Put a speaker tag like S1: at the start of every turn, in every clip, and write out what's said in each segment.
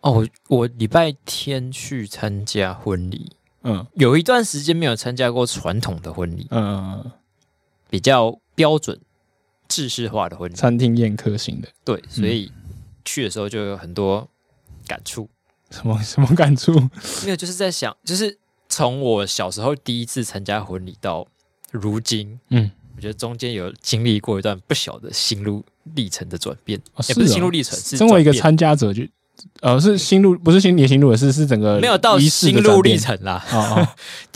S1: 哦，我礼拜天去参加婚礼，
S2: 嗯
S1: 有一段时间没有参加过传统的婚礼，
S2: 嗯嗯，嗯
S1: 比较标准、制式化的婚礼。
S2: 餐厅宴客型的，
S1: 对，所
S2: 嗯
S1: 以去的时候就有很多感触，
S2: 什么 什么感触？
S1: 没有就是在想，就是从我小时候第一次参加婚礼到如今，
S2: 嗯，
S1: 我觉得中间有经历过一段不小的心路历程的转变，
S2: 哦
S1: 也不是
S2: 哦
S1: 心路历程，是
S2: 身为一
S1: 转
S2: 个
S1: 变
S2: 参加者就，呃，是心路不是心你的心路，是是整个
S1: 没有到
S2: 仪式的
S1: 心
S2: 转
S1: 路
S2: 变
S1: 历程啦，
S2: 哦， 哦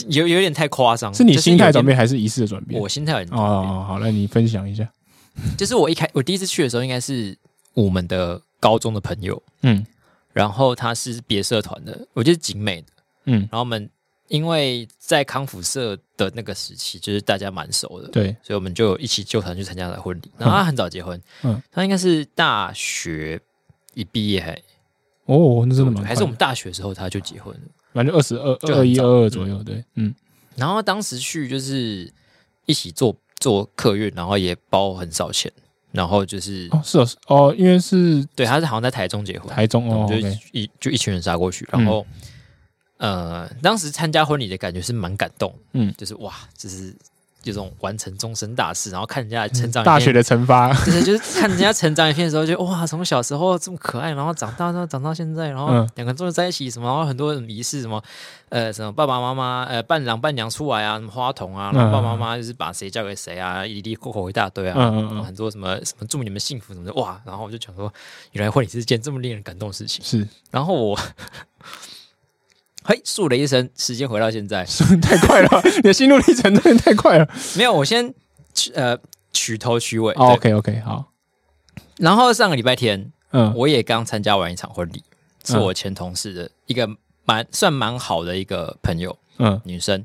S1: 有有点太夸张，
S2: 是你
S1: 就是
S2: 心态
S1: 有点
S2: 转变还是仪式的转变？
S1: 我心态有点
S2: 哦哦，哦好，那你分享一下。
S1: 就是我一开我第一次去的时候，应该是我们的高中的朋友，
S2: 嗯
S1: 然后他是别社团的，我就是景美的，
S2: 嗯，
S1: 然后我们因为在康复社的那个时期，就是大家蛮熟的，
S2: 对，
S1: 所以我们就一起纠团去参加了婚礼。然后他很早结婚，
S2: 嗯
S1: 他应该是大学一毕业还
S2: 哦，那真的蛮
S1: 还是我们大学的时候他就结婚了。
S2: 反正二十二
S1: 就
S2: 二
S1: 很
S2: 一
S1: 早
S2: 二二左右，对，嗯
S1: 然后当时去就是一起做做客运，然后也包很少钱，然后就是、
S2: 哦是哦是哦，因为是
S1: 对，他是好像在台中结婚，
S2: 台中
S1: 我们
S2: 哦
S1: 就
S2: ，OK，嗯
S1: 一就一群人杀过去，然后、呃，当时参加婚礼的感觉是蛮感动，
S2: 嗯
S1: 嗯，就是哇，就是有种完成终身大事，然后看人家成长
S2: 嗯大学
S1: 的，
S2: 的惩罚，
S1: 就是就是看人家成长一片的时候就，哇，从小时候这么可爱，然后长大到长到现在，然后
S2: 嗯
S1: 两个人终于在一起，什么，然后很多仪式，什么呃，什么爸爸妈妈呃伴郎伴娘出来啊，什么花童啊，然后爸爸妈妈就是把谁嫁给谁啊，一粒扣扣一大堆啊，
S2: 嗯嗯
S1: 然后
S2: 嗯，
S1: 很多什么什么祝你们幸福什么的，哇！然后我就想说，原来婚礼是件这么令人感动的事情。
S2: 是
S1: 然后我，嘿，竖了一声，时间回到现在，
S2: 太 快了，你的心路历程真的太快了。
S1: 没有，我先取呃取头取尾。对
S2: 哦 OK OK，好，
S1: 然后上个礼拜天，
S2: 嗯
S1: 我也刚参加完一场婚礼，是我前同事的一个蛮算蛮好的一个朋友，
S2: 嗯
S1: 女生。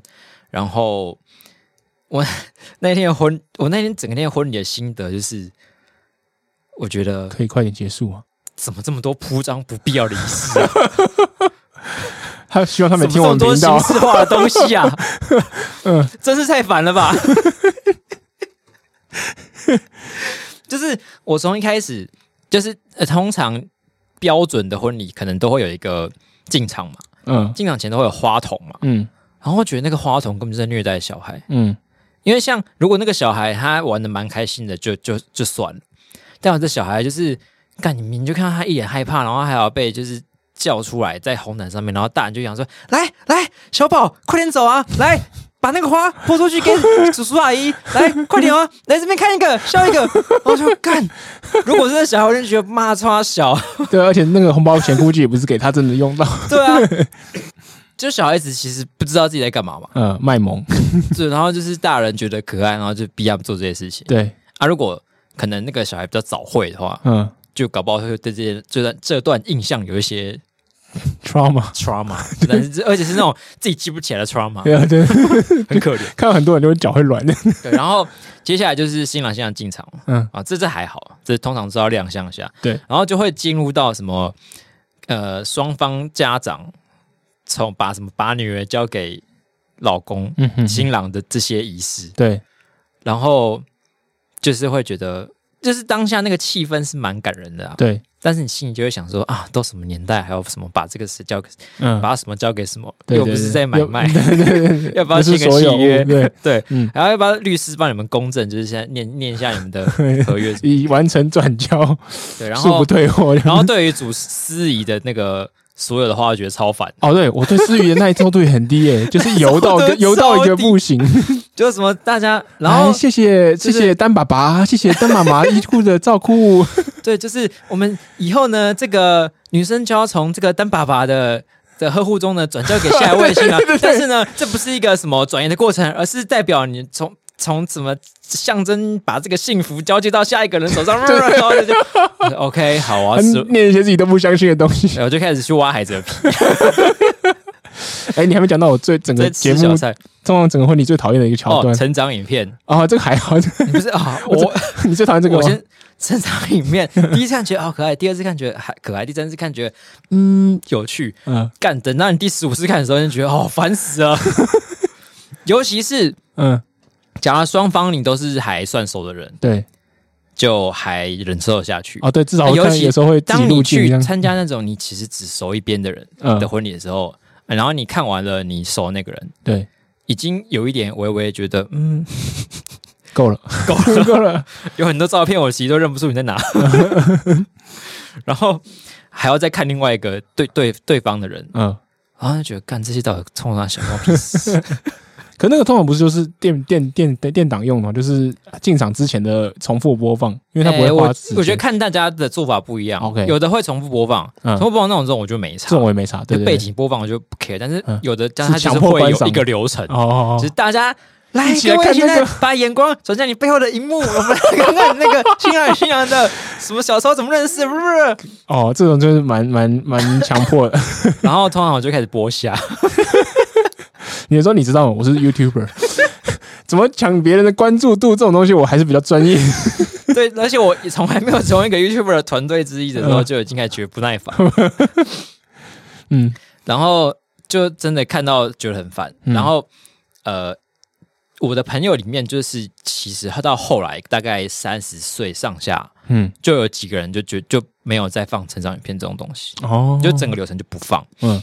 S1: 然后我那天的婚，我那天整个天婚礼的心得就是，我觉得
S2: 可以快点结束啊。
S1: 怎么这么多铺张不必要的仪式、啊，
S2: 他希望他
S1: 怎么这
S2: 没听我
S1: 么
S2: 们
S1: 多
S2: 频
S1: 形
S2: 道，
S1: 式化的东西啊？嗯，真是太烦了吧！ 就是我从一开始，就是、呃、通常标准的婚礼可能都会有一个进场嘛，
S2: 嗯
S1: 进场前都会有花筒嘛，
S2: 嗯
S1: 然后我觉得那个花筒根本就在虐待小孩，
S2: 嗯，
S1: 因为像如果那个小孩他玩的蛮开心的，就就就算了，但我这小孩就是干，你你就看到他一脸害怕，然后还要被就是叫出来在红毯上面，然后大人就想说：“来来，小宝，快点走啊，来。”把那个花泼出去给叔叔阿姨，来快点哦，来这边看一个，笑一个。然后就干，如果是那小孩，我就觉得骂他小，
S2: 对，而且那个红包钱估计也不是给他真的用到，
S1: 对啊，就小孩子其实不知道自己在干嘛嘛，
S2: 嗯，卖萌，
S1: 对，然后就是大人觉得可爱，然后就逼他们做这些事情。
S2: 对，
S1: 啊，如果可能那个小孩比较早会的话，
S2: 嗯
S1: 就搞不好会对这些这段这段印象有一些
S2: ，trauma，
S1: trauma，但是 这而且是那种自己记不起来的 trauma，
S2: 对啊对，
S1: 很可怜。
S2: 看到很多人就会脚会软，
S1: 对，然后接下来就是新郎新娘进场嘛
S2: 嗯
S1: 啊，这这还好，这通常是要亮相一下，
S2: 对，
S1: 然后就会进入到什么呃双方家长从把什么把女儿交给老公、
S2: 嗯哼，
S1: 新郎的这些仪式，
S2: 对，
S1: 然后就是会觉得。就是当下那个气氛是蛮感人的啊，
S2: 对，
S1: 但是你心里就会想说啊，都什么年代，还有什么把这个谁交给，
S2: 嗯，
S1: 把什么交给什么，
S2: 对
S1: 又不是在买 卖，
S2: 对对对对对，
S1: 要不要
S2: 不是
S1: 签个
S2: 所有
S1: 契约？
S2: 对，
S1: 对，
S2: 嗯
S1: 然后要不要律师帮你们公证，就是现在念念一下你们的合约什么，
S2: 已完成转交，
S1: 对，然
S2: 恕不
S1: 后
S2: 退货。
S1: 然后对于主司仪的那个所有的话，我觉得超烦，
S2: 哦，对我对思雨的耐受度也很 低耶，就是油到
S1: 耐受度
S2: 油到一个
S1: 超低
S2: 不行。
S1: 就是什么大家，然
S2: 哎
S1: 后
S2: 谢谢
S1: 就
S2: 谢
S1: 是
S2: 谢丹爸爸，谢谢丹妈妈依顾的 照顾。
S1: 对，就是我们以后呢，这个女生就要从这个丹爸爸的。的呵护中呢，转交给下一位新郎
S2: 对对对对对。
S1: 但是呢，这不是一个什么转移的过程，而是代表你从从怎么象征把这个幸福交接到下一个人手上。 然后就 OK，好啊，
S2: 他
S1: 是，
S2: 念嗯一些自己都不相信的东西。
S1: 然后就开始去挖孩子的皮，
S2: 哎，你还没讲到我最整个
S1: 在
S2: 节
S1: 吃
S2: 目，
S1: 小菜
S2: 通常整个婚礼最讨厌的一个桥
S1: 哦，
S2: 段。
S1: 成长影片
S2: 哦，这个还好，这个
S1: 不是啊，
S2: 我
S1: 我
S2: 你最讨厌这个
S1: 我
S2: 吗？
S1: 先成长影片，第一次看觉得好哦可爱，第二次看觉得还可爱，第三次看觉得嗯有趣，
S2: 嗯
S1: 干，等到你第十五次看的时候，你就觉得哦，烦死 了。尤其是
S2: 嗯，
S1: 假如双方你都是还算熟的人，
S2: 对，
S1: 就还忍受得下去。
S2: 哦，对，至少我
S1: 哎尤
S2: 看
S1: 其
S2: 有时候会挤
S1: 当你
S2: 路径
S1: 去
S2: 这样
S1: 参加那种你其实只熟一边的人
S2: 嗯
S1: 的婚礼的时候，呃然后你看完了你熟那个人，
S2: 对，
S1: 已经有一点微微觉得，嗯，
S2: 够了，
S1: 够
S2: 了， 够了，
S1: 有很多照片我其实都认不出你在 哪，然后还要再看另外一个对对对方的人，
S2: 嗯。
S1: 然后就觉得干这些到底冲他小猫屁事，
S2: 可那个通常不是就是电电电电档用的嘛，就是进场之前的重复播放，因为它不会
S1: 哎
S2: 花
S1: 我
S2: 时间。
S1: 我觉得看大家的做法不一样
S2: OK
S1: 有的会重复播放，
S2: 嗯
S1: 重复播放那种这种我就没
S2: 这
S1: 差
S2: 种，我也没查，对对
S1: 背
S2: 对。
S1: 景播放我就不 care，但是
S2: 嗯
S1: 有的但它
S2: 是
S1: 就
S2: 强
S1: 是
S2: 迫
S1: 会
S2: 观
S1: 有
S2: 赏
S1: 一个流程，
S2: 哦哦
S1: 就
S2: 哦
S1: 是大家来
S2: 一起
S1: 各
S2: 来
S1: 位
S2: 看
S1: 现
S2: 那
S1: 在
S2: 个
S1: 把眼光转向你背后的荧幕，我们来看 看那个新郎与新娘的什么小时候怎么认识，不是？
S2: 哦，这种就是蛮蛮蛮强迫的。
S1: 然后通常我就开始剥虾，
S2: 你说你知道吗？我是 YouTuber，怎么抢别人的关注度这种东西，我还是比较专业。
S1: 对，而且我也从来没有从一个 YouTuber 的团队之一的时候就已经开始觉得不耐烦，
S2: 嗯，
S1: 然后就真的看到觉得很烦，
S2: 嗯
S1: 然后呃。我的朋友里面，就是其实他到后来大概三十岁上下，
S2: 嗯，
S1: 就有几个人就觉就没有再放成长影片这种东西，
S2: 哦，
S1: 就整个流程就不放。
S2: 嗯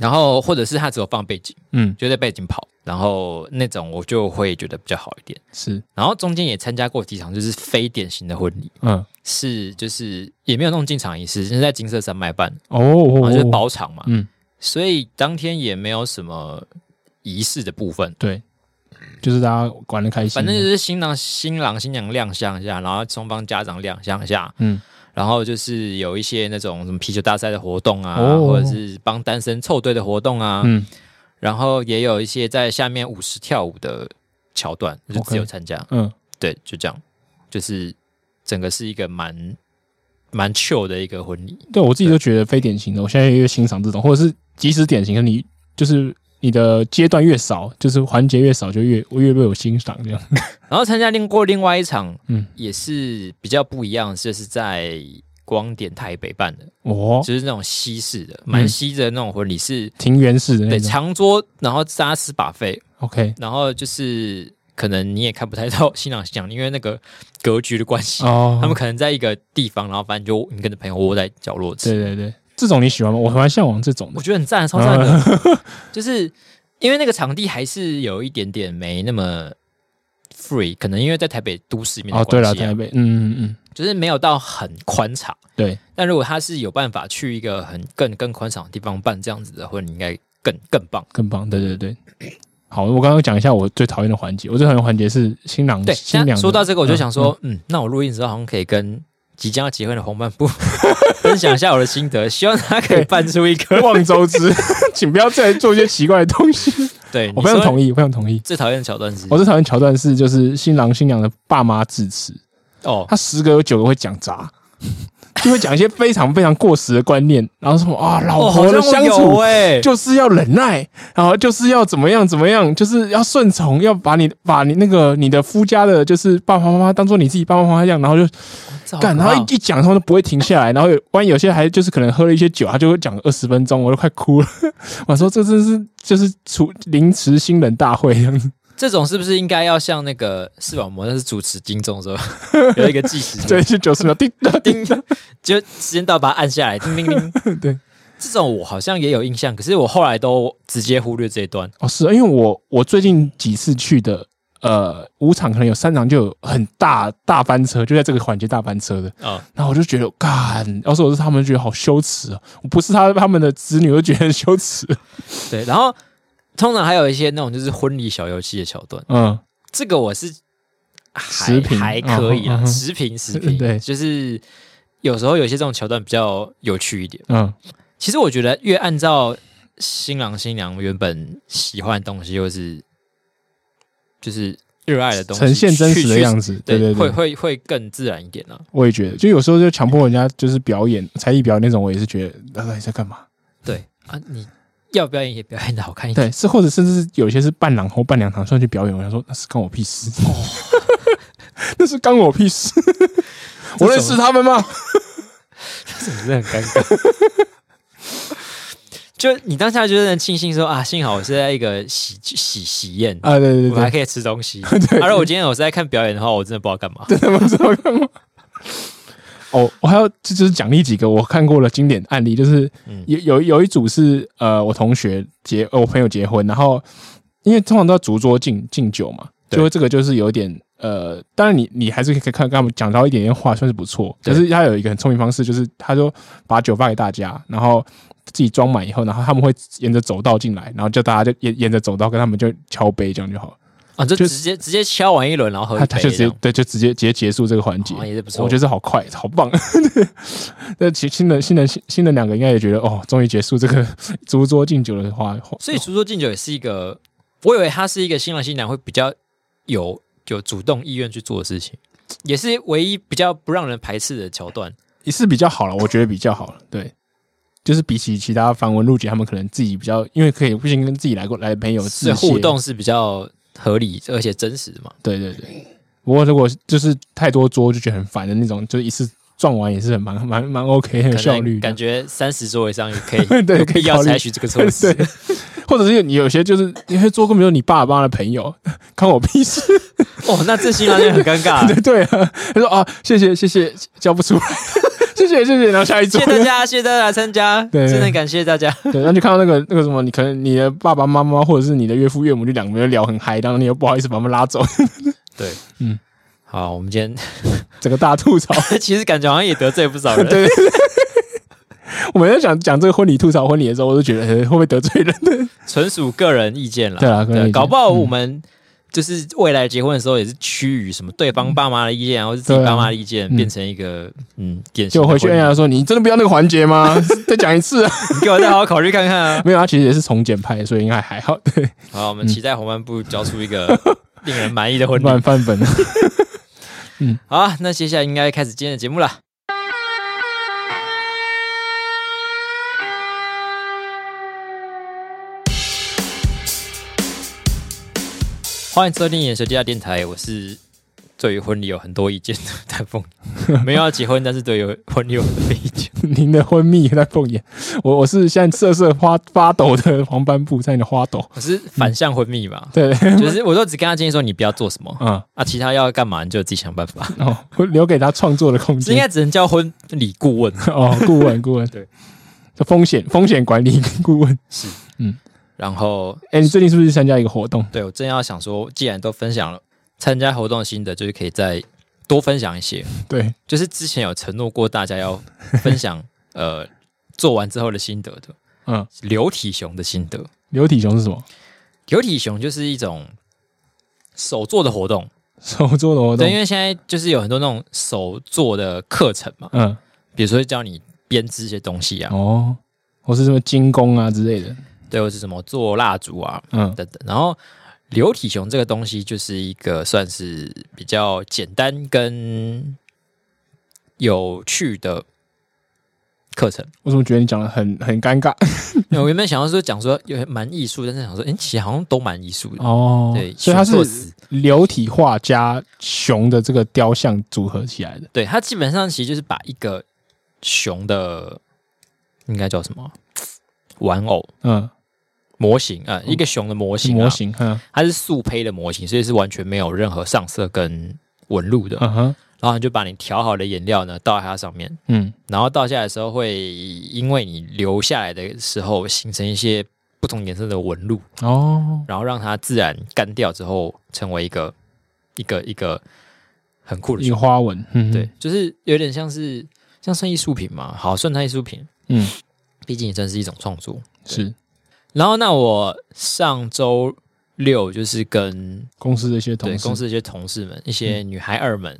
S1: 然后或者是他只有放背景，
S2: 嗯
S1: 就在背景跑，然后那种我就会觉得比较好一点。
S2: 是
S1: 然后中间也参加过几场，就是非典型的婚礼，
S2: 嗯
S1: 是就是也没有那种进场仪式，是在金色山脉办，
S2: 哦哦，
S1: 然后
S2: 哦
S1: 就是包场嘛，
S2: 嗯
S1: 所以当天也没有什么仪式的部分，
S2: 对，就是大家玩的开心，
S1: 反正就是新郎新郎新娘亮相一下，然后双方家长亮相一下，
S2: 嗯
S1: 然后就是有一些那种什么啤酒大赛的活动啊，
S2: 哦
S1: 或者是帮单身凑对的活动啊，
S2: 嗯
S1: 然后也有一些在下面舞池跳舞的桥段，我就
S2: OK
S1: 只有参加。
S2: 嗯
S1: 对，就这样，就是整个是一个蛮蛮 chill 的一个婚礼。
S2: 对我自己都觉得非典型的，我现在越欣赏这种，或者是即使典型，可你就是你的阶段越少，就是环节越少，就越我越被我欣赏这样。
S1: 然后参加另过另外一场，
S2: 嗯
S1: 也是比较不一样，就是在光点台北办的，
S2: 哦，
S1: 就是那种西式的，蛮
S2: 嗯
S1: 西的那种婚礼是，
S2: 庭园式的那
S1: 对
S2: 种。
S1: 长桌，然后扎斯把费，
S2: OK，
S1: 然后就是可能你也看不太到新郎新娘，因为那个格局的关系。
S2: 哦，
S1: 他们可能在一个地方，然后反正就你跟着朋友窝在角落吃
S2: 对，对对，这种你喜欢吗？我蛮向往这种的
S1: 我。觉得很赞，超赞的。
S2: 嗯
S1: 就是因为那个场地还是有一点点没那么 free，可能因为在台北都市里面
S2: 哦
S1: 的，
S2: 对
S1: 关
S2: 了，
S1: 系、啊
S2: 台北，嗯嗯嗯，
S1: 就是没有到很宽敞。
S2: 对，
S1: 但如果他是有办法去一个很更更宽敞的地方办这样子的婚礼，应该更更棒。
S2: 更棒，对对对。好，我刚刚讲一下我最讨厌的环节，我最讨厌的环节是新郎
S1: 对，
S2: 嗯新
S1: 现在
S2: 娘
S1: 说到这个，我就
S2: 嗯
S1: 想说，嗯那我录音的时候好像可以跟即将要结婚的红伴部 分享一下我的心得，希望他可以办出一
S2: 嗯
S1: 个。
S2: 望周知，请不要再做一些奇怪的东西。
S1: 对，
S2: 我非常
S1: 意。
S2: 同意，我非常同意。
S1: 最讨厌的桥段是
S2: 我最讨厌桥段是，就是新郎新娘的爸妈致辞，
S1: 哦，
S2: 他十个有九个会讲砸， 就会讲一些非常非常过时的观念，然后什么啊，
S1: 哦，
S2: 老
S1: 好
S2: 婆
S1: 像
S2: 的
S1: 我
S2: 相
S1: 有
S2: 处
S1: 哎，
S2: 就是要忍耐，然后就是要怎么样怎么样，就是要顺从，要把你把你那个你的夫家的，就是爸爸妈妈当做你自己爸爸妈妈一样，然后就
S1: 这好
S2: 干，
S1: 可
S2: 然后
S1: 怕
S2: 一一讲他们都不会停下来，然后有万一有些还就是可能喝了一些酒，他就会讲二十分钟，我都快哭了。 我说这真是就是除临时新人大会这样子，
S1: 这种是不是应该要像那个视网膜，那是主持金钟的时 候有一个计时，
S2: 对，，就九十秒，叮当
S1: 叮，就时间到把它按下来，叮叮 叮。
S2: 对，
S1: 这种我好像也有印象，可是我后来都直接忽略这一段。
S2: 哦，是啊因为我我最近几次去的，呃，五场可能有三场就有很大大翻车，就在这个环节大翻车的。
S1: 啊、
S2: 然后我就觉得，干，要是我是他们，就觉得好羞耻啊！我不是他他们的子女，我就觉得很羞耻。
S1: 对，然后通常还有一些那种就是婚礼小游戏的桥段，
S2: 嗯，
S1: 这个我是还
S2: 持平
S1: 还可以
S2: 嗯
S1: 啦，
S2: 哼嗯哼
S1: 持平持平，
S2: 对
S1: 就是有时候有些这种桥段比较有趣一点。
S2: 嗯，
S1: 其实我觉得越按照新郎新娘原本喜欢的东西，或是就是热爱的东西，
S2: 呈现真实的样
S1: 子，
S2: 子，
S1: 对
S2: 对对
S1: 会
S2: 对，
S1: 会会更自然一点呢、啊。
S2: 我也觉得，就有时候就强迫人家就是表演才艺表演那种，我也是觉得他到底在干嘛？
S1: 对啊，你要表演也表演的好看一点。
S2: 对，是或者甚至是有些是伴郎或伴娘堂上去表演，我想说那是干我屁 事，哦那是干我屁 事，我认识他们吗？
S1: 真的是很尴尬。就你当下就是能庆幸说啊，幸好我是在一个喜喜喜宴，
S2: 啊，对对
S1: 我还可
S2: 对，
S1: 以吃东 西。啊，如果我今天我是在看表演的话，我真的不知道干嘛。
S2: 真的不知道干嘛。哦，我还要这就是奖励几个我看过的经典案例，就是
S1: 嗯
S2: 有有有一组是呃我同学结呃我朋友结婚，然后因为通常都要逐桌敬敬酒嘛，
S1: 对
S2: 就这个就是有点呃，当然你你还是可以看跟他们讲到一点点话，算是不错。可
S1: 对
S2: 是他有一个很聪明方式，就是他就把酒发给大家，然后自己装满以后，然后他们会沿着走道进来，然后叫大家就沿沿着走道跟他们就敲杯，这样就好了。
S1: 啊，就
S2: 就
S1: 直接直接敲完一轮，然后喝哦
S2: 他
S1: 一
S2: 他
S1: 杯
S2: 就
S1: 这
S2: 直接
S1: 样，
S2: 对，就直接直接结束这个环节
S1: 哦，也是不错。
S2: 我觉得好快，好棒。 那其新人新人新新人两个应该也觉得哦，终于结束这个 逐桌敬酒的话，
S1: 所以逐桌敬酒也是一个，我以为它是一个新郎新娘会比较有有主动意愿去做的事情，也是唯一比较不让人排斥的桥段。
S2: 也是比较好了，我觉得比较好了。对，就是比起其他繁文缛节，他们可能自己比较，因为可以毕竟跟自己来过来的朋友致
S1: 是
S2: 谢
S1: 互。动是比较合理而且真实的嘛？
S2: 对对对。不过如果就是太多桌，就觉得很烦的那种，就是一次撞完也是很蛮蛮蛮 OK，很有
S1: 可
S2: 效率
S1: 能
S2: 的。
S1: 感觉三十桌以上也可
S2: 对
S1: 以有
S2: 可以
S1: 必要
S2: 考虑
S1: 采取这个措施。
S2: 对，或者是你有些就是因为做过没有你爸爸的朋友， 看我屁事。
S1: 哦，那这新郎新娘很尴尬。
S2: 对对啊，他说啊，谢谢谢谢，交不出来， 谢谢谢谢，然后下一
S1: 谢
S2: 桌
S1: 谢大家，谢谢大家来参加，
S2: 对嗯
S1: 真的感谢大家。
S2: 对，然后就看到那个那个什么，你可能你的爸爸妈妈或者是你的岳父岳母就两个人聊很嗨，然后你又不好意思把他们拉走，
S1: 对，
S2: 嗯
S1: 嗯，好，我们今
S2: 整个大吐槽。
S1: 天 其实感觉好像也得罪不少人。
S2: 对我们在讲讲这个婚礼吐槽婚礼的时候，我就觉得、呃会不会得罪 人？
S1: 纯属个人意见啦。
S2: 对啊个人意见
S1: 搞不好我们就是未来结婚的时候，也是趋于什么对方爸妈的意见，然后是自己
S2: 对啊
S1: 爸妈的意见，
S2: 嗯
S1: 变成一个嗯典型
S2: 就
S1: 的婚
S2: 回
S1: 礼。
S2: 去哎人家说你真的不要那个环节 吗？再讲一次啊！。
S1: 你给我再好好考虑看看啊
S2: 没有，他其实也是从简派，所以应该还好。 对，
S1: 好，
S2: 嗯
S1: 我们期待红斑部交出一 个令人满意的婚礼。
S2: 乱翻本。
S1: 好啊，那接下来应该开始今天的节目了。欢迎收听《眼球地下电台》，我是对于婚礼有很多意见的丹 凤，没有要结婚，但是对于婚礼有很多意见。
S2: 您的婚蜜在凤眼，我我是现在瑟瑟发发抖的黄斑布在你的花朵。
S1: 我是反向婚蜜嘛，
S2: 对，啊
S1: 就是我都只跟他建议说你不要做什么
S2: 嗯，
S1: 啊，其他要干嘛你就自己想办法。
S2: 哦，我留给他创作的空
S1: 这应
S2: 间。
S1: 该只能叫婚礼顾问。
S2: 哦，顾问，顾问，
S1: 对，
S2: 风险风险管理顾问。
S1: 然后
S2: 哎、你最近是不是参加一个活动？
S1: 对我正要想说，既然都分享了，参加活动的心得就是可以再多分享一些。
S2: 对，
S1: 就是之前有承诺过大家要分享，呃，做完之后的心得的。
S2: 嗯，
S1: 刘体雄的心得，
S2: 流体熊是什么？
S1: 刘体雄就是一种手做的活动，
S2: 手做的活
S1: 对，因
S2: 动。
S1: 为现在就是有很多那种手做的课程嘛，
S2: 嗯，
S1: 比如说教你编织一些东西啊，
S2: 哦，或是什么精工啊之类的。
S1: 对，或是什么做蜡烛啊，
S2: 嗯，
S1: 等等。然后流体熊这个东西就是一个算是比较简单跟有趣的课 程。
S2: 我怎么觉得你讲的很很尴尬？
S1: 因为我原本想要说讲说有蛮艺术，但是想说，哎、其实好像都蛮艺术的。
S2: 哦，
S1: 对，
S2: 所以它
S1: 熊作
S2: 是
S1: 死
S2: 流体画加熊的这个雕像组合起来的。
S1: 对它基本上其实就是把一个熊的应该叫什么玩偶
S2: 嗯，
S1: 模型啊、呃一个熊的模型、啊，
S2: 模型。嗯
S1: 它是素胚的模型，所以是完全没有任何上色跟纹路的。
S2: 嗯哼，
S1: 然后你就把你调好的颜料呢倒在它上面，
S2: 嗯，
S1: 然后倒下来的时候，会因为你留下来的时候形成一些不同颜色的纹路，
S2: 哦，
S1: 然后让它自然干掉之后，成为一个一个一个很酷的
S2: 一个
S1: 熊。
S2: 花纹。嗯，
S1: 对，，就是有点像是这样算艺术品嘛？好，算它艺术品，
S2: 嗯，
S1: 毕竟也算是一种创作。
S2: 是
S1: 然后，那我上周六就是跟
S2: 公司的一些同
S1: 对
S2: 事
S1: 公。司的一些同事们、一些女孩儿们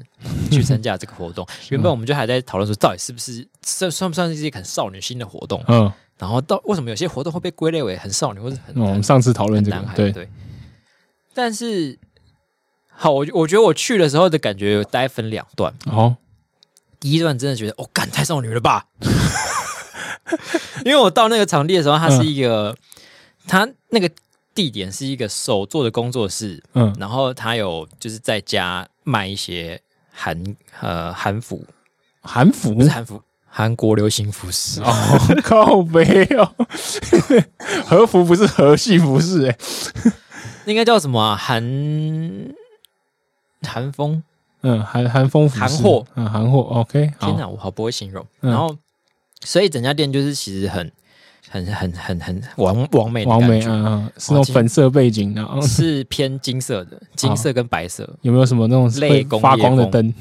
S1: 去参加这个活动。原本我们就还在讨论说，到底是不是算算不算是一个很少女心的活动？
S2: 嗯，
S1: 然后到为什么有些活动会被归类为很少女或者很
S2: 那哦我们
S1: 很
S2: 上次讨论
S1: 很
S2: 这
S1: 男
S2: 个，
S1: 孩？
S2: 对，
S1: 但是，好，我我觉得我去的时候的感觉有大概分两段。
S2: 哦，
S1: 第一段真的觉得，哦，干太少女了吧？ 因为我到那个场地的时候，它是一个，它那个地点是一个手做的工作室，
S2: 嗯，
S1: 然后它有就是在家卖一些韩呃韩服，
S2: 韩服
S1: 不是韩服，韩国流行服饰，
S2: 哦， 靠北哦， 和服不是和系服饰哎、
S1: 应该叫什么啊？韩韩风？
S2: 嗯，韩韩风服饰，
S1: 韩货，
S2: 嗯，韩货，OK，好
S1: 天，哪，我好不会形容。
S2: 嗯
S1: 然后，所以整家店就是其实很很很很很完完美的
S2: 完
S1: 感
S2: 美，
S1: 觉，
S2: 嗯嗯，是那种粉色背景，然后嗯
S1: 是偏金色
S2: 哦
S1: 的，金色跟白色。
S2: 有没有什么那种
S1: 类
S2: 会
S1: 工
S2: 发
S1: 业
S2: 光的
S1: 风
S2: 灯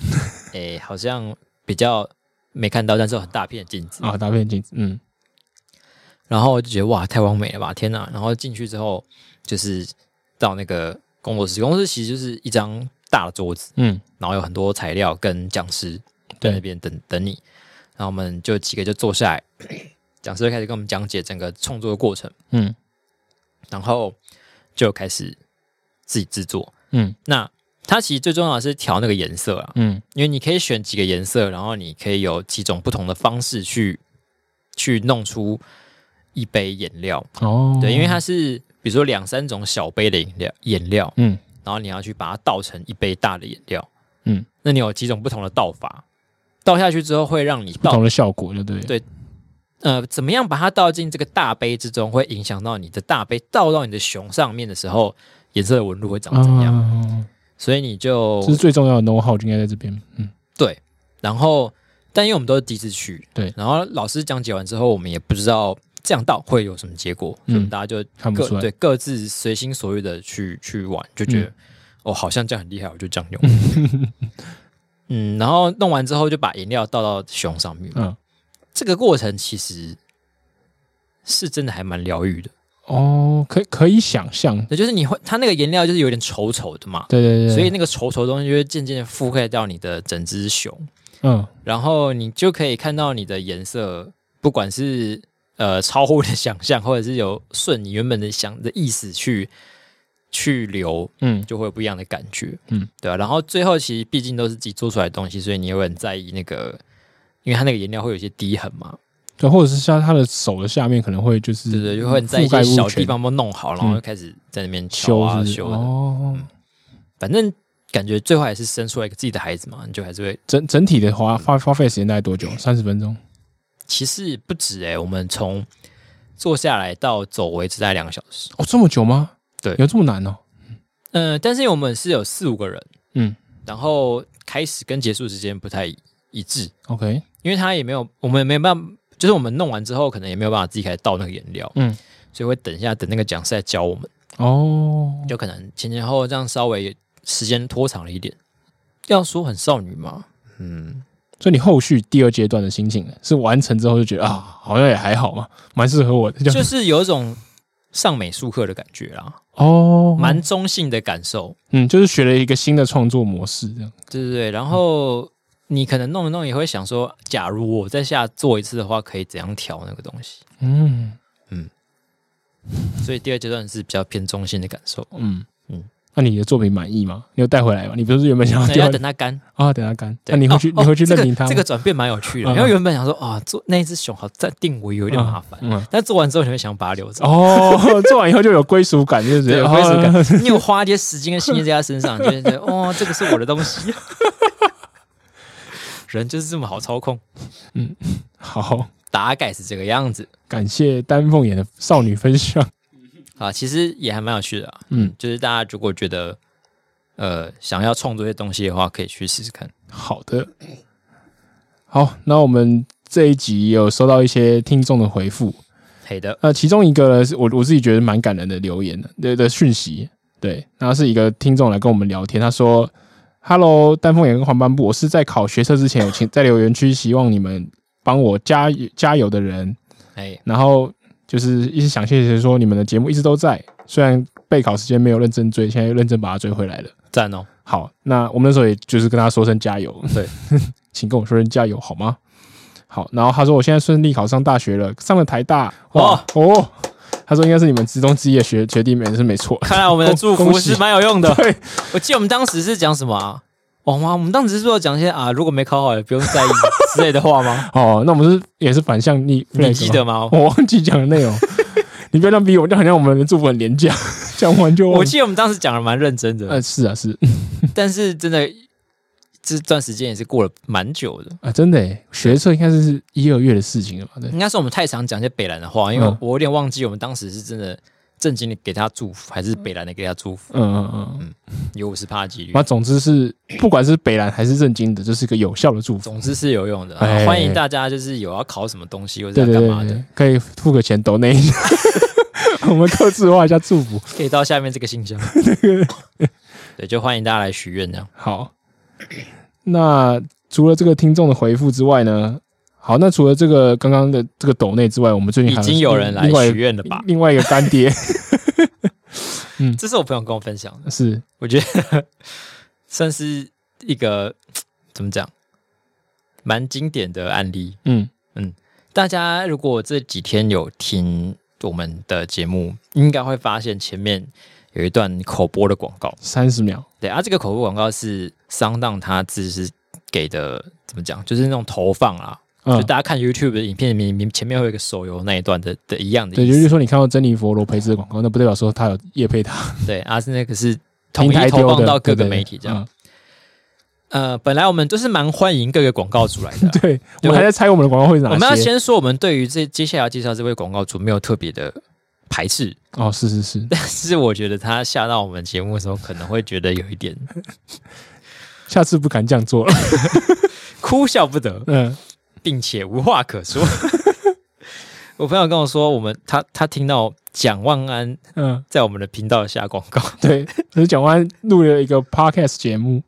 S1: 诶、好像比较没看到，但是有很大片的镜子。
S2: 啊？打片镜子，嗯，
S1: 然后我就觉得哇，太完美了吧，天哪！然后进去之后，就是到那个工作室，工作室其实就是一张大的桌子，
S2: 嗯，
S1: 然后有很多材料跟讲师在那
S2: 对，
S1: 边等等你。然后我们就几个就坐下来， 讲师就开始跟我们讲解整个创作的过程，
S2: 嗯
S1: 然后就开始自己制作。
S2: 嗯
S1: 那它其实最重要的是调那个颜色啊，
S2: 嗯
S1: 因为你可以选几个颜色，然后你可以有几种不同的方式去去弄出一杯饮料。
S2: 哦，
S1: 对，因为它是比如说两三种小杯的饮料，饮料，
S2: 嗯
S1: 然后你要去把它倒成一杯大的饮料。
S2: 嗯，
S1: 那你有几种不同的倒法，倒下去之后会让你
S2: 不
S1: 倒
S2: 同的效果就对了，
S1: 对呃怎么样把它倒进这个大杯之中，会影响到你的大杯倒到你的熊上面的时候，颜色的纹路会长
S2: 啊，
S1: 怎样。
S2: 嗯
S1: 所以你就
S2: 这是最重要的 know how 就应该在这边，嗯
S1: 然后，但因为我们都是第一次去，
S2: 对
S1: 然后老师讲解完之后，我们也不知道这样到会有什么结果，所
S2: 嗯
S1: 以我们大家就
S2: 看不
S1: 各
S2: 出来嗯
S1: 对各自随心所欲的去去玩，就觉得、哦，好像这样很厉害，我就这样用。 嗯，然后弄完之后就把饮料倒到熊上面，
S2: 嗯，
S1: 这个过程其实是真的还蛮疗愈的。
S2: 哦，可可以想象，
S1: 对，就是你会它那个颜料就是有点稠稠的嘛，
S2: 对对对，
S1: 所以那个稠稠的东西就会渐渐的覆盖到你的整只熊。
S2: 嗯
S1: 然后你就可以看到你的颜色，不管是呃超乎你的想象，或者是有顺你原本的想的意思去去流，
S2: 嗯
S1: 就会有不一样的感觉，
S2: 嗯，
S1: 对啊。然后最后其实毕竟都是自己做出来的东西，所以你也会很在意那个，因为它那个颜料会有一些滴痕嘛，
S2: 对，或者是像他的手的下面可能会就是
S1: 对对，就会很在意一
S2: 嗯覆盖
S1: 些
S2: 物
S1: 小
S2: 权
S1: 地方有没有弄好，然后
S2: 嗯
S1: 就开始在那边敲
S2: 修是
S1: 啊
S2: 不是
S1: 修的，
S2: 哦，
S1: 反正感觉最后还是生出来一个自己的孩子嘛，你就还是会。
S2: 整整体的
S1: 嗯
S2: 花花花费时间大概多久？三十分钟。
S1: 其实不止诶、欸我们从坐下来到走为止大概两个小时。
S2: 哦，这么久吗？
S1: 对
S2: 有这么难哦？
S1: 嗯，但是因为我们是有四五个人，
S2: 嗯
S1: 然后开始跟结束时间不太一一致，
S2: ，OK，
S1: 因为他也没有，我们也没办法，就是我们弄完之后，可能也没有办法自己开始倒那个颜料，
S2: 嗯，
S1: 所以会等一下，等那个讲师来教我们，
S2: 哦，
S1: 就可能前前后后这样稍微时间拖长了一点。要说很少女嘛，嗯，
S2: 所以你后续第二阶段的心情呢是完成之后就觉得啊，好像也还好嘛，蛮适合我的，这样
S1: 就是有一种上美术课的感觉啦，
S2: 哦，
S1: 蛮中性的感受，
S2: 嗯，就是学了一个新的创作模式，这样
S1: 对对对。然后你可能弄一弄也会想说，假如我再下做一次的话，可以怎样调那个东西？
S2: 嗯
S1: 所以第二阶段是比较偏中性的感受。
S2: 嗯
S1: 嗯
S2: 嗯。那你的作品满意吗？你有带回来吗？你不是原本想要
S1: 那
S2: 丢
S1: 要等它干，
S2: 啊？等它干，
S1: 对
S2: 那你会去
S1: 哦
S2: 你
S1: 哦
S2: 会去认领
S1: 这个
S2: 它吗？
S1: 这个转变蛮有趣的。
S2: 嗯
S1: 因为原本想说啊，做那一只熊好在定位有点麻烦，
S2: 嗯，
S1: 但做完之后你会想把它留着，
S2: 哦， 做完以后就有归属感，就是
S1: 对，有归属感
S2: 哦。
S1: 你有花一些时间跟心力在它身上，你就会觉得 哦，这个是我的东西。 人就是这么好操控，
S2: 好，
S1: 大概是这个样子
S2: 感谢丹凤眼的少女分享。
S1: 啊。其实也还蛮有趣的、啊，
S2: 嗯，
S1: 就是大家如果觉得呃想要创作一些东西的话，可以去试试看。
S2: 好的，好，那我们这一集有收到一些听众的回复，
S1: 黑的，
S2: 那其中一个呢是我我自己觉得蛮感人的留言的的的讯息，对，那是一个听众来跟我们聊天，他说：“Hello，丹凤眼跟黄斑部，我是在考学测之前有请在留言区，希望你们帮我加油加油的人，
S1: 哎，
S2: 然后就是一直想谢谢说你们的节目一直都在，虽然备考时间没有认真追，现在又认真把它追回来了。”
S1: 赞哦，
S2: 好，那我们那时候也就是跟他说声加油，
S1: 对，
S2: 请跟我说声加油好吗？好，然后他说我现在顺利考上大学了，上了台大，哇哦，他说应该是你们职中之一的学学弟妹是 没错，
S1: 看来我们的祝
S2: 恭
S1: 福
S2: 恭喜
S1: 是蛮有用的。
S2: 对，
S1: 我记得我们当时是讲什么啊？哦妈，我们当时是说讲一些啊，如果没考好也不用在意之类的话吗？
S2: 哦，那我们是也是反向逆，
S1: 你记得吗？
S2: 我忘记讲的内容， 你不要这样逼我，就好像我们的祝福很廉价，讲完就忘啊
S1: 我记得我们当时讲的蛮认真的，
S2: 呃，是啊，是，
S1: 但是真的这段时间也是过了蛮久的。
S2: 啊，真的耶，学测应该是一二月的事情了吧？对，
S1: 应该是我们太常讲一些北兰的话，因为我
S2: 嗯
S1: 我有点忘记我们当时是真的正经的给他祝福，还是北兰的给他祝福，
S2: 嗯嗯嗯。
S1: 有五十趴几率
S2: 那。总之是，不管是北兰还是正经的，这是个有效的祝福。
S1: 总之是有用的、
S2: 哎
S1: 啊，欢迎大家就是有要考什么东西或者
S2: 对
S1: 要
S2: 对
S1: 干
S2: 对
S1: 嘛的
S2: 对，，可以付个钱抖那一下， 我们各自画一下祝福。
S1: 可以到下面这个信 箱。对，就欢迎大家来许愿这样。
S2: 好，那除了这个听众的回复之外呢？好，那除了这个刚刚的这个抖内之外，我们最近
S1: 已
S2: 还
S1: 经有人来
S2: 另外一
S1: 许
S2: 个
S1: 愿了吧？
S2: 另外一个干爹
S1: 这是我朋友跟我分享的，
S2: 是
S1: 我觉得算是一个怎么讲，蛮经典的案例。
S2: 嗯
S1: 大家如果这几天有听我们的节目，应该会发现前面有一段口播的广告。
S2: 三十秒，
S1: 对啊，这个口播广告是桑荡他自是给的，怎么讲，就是那种投放啦。
S2: 嗯
S1: 就，大家看 YouTube 的影片，明明前面会有一个手游那一段的的一样的
S2: 对，
S1: 意
S2: 就
S1: 思。
S2: 是说你看到珍妮佛罗培兹的广告，那不代表说他有叶配他
S1: 对，啊，是那个是统
S2: 平
S1: 一
S2: 台
S1: 投
S2: 丢
S1: 放
S2: 的
S1: 到各个
S2: 对对对
S1: 媒体这样。
S2: 嗯
S1: 呃，本来我们都是蛮欢迎各个广告主来的啊、
S2: 对，我
S1: 对
S2: 们还在猜我们的广告会是哪
S1: 我
S2: 些。
S1: 们要先说，我们对于这接下来要介绍这位广告主没有特别的排斥，
S2: 哦，是是是，
S1: 但是我觉得他下到我们节目的时候，可能会觉得有一点
S2: 下次不敢这样做了。
S1: 哭笑不得，
S2: 嗯，
S1: 并且无话可说。 我朋友跟我说，我们他他听到蒋万安
S2: 嗯，
S1: 在我们的频道下广告，
S2: 对，就是蒋万安录了一个 podcast 节目，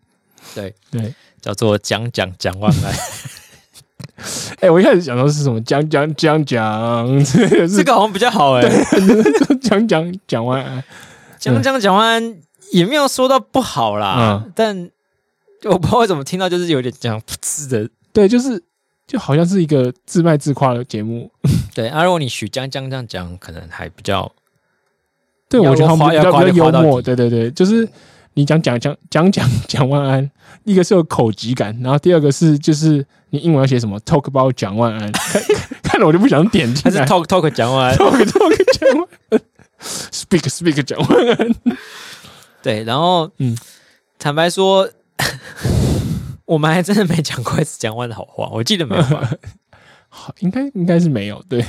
S1: 对，
S2: 对，
S1: 叫做讲讲蒋万安，
S2: 哎、我一开始想到是什么讲讲讲讲，这个
S1: 这
S2: 是
S1: 个好像比较好哎、
S2: 讲讲讲完哎安，
S1: 讲讲讲万安也没有说到不好啦，
S2: 嗯
S1: 但我不知道为什么听到就是有点讲噗嗤的
S2: 对，就是就好像是一个自卖自夸的节目。
S1: 对啊，如果你许江江这样讲，可能还比较
S2: 对，
S1: 要
S2: 我觉得他们
S1: 夸
S2: 比
S1: 要
S2: 较
S1: 夸
S2: 比较
S1: 就夸
S2: 幽
S1: 到
S2: 默，
S1: 底
S2: 对对对，就是你讲讲讲讲讲蒋万安，一个是有口疾感，然后第二个是就是你英文要写什么 talk about 蒋万安，看 看了我就不想点
S1: 还
S2: 进
S1: 是
S2: 来。
S1: talk talk 讲 完
S2: talk talk 蒋万安，speak speak 蒋万安，
S1: 对，然后嗯
S2: 嗯，
S1: 坦白说， 我们还真的没讲过一次蒋万的好话，我记得没有 吧？
S2: 好，应该应该是没有，对，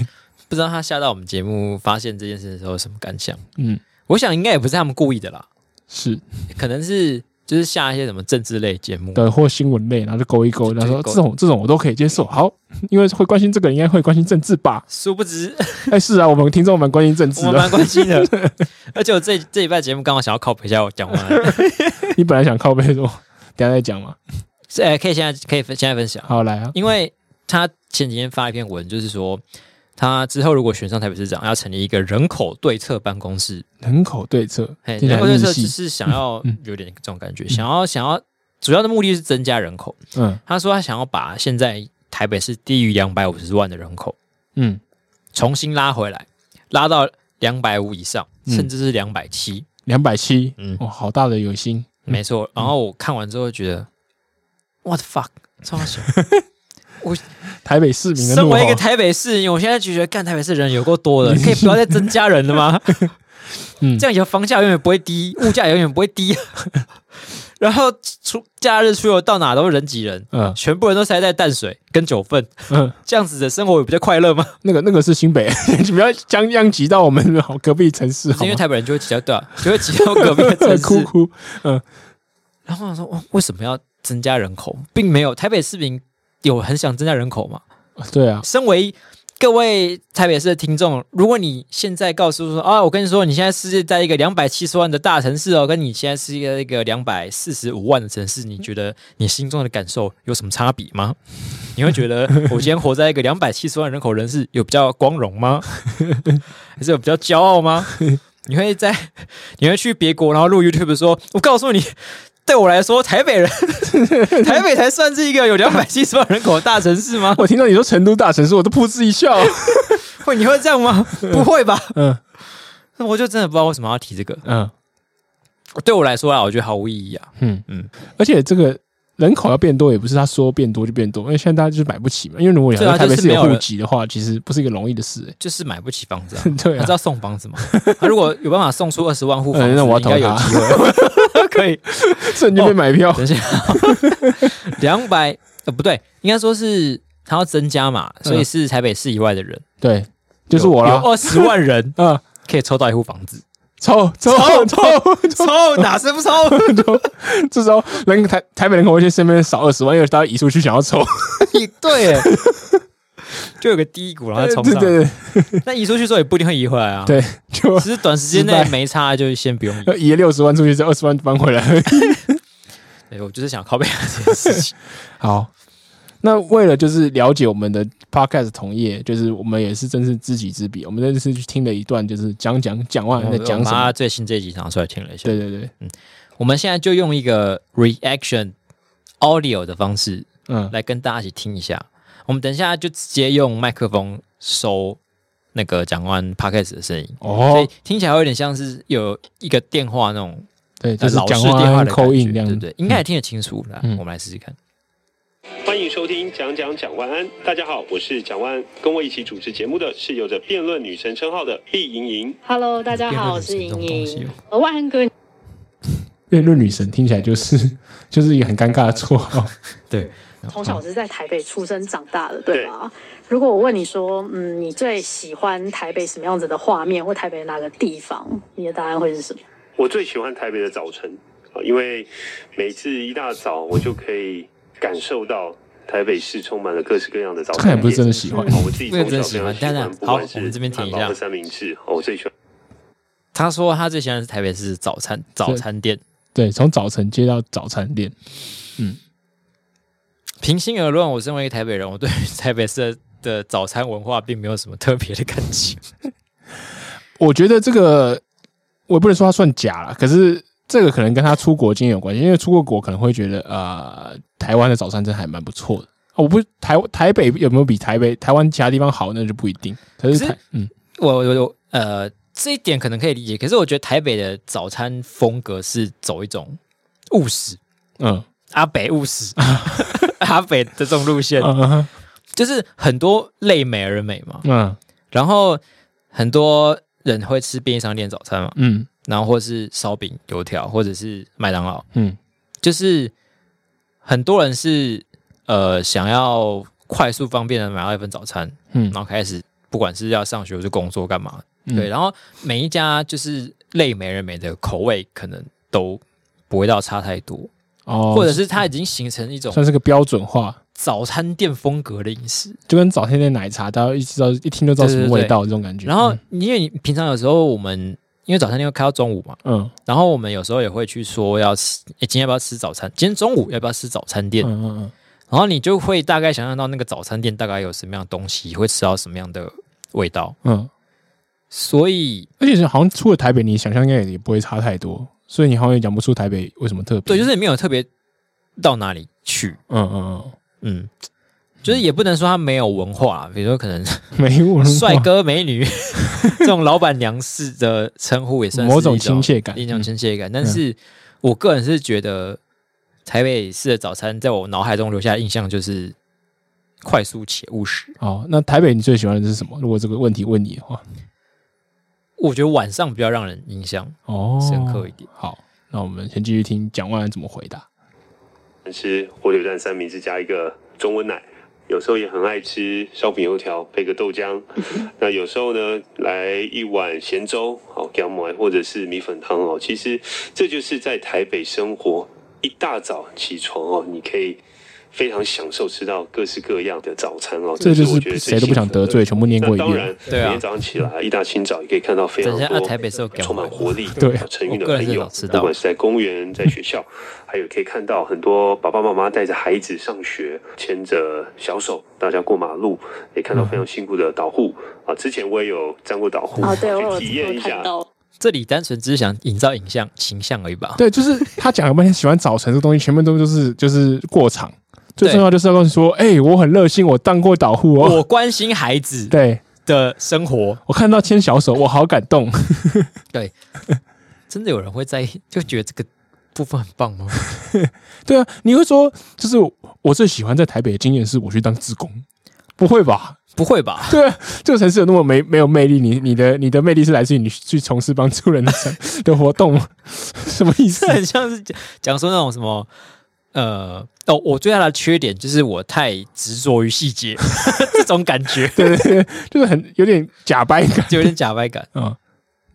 S1: 不知道他下到我们节目发现这件事的时候有什么感想？
S2: 嗯，
S1: 我想应该也不是他们故意的啦，
S2: 是
S1: 可能是就是下一些什么政治类节目，
S2: 对，或新闻类，然后就勾一勾，然后说
S1: 勾
S2: 这种这种我都可以接受，好，因为会关心这个，应该会关心政治吧？
S1: 殊不知
S2: 哎，是啊，我们听众蛮关心政治
S1: 我们
S2: 的，
S1: 蛮关 心的。而且我这这一半节目刚好想要靠北一下我蒋万安，
S2: 你本来想靠背什么？等一下再讲嘛。
S1: 是呃可以现在可以分现在分享。
S2: 好，来啊，
S1: 因为他前几天发一篇文，就是说他之后如果选上台北市长，要成立一个人口对策办公室。
S2: 人口对策，
S1: 嘿，
S2: 听起
S1: 人
S2: 来嗯
S1: 口
S2: 很
S1: 对策
S2: 日
S1: 只
S2: 系。
S1: 是想要有点这种感觉，想要想要主要的目的是增加人口。
S2: 嗯
S1: 他说他想要把现在台北市低于两百五十万的人口
S2: 嗯
S1: 重新拉回来，拉到两百五以上，
S2: 嗯
S1: 甚至是两百七。
S2: 两百七，
S1: 嗯
S2: 哇，好大的有心，
S1: 没
S2: 嗯
S1: 错。然后我看完之后觉得，what the fuck，超 小。
S2: 台北市民的
S1: 身
S2: 怒吼
S1: 为一，个台北市民，我现在就觉得干台北市人有够多了，可以不要再增加人了吗？
S2: 嗯
S1: 这样以后房价永远不会低，物价永远不会低。 然后出假日出游到哪都人挤人，
S2: 嗯
S1: 全部人都塞在淡水跟九份，
S2: 嗯，
S1: 这样子的生活有比较快乐吗？
S2: 那个那个是新北， 你不要将殃及到我们好隔壁城市，好
S1: 因为
S2: 吗？
S1: 台北人就会挤到对啊，就会挤到隔壁的城
S2: 哭
S1: 市。
S2: 哭，
S1: 然后我想说，哇，哦为什么要增加人口？并没有台北市民有很想增加人口吗？
S2: 对啊，
S1: 身为各位台北市的听众，如果你现在告诉说啊，我跟你说，你现在是在一个两百七十万的大城市哦，跟你现在是一个一个两百四十五万的城市，你觉得你心中的感受有什么差别 吗？你会觉得我今天活在一个两百七十万人口人士有比较光荣吗？ 还是有比较骄傲 吗？你会在你会去别国，然后录 YouTube 说，我告诉你。对我来说，台北 人，台北才算是一个有两百七十万人口的大城市吗？
S2: 我听到你说成都大城市，我都噗嗤 一笑。
S1: 会你会这样 吗？不会吧？
S2: 嗯
S1: 那我就真的不知道为什么要提这个。
S2: 嗯
S1: 对我来说啊，我觉得毫无意义啊。
S2: 嗯
S1: 嗯
S2: 嗯，而且这个人口要变多，也不是他说变多就变多，因为现在大家就是买不起嘛。因为如果你
S1: 对啊
S2: 要台
S1: 就
S2: 北
S1: 是
S2: 市
S1: 没
S2: 有
S1: 有人
S2: 户籍的话，其实不是一个容易的事。欸
S1: 就是买不起房子啊，
S2: 对
S1: 他
S2: 啊
S1: 知，道送房子吗？他如果有办法送出二十万户房
S2: 嗯
S1: 子，
S2: 那我要
S1: 应该有
S2: 投他
S1: 机会。哦可以
S2: 瞬间被买票，
S1: 等一下， 两百呃不对，应该说是他要增加嘛，所以是台北市以外的人，
S2: 对，嗯就是我
S1: 有
S2: 啦，
S1: 二十万人
S2: 嗯，
S1: 可以抽到一户房子，
S2: 抽抽
S1: 抽
S2: 抽，
S1: 抽哪是不抽？
S2: 这时候人台台北人口会去身边少二十万，因为大家移出去想要
S1: 哎
S2: 抽，
S1: 你 对 耶，就有个低谷，然后
S2: 对
S1: 冲
S2: 对
S1: 上。
S2: 对
S1: 但移出去之后也不一定会移回来啊。
S2: 啊对， 就
S1: 只是短时间
S2: 失
S1: 内
S2: 败
S1: 没差，就先 不用移。
S2: 要移六十万出去，这二十万搬回来。
S1: 对哎我就是想靠背这件事 情。
S2: 好，那为了就是了解我们的 podcast 同业，就是我们也是真是知己知彼，我们真是去听了一段，就是讲讲讲完在讲
S1: 我
S2: 什
S1: 把
S2: 么
S1: 它。最新这一集拿出来听了一下。
S2: 对对对，
S1: 我们现在就用一个 reaction audio 的方式
S2: 嗯，
S1: 来跟大家一起听一下。我们等一下就直接用麦克风收那个蒋万 podcast 的声音，所以
S2: 哦，
S1: 听起来会有点像是有一个电话那种
S2: 对，就
S1: 呃
S2: 是
S1: 老
S2: 讲
S1: 式电话
S2: 话
S1: 的感
S2: 扣印
S1: 觉，
S2: 这样
S1: 对
S2: 子，
S1: 不对？应该也听得清楚来，
S2: 嗯
S1: 我们来试试看。
S3: 欢迎收听讲讲蒋万安，大家好，我是蒋万安，跟我一起主持节目的是有着辩论女神称号的毕莹莹。
S4: Hello，大家好，我是莹
S3: 哦
S4: 莹。呃万安哥，
S2: 辩论女神听起来就是就是一个很尴尬的绰号。
S1: 对，
S4: 从小是在台北出生长大的，对吧？如果我问你说，嗯，你最喜欢台北什么样子的画面，或台北哪个地方，你的答案会是什么？
S3: 我最喜欢台北的早晨啊，因为每次一大早我就可以感受到台北市充满了各式各样的早餐
S2: 看
S3: 店。
S2: 来不是真的喜欢，
S3: 哦我自己
S1: 不是
S3: 从
S1: 真
S3: 小
S1: 的
S3: 非
S1: 喜
S3: 常
S1: 欢
S3: 喜
S1: 但
S3: 欢，
S1: 是
S3: 不
S1: 好
S3: 管是
S1: 我们这边停一下
S3: 汉堡和三明治，哦我最喜欢。
S1: 他说他最喜欢的是台北市早餐早餐店。
S2: 对，从早晨接到早餐店，
S1: 平心而论，我身为一个台北人，我对于台北市的早餐文化并没有什么特别的感情。
S2: 我觉得这个我也不能说它算假了，可是这个可能跟他出国经验有关系，因为出过国可能会觉得呃，台湾的早餐真的还蛮不错的。啊我不台台北有没有比台北台湾其他地方好，那就不一定。可是
S1: 可是
S2: 台嗯，
S1: 我我我呃，这一点可能可以理解，可是我觉得台北的早餐风格是走一种务实，
S2: 嗯
S1: 阿北务 实，阿北的这种路线，
S2: 嗯
S1: 就是很多类美而美嘛。
S2: 嗯
S1: 然后很多人会吃便利商店早餐嘛，
S2: 嗯
S1: 然后或是烧饼、油条，或者是麦当劳，
S2: 嗯，
S1: 就是很多人是呃想要快速方便的买到一份早餐，
S2: 嗯
S1: 然后开始不管是要上学或是工作干嘛，对，然后每一家就是类美人美的口味可能都不会到差太多，
S2: 哦，
S1: 或者是它已经形成一种
S2: 算是个标准化，
S1: 早餐店风格的饮食。
S2: 就跟早餐店奶茶，大家一知道一听就知道什么味道这种感觉。
S1: 然后因为你平常有时候我们因为早餐店会开到中午嘛，
S2: 嗯
S1: 然后我们有时候也会去说要吃，诶，今天要不要吃早餐？今天中午要不要吃早餐
S2: 嗯
S1: 店？
S2: 嗯嗯
S1: 然后你就会大概想象到那个早餐店大概有什么样的东西，会吃到什么样的味道。
S2: 嗯，
S1: 所以，
S2: 而且是好像出了台北，你想象应该也不会差太多，所以你好像也讲不出台北为什么特别。
S1: 对，就是也没有特别到哪里去，
S2: 嗯嗯
S1: 嗯，就是也不能说他没有文化，比如说可能
S2: 嗯， 没有文化
S1: 帅哥美女 这种老板娘式的称呼也算是
S2: 某种
S1: 一
S2: 亲切感
S1: 一种
S2: 嗯
S1: 亲切感。但是我个人是觉得台北市的早餐在我脑海中留下的印象就是快速且务实。
S2: 哦，那台北你最喜欢的是什么？如果这个问题问你的话，
S1: 我觉得晚上比较让人印象
S2: 哦，
S1: 深刻一点。
S2: 好，那我们先继续听蒋万安怎么回答。
S3: 吃火腿蛋三明治加一个中温奶，有时候也很爱吃烧饼油条配个豆 浆，那有时候呢来一碗咸粥，好姜母或者是米粉汤哦。其实这就是在台北生活，一大早起床哦，你可以非常享受吃到各式各样的早餐哦。
S2: 这就
S3: 我觉
S2: 是
S3: 得
S2: 谁都不想得罪，全部念
S3: 最幸福
S2: 过
S3: 的。
S2: 一
S3: 那当
S2: 遍。
S3: 然，
S1: 对啊
S3: 每天早上起来一大清早也可以看到非
S1: 等
S3: 常
S1: 一下，啊、
S3: 多
S1: 台北是有感
S3: 充满
S1: 吗？
S3: 活力、 呃
S2: 对
S3: 成运的
S1: 我个人
S3: 朋
S1: 是
S3: 友
S1: 想知，道
S3: 不管是在公园、在学校，还有可以看到很多爸爸妈妈带着孩子上学，牵着小手，大家过马路，也看
S2: 嗯
S3: 到非常辛苦的导护啊。之前我也有站过导护，
S4: 哦，对我有
S3: 去体验一下
S4: 看。到，
S1: 这里单纯只是想营造影像形象而已吧。
S2: 对，就是他讲了半天喜欢早晨这个东西，全部都就是就是过场。最
S1: 对
S2: 重要就是要跟你说，哎、我很热心，我当过导护哦。
S1: 我关心孩子
S2: 对
S1: 的生活，
S2: 我看到牵小手，我好感动。
S1: 真的有人会在意，就觉得这个部分很棒 吗？
S2: 对啊，你会说，就是我最喜欢在台北的经验是我去当志工，不会吧？
S1: 不会吧？
S2: 对啊，这个城市有那么没没有魅力？你你的你的魅力是来自于你去从事帮助人的的活动吗？ 什么意思
S1: 这？很像是讲讲说那种什么，呃，哦，我最大的缺点就是我太执着于细 节，这种感觉
S2: 对对对，就是很有点假掰感
S1: 就有点假掰感。
S2: 啊、
S4: 嗯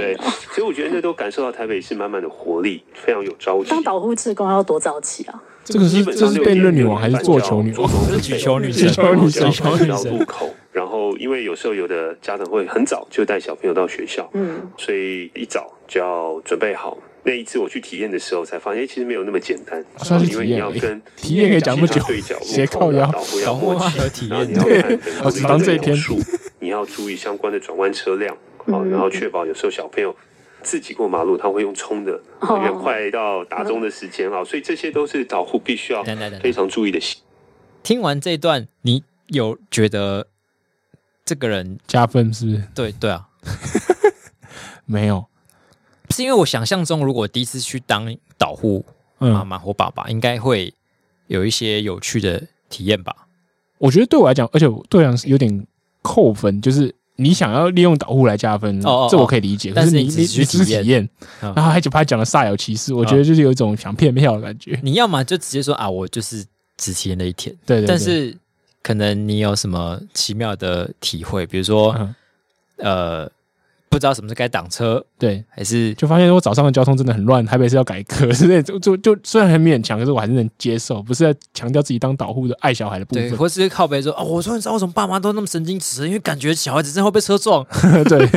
S3: 对，所以我觉得那都感受到台北市满满的活力，非常有朝气。
S4: 当导护志工要多早起啊？
S2: 这个是
S3: 基本
S2: 这
S3: 上
S2: 是
S3: 六
S2: 辩
S3: 点
S2: 论女
S3: 六
S2: 王还
S3: 点
S2: 是
S3: 半
S2: 做
S3: 就要
S2: 球女
S3: 做
S2: 王？
S3: 球
S1: 举球女
S2: 神
S3: 举球女神，
S2: 举球女
S3: 到
S2: 神
S3: 路口。然后，因为有时候有的家长会很早就带小朋友到学校，
S4: 嗯，
S3: 所以一早就要准备好。那一次我去体验的时候，才发现其实没有那么简单
S2: 啊算，是
S3: 因为
S2: 体
S3: 你
S2: 验
S3: 要
S2: 而已
S3: 跟
S2: 体验可以讲那么久
S3: 对角
S2: 斜
S3: 路
S2: 靠
S3: 口
S2: 腰
S3: 的导护要默
S1: 导
S3: 契
S1: 护要有体，验
S3: 然后你要 看
S2: 我只当这一天
S3: 描述，你要注意相关的转弯车辆，好，
S4: 嗯
S3: 然后确保有时候小朋友自己过马路，他会用冲的，
S4: 哦
S3: 因为快到打钟的时间啊，所以这些都是导护必须要
S1: 等等等等，
S3: 非常注意的细
S1: 听完这一段，你有觉得这个人
S2: 加分是不是？
S1: 对对啊？
S2: 没有，
S1: 是因为我想象中，如果第一次去当导护妈
S2: 嗯，
S1: 妈或爸爸，应该会有一些有趣的体验吧？
S2: 我觉得对我来讲，而且我对我来讲是有点扣分，就是你想要利用导护来加分，
S1: 哦哦
S2: 这我可以理解。
S1: 但
S2: 可是
S1: 是
S2: 你
S1: 你只
S2: 你
S1: 是去
S2: 你只是
S1: 体
S2: 体
S1: 验
S2: 验，
S1: 嗯
S2: 然后还把它讲的煞有其事，我觉得就是有一种想骗票的感觉。
S1: 你要么就直接说啊，我就是只体验了一天，
S2: 对对对
S1: 但是可能你有什么奇妙的体会，比如说、
S2: 嗯
S1: 呃，不知道什么是该挡车，
S2: 对，
S1: 还是
S2: 就发现我早上的交通真的很乱，台北是要改革 之类，就就就虽然很勉强，可是我还是能接受，不是在强调自己当导护的爱小孩的部
S1: 对，
S2: 分。
S1: 或是靠背说哦，我终于知道为什么爸妈都那么神经质，因为感觉小孩子真的会被车撞
S2: 对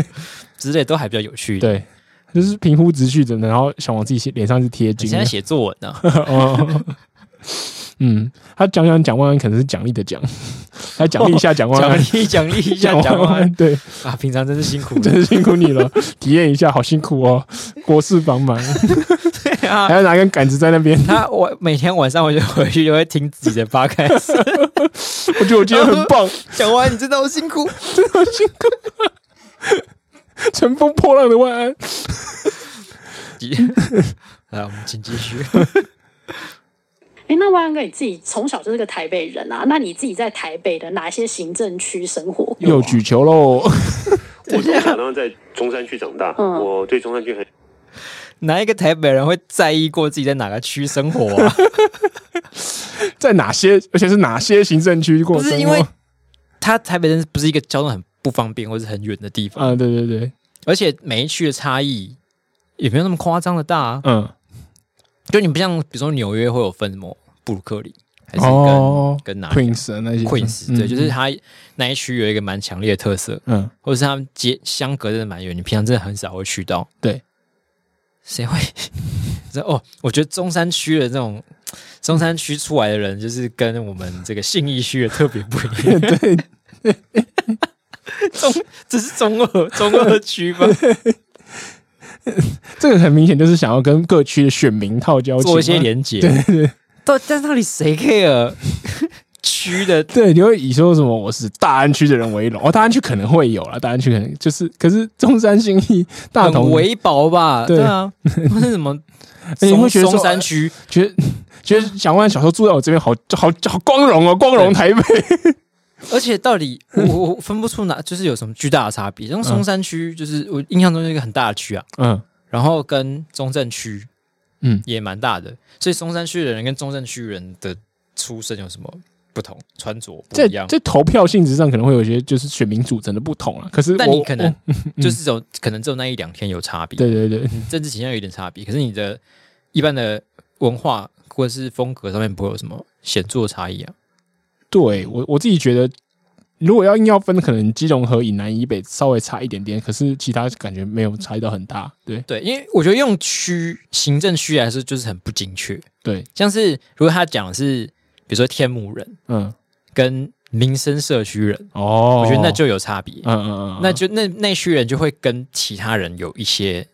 S1: 之类，都还比较有趣一点。
S2: 对，就是平铺直叙的，然后想往自己脸上去贴
S1: 你
S2: 金
S1: 现。在写作文 呢、
S2: 哦，嗯，他讲讲讲 万安可能是奖励的奖，来奖励一下蒋万
S1: 奖
S2: 安，
S1: 励奖励一下
S2: 蒋
S1: 哦讲
S2: 万
S1: 完
S2: 安， 对，
S1: 啊，平常真是辛苦
S2: 真
S1: 了。
S2: 是辛苦你了，体验一下，好辛苦哦， 国事繁忙，
S1: 对啊
S2: 还，要拿根杆子在那边，
S1: 他我每天晚上我就回去就会听自己的 p o d
S2: 我觉得我今天很棒，
S1: 讲完你真的 好辛苦，
S2: 乘风破浪的万安。
S1: 来，我们请继续。
S4: 哎，那万安哥你自己从小就是个台北人啊，那你自己在台北的哪些行政区生活？
S2: 又举球喽！
S3: 我从小呢在中山区长大，
S4: 嗯
S3: 我对中山区很
S1: 哪一个台北人会在意过自己在哪个区生活 啊？
S2: 在哪些，而且是哪些行政区过
S1: 不
S2: 生活？
S1: 是因为他台北人不是一个交通很不方便或是很远的地方，
S2: 啊，对对对，
S1: 而且每一区的差异也没有那么夸张的大、啊。
S2: 嗯，
S1: 就你不像比如说纽约会有分什么布鲁克林，还是跟、
S2: 哦
S1: 跟哪
S2: Queens 啊那些
S1: Queens，
S2: 嗯
S1: 对，就是它那一区有一个蛮强烈的特色，
S2: 嗯，
S1: 或者是他们街相隔真的蛮远，你平常真的很少会去到。
S2: 对，
S1: 谁会？ 这哦，我觉得中山区的这种中山区出来的人，就是跟我们这个信义区的特别不一 样。对， 中这是中二中二区 吧？
S2: 这个很明显就是想要跟各区的选民套交情嘛，
S1: 做一些连结。对对到但到底谁 care 区的？
S2: 对，你会以说什么我是大安区的人为荣，哦，大安区可能会有啦，大安区可能就是，可是中山新义大
S1: 很
S2: 同，
S1: 微薄吧？
S2: 对
S1: 对啊，或是什 么
S2: 且你
S1: 松
S2: 会觉得说
S1: 松山区？
S2: 觉得觉得蒋万安小时候住在我这边好好好光荣哦，光荣台北，
S1: 而且到 底我我我分不出哪，就是有什么巨大的差别。像松山区，就是我印象中是一个很大的区啊，
S2: 嗯
S1: 然后跟中正区，
S2: 嗯
S1: 也蛮大的。所以松山区的人跟中正区人的出身有什么不同？穿着不
S2: 在
S1: 一样，
S2: 在投票性质上可能会有一些就是选民组成的不同啊，可是
S1: 但
S2: 我
S1: 你可能
S2: 我
S1: 就是只有可能只有那一两天有差别，
S2: 嗯对对对，
S1: 你政治倾向有点差别，可是你的一般的文化或者是风格上面不会有什么显著的差异啊。
S2: 对我我自己觉得，如果要硬要分，可能基隆和以南以北稍微差一点点，可是其他感觉没有差异到很大。对
S1: 对，因为我觉得用区行政区来说就是很不精确，
S2: 对，
S1: 像是如果他讲的是比如说天母人。
S2: 嗯，
S1: 跟民生社区人，
S2: 哦，
S1: 我觉得那就有差别。
S2: 嗯嗯嗯，
S1: 那就那那区人就会跟其他人有一些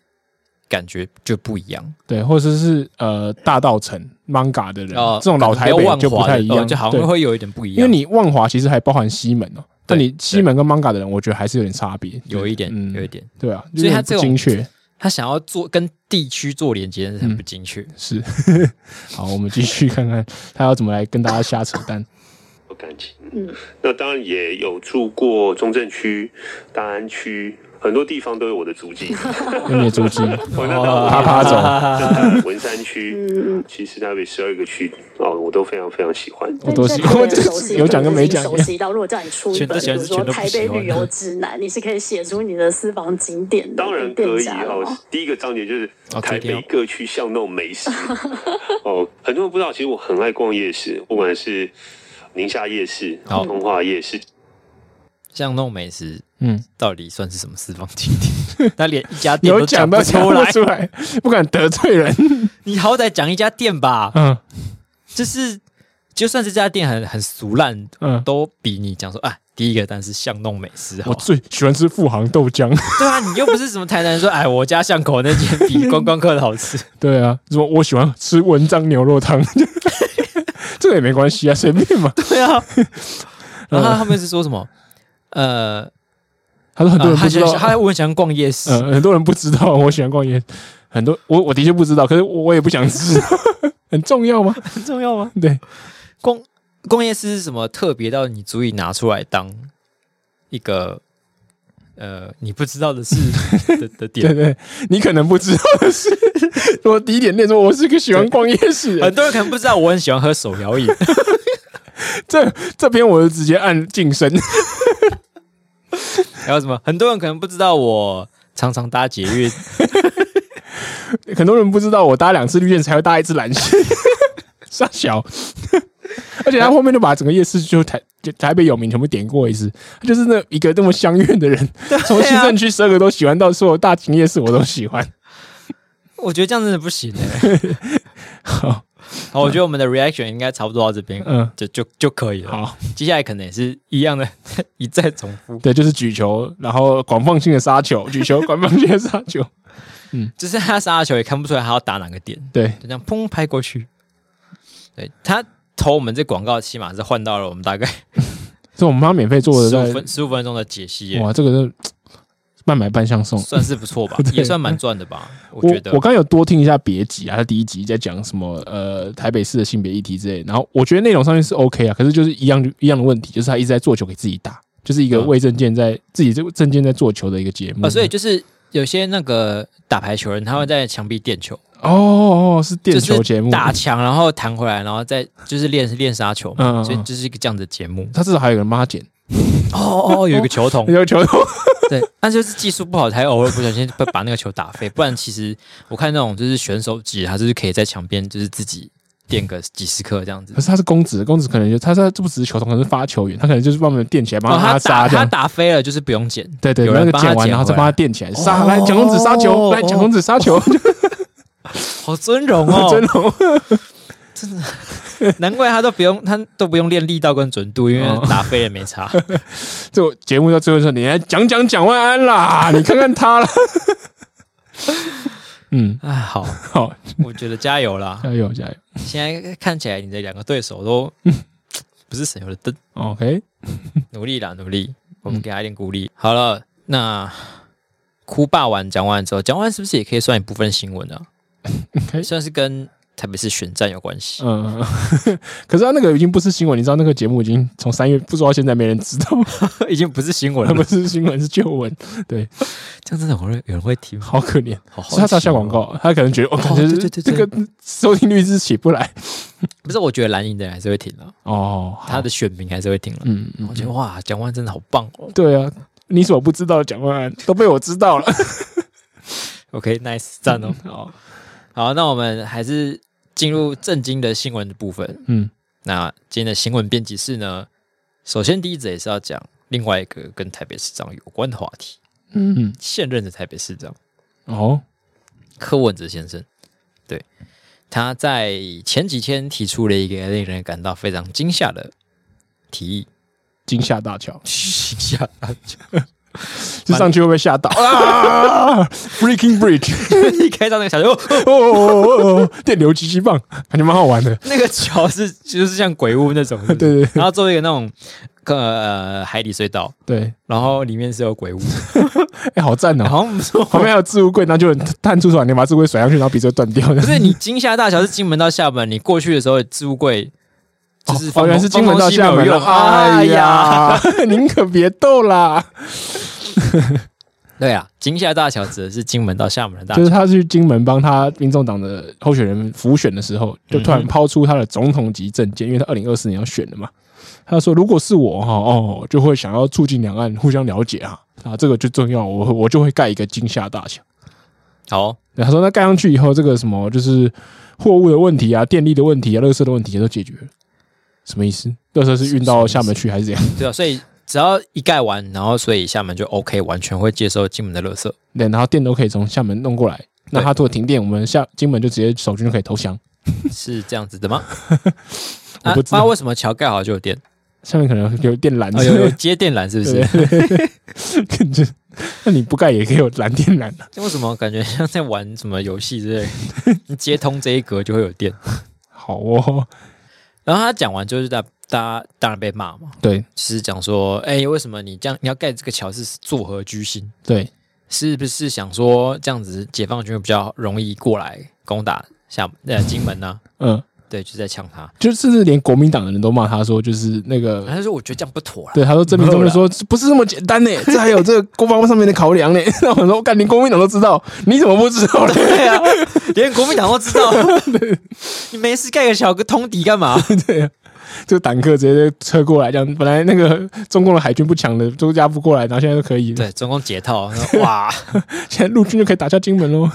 S1: 感觉就不一样。
S2: 对，或者是呃大道城 manga 的人，
S1: 哦
S2: 这种老台
S1: 比较
S2: 北
S1: 万
S2: 就不
S1: 华
S2: 太
S1: 的
S2: 一
S1: 哦
S2: 样，
S1: 就好
S2: 对
S1: 像会有一点不一样。
S2: 因为你万华其实还包含西门哦、但
S1: 对
S2: 你西门跟 manga 的人，我觉得还是有点差别，
S1: 有
S2: 对
S1: 一点，
S2: 嗯
S1: 有一点，
S2: 对啊，
S1: 所以他
S2: 有点不
S1: 这种
S2: 精确
S1: 他想要做跟地区做连接，但是
S2: 嗯
S1: 很不精确。
S2: 是。 好，我们继续看看他要怎么来跟大家瞎扯淡。
S3: 有感情。
S4: 嗯，
S3: 那当然也有住过中正区、大安区，很多地方都有我的足 迹。
S2: 有你的足迹，
S3: 我那
S1: 哦
S3: 到
S2: 啪 啪走，
S3: 文山区，
S4: 嗯，嗯
S3: 其实台北十二个区哦，我都非常非常喜欢。
S2: 我都喜欢
S4: 但你现在特别熟悉
S2: 有讲跟没讲一
S4: 熟
S2: 样
S4: 悉到，如果叫你出一
S1: 全都
S4: 本，比
S1: 喜欢
S4: 如说
S1: 全都不
S4: 台北
S1: 喜欢
S4: 旅游指南，你是可以写出你的私房景点的，
S3: 当然可以
S4: 店家的
S3: 哦
S4: 吗。
S3: 第一个章节就是
S1: 哦这
S3: 台
S1: 一定
S3: 北
S1: 要
S3: 各区巷弄 美食。哦，很多人不知道，其实我很爱逛夜市，不管是宁夏夜市、
S1: 好
S3: 通化夜市，
S1: 像弄美食
S2: 嗯，
S1: 到底算是什么私房景点？ 他连一家店
S2: 有
S1: 都
S2: 讲
S1: 不
S2: 到讲
S1: 出
S2: 不
S1: 来，
S2: 出来，不敢得罪人，
S1: 你好歹讲一家店吧，
S2: 嗯
S1: 就是就算是这家店很很俗烂，
S2: 嗯，
S1: 都比你讲说啊，第一个但是巷弄美食好
S2: 我。最喜欢吃富航豆 浆，
S1: 对啊，你又不是什么台南人说，哎，我家巷口那间 比观光客的好吃。
S2: 对啊，什么我喜欢吃文章牛肉 汤，这个也没关系啊，随便嘛。
S1: 对啊， 然后他后面是说什么？呃，
S2: 他说很多
S1: 啊
S2: 人不
S1: 他喜
S2: 知道
S1: 欢，他我很喜欢逛夜市，
S2: 嗯，很多人不知道我喜欢逛夜，很多我我的确不知道，可是我我也不想 知道，很重要吗？
S1: 很重要吗？
S2: 对，
S1: 逛逛夜市是什么特别到你足以拿出来当一个呃你不知道的事的的
S2: 对
S1: 点？
S2: 对，你可能不知道的是， 我第一点念说我是个喜欢逛夜 市的
S1: 很，多人可能不知道，我很喜欢喝手摇饮，
S2: 这这边我就直接按晋升，
S1: 还有什么？很多人可能不知道我常常搭捷运，
S2: 很多人不知道我搭两次绿线才会搭一次蓝线， 傻小。 而且他后面就把整个夜市就台就台北有名全部点过一次，他就是那一个那么相怨的人，从西镇区十二个都喜欢到所有大型夜市我都喜欢。
S1: 我觉得这样真的不行哎、
S2: 好，
S1: 好，我觉得我们的 reaction 应该差不多到这边，
S2: 嗯，
S1: 就就就可以了。
S2: 好，
S1: 接下来可能也是一样的， 一再重复。
S2: 对，就是举球，然后广放性的杀球，举球广放性的杀球，
S1: 就是他杀的球也看不出来他要打哪个点，
S2: 对，
S1: 就这样砰拍过去。对他投我们这广告，起码是换到了我们大概
S2: 这我们妈免费做的
S1: 十五
S2: 在
S1: 分，十五分钟的解析耶，
S2: 哇，这个是半买半相送。
S1: 算是不错吧
S2: 对，
S1: 也算蛮赚的吧，我
S2: 我
S1: 觉得
S2: 我。刚有多听一下别集啊，他第一集在讲什么呃台北市的性别议题之类的，然后我觉得内容上面是 OK 啊，可是就是一样一样的问题，就是他一直在做球给自己打，就是一个
S1: 嗯
S2: 魏证件在、自己这个证件在做球的一个节目、
S1: 啊，所以就是有些那个打排球人，他会在墙壁垫球，
S2: 哦哦哦是电球节
S1: 就
S2: 目，
S1: 是打墙，然后弹回来，然后再就是练练杀球
S2: 嗯嗯
S1: 嘛，
S2: 嗯
S1: 所以就是一个这样的节目。
S2: 他至少还有人帮他捡，
S1: 哦哦，哦有一个 球筒，
S2: 有球头
S1: 对，那就是技术不好才偶尔不小心会把那个球打飞，不然其实我看那种就是选手级，他就是可以在墙边就是自己垫个几十颗这样子
S2: 可。是他是公职，公职可能就他他这不只是球童，可能是发球员，他可能就是帮忙垫起来，帮
S1: 哦，他
S2: 杀
S1: 打
S2: 这
S1: 他
S2: 样。
S1: 打飞了就是不用 捡，
S2: 对对，
S1: 有
S2: 那
S1: 人
S2: 个
S1: 帮他
S2: 捡完，
S1: 捡
S2: 然后再
S1: 回
S2: 帮他
S1: 来
S2: 垫起来，
S1: 哦
S2: 杀来蒋公子杀球，来蒋公子杀 球，
S1: 好尊荣哦，
S2: 真龙
S1: 难怪他都不用，他都不用练力道跟准度，因
S2: 哦
S1: 为打飞也没差。
S2: 这个节目到最后说，你来讲讲蒋万安啦，你看看他啦。嗯，
S1: 哎，好，
S2: 好，
S1: 我觉得加油 啦！
S2: 加油加油
S1: 现在看起来你的两个对手 都不是省油的灯，
S2: ，OK，
S1: 努力啦，努力！我们给他一点鼓励。好了，那哭霸完讲完之后，讲完是不是也可以算一部分新闻啊？
S2: 可以
S1: 算是跟台北市选战有关 系。
S2: 嗯，可是他那个已经不是新闻，你知道那个节目已经从三月不说到现在没人知道，
S1: 已 经不是新闻
S2: 它
S1: 了
S2: 不，是新闻是旧闻，
S1: 这样真的有人有人会听吗？
S2: 好可怜。
S1: 好好
S2: 是他
S1: 奇
S2: 下下
S1: 哦
S2: 广，告，他可能觉得我感觉
S1: 哦对
S2: 是
S1: 对对
S2: 这个收听率是起不来
S1: 不是？我觉得蓝营的人还是会听了，
S2: 哦。
S1: 他的选民还是会听了。
S2: 嗯，嗯
S1: 我觉得哇，蒋万真的好棒哦。
S2: 对啊，你所不知道的蒋万安都被我知道了。
S1: OK，nice，赞哦。
S2: 哦，
S1: 好，那我们还是进入正经的新闻的部分。
S2: 嗯，
S1: 那今天的新闻编辑室呢，首先第一则也是要讲另外一个跟台北市长有关的话题，
S2: 嗯，
S1: 现任的台北市长
S2: 哦，
S1: 柯文哲先生，对，他在前几天提出了一个令人感到非常惊吓的提 议，
S2: 惊吓大桥，
S1: 惊吓大家，
S2: 就上去会不会吓到 啊？Breaking Bridge，
S1: 一开到那个小桥，哦
S2: 哦哦哦哦，电流狙击棒，感觉蛮好玩的。
S1: 那个桥是就是像鬼屋那 种，是不是
S2: 对对对
S1: 然后做一个那种呃海底隧道，
S2: 对，
S1: 然后里面是有鬼屋，
S2: 哎， 好赞哦！
S1: 好像不错。
S2: 旁边还有置物柜，然后就有人探出手来，你把置物柜甩上去，然后鼻子就断掉。不
S1: 不是你金厦大桥是金门到厦门，你过去的时候置物柜就是放东、
S2: 哦，原来是金门
S1: 放
S2: 到
S1: 东西
S2: 厦
S1: 没
S2: 门
S1: 有哎用，哎
S2: 了。 哎
S1: 呀，
S2: 呀，您可别逗啦！
S1: 对啊，金厦大桥指的是金门到厦门的大桥
S2: 就是，他去金门帮他民众党的候选人浮选的时候，就突然抛出他的总统级证件，因为他二零二四年要选了嘛。他说：“如果是我哈哦，就会想要促进两岸互相了解啊啊，这个最重要，我我就会盖一个金厦大桥。
S1: 好、”
S2: 然后他说：“那盖上去以后，这个什么就是货物的问题啊、电力的问题啊、垃圾的问题啊都解决了。”什么意思？垃圾是运到厦门去还是怎样？
S1: 对啊，所以只要一盖完，然后所以厦门就 OK，完全会接收金门的垃 圾。
S2: 对，然后电都可以从厦门弄过来。那他如果停电，我们下金门就直接守军就可以投降。
S1: 是这样子的吗？
S2: 我
S1: 啊
S2: 不知道
S1: 啊为什么桥盖好就有 电？
S2: 下面可能有电缆
S1: 哦，
S2: 之类
S1: 有
S2: 的
S1: 有接电缆是不是？
S2: 感觉，那你不盖也可以有蓝电缆啊。
S1: 为什么感觉像在玩什么游戏之类 的？你接通这一格就会有电。
S2: 好哦，
S1: 然后他讲完就是大大家当然被骂嘛，
S2: 对
S1: 就是讲说，哎、为什么你这样你要盖这个桥是作何居心？
S2: 对，
S1: 是不是想说这样子解放军会比较容易过来攻打厦呃金门呢、
S2: 嗯，
S1: 对，就是在呛他。
S2: 就甚至连国民党的人都骂他说，就是那个，
S1: 他说我觉得这样不妥啦。
S2: 对，他说郑明忠就说这不是这么简单呢， 这还有这个国防上面的考量呢。 那我说，我干，连国民党都知道， 你怎么不知 道呢？
S1: 对啊，连国民党都知道。 你没事盖个小个通敌干嘛？
S2: 就坦克直接车过来，这样本来那个中共的海军不强的都压不过来，然后现在都可以，
S1: 对，中共解套 哇！
S2: 现在陆军就可以打下金门喽。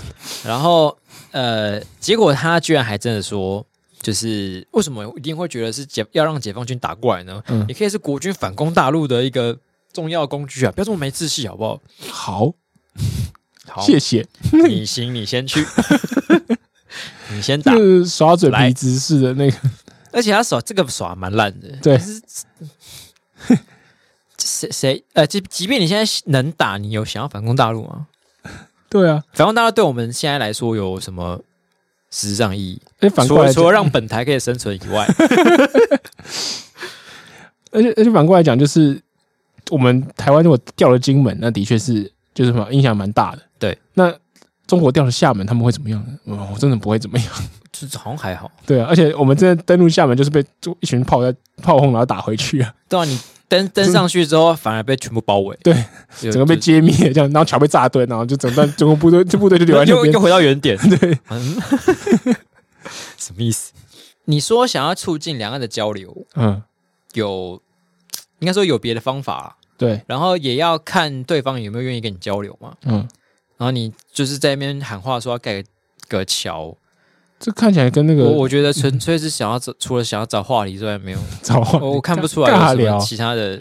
S1: 然后呃，结果他居然还真的说，就是为什么一定会觉得是解要让解放军打过来呢？
S2: 嗯
S1: 也可以是国军反攻大陆的一个重要工具啊！不要这么没志气好不好？
S2: 好，
S1: 好，
S2: 谢谢，
S1: 你行，你先 去，你先打
S2: 就。是耍嘴皮
S1: 来
S2: 子式的那个，
S1: 而且他耍这个耍蛮烂的，
S2: 对
S1: 就是。谁谁呃，即即便你现在能打，你有想要反攻大陆吗？
S2: 对啊，
S1: 反攻大陆对我们现在来说有什么实质上意义？
S2: 哎，反
S1: 除
S2: 过
S1: 了
S2: 来
S1: 除了让本台可以生存以 外，
S2: 而且而且反过来讲，就是我们台湾如果掉了金门，那的确是就是什么影响蛮大的。
S1: 对，
S2: 那中国掉了厦门，他们会怎么样呢？哦我我真的不会怎么样。
S1: 就是好像还好。
S2: 对啊，而且我们真的登陆厦门，就是被就一群炮在炮轰，然后打回去啊，
S1: 对啊，你登登上去之后，反而被全部包围，
S2: 对
S1: 就，
S2: 整个被
S1: 就
S2: 歼灭这样，然后桥被炸断，然后就整段中国部队 这部队就留在那
S1: 又又
S2: 边。
S1: 回到原 点。对， 什么意思？你说想要促进两岸的交流，
S2: 嗯，
S1: 有应该说有别的方法啊，
S2: 对，
S1: 然后也要看对方有没有愿意跟你交流嘛。
S2: 嗯，
S1: 然后你就是在那边喊话说要盖个桥，
S2: 这看起来跟那
S1: 我
S2: 个
S1: 我觉得纯粹是想要找，除了想要找话题之外，没有，
S2: 找话
S1: 我我看不出来有
S2: 哦尬
S1: 什么
S2: 啊聊。
S1: 其他的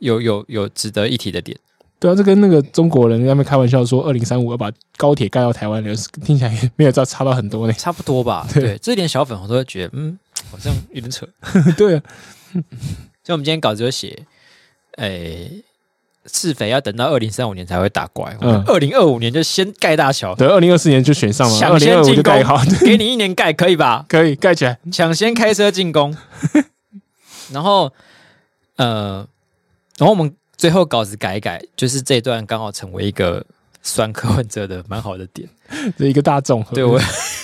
S1: 有有有值得一提的点。
S2: 对啊，这跟那个中国人在那边开玩笑说，二零三五要把高铁盖到台湾，听起来也没有差差到很多呢。
S1: 差不多吧。
S2: 对
S1: 对，这点小粉红都会觉得，嗯，好像有点扯。
S2: 对啊，
S1: 所以我们今天稿子就写，诶、是非要等到二零三五年才会打怪，我们
S2: 嗯
S1: 二零二五年就先盖大桥，
S2: 对，二零二四年就选上了，二
S1: 抢
S2: 零
S1: 先
S2: 二五就
S1: 进
S2: 盖
S1: 攻
S2: 好，对，
S1: 给你一年盖可以吧？
S2: 可以盖起来。
S1: 抢先开车进 攻，然后呃，然后我们最后稿子改一改，就是这一段刚好成为一个酸柯文哲的蛮好的点。
S2: 这一个大众合，
S1: 对我，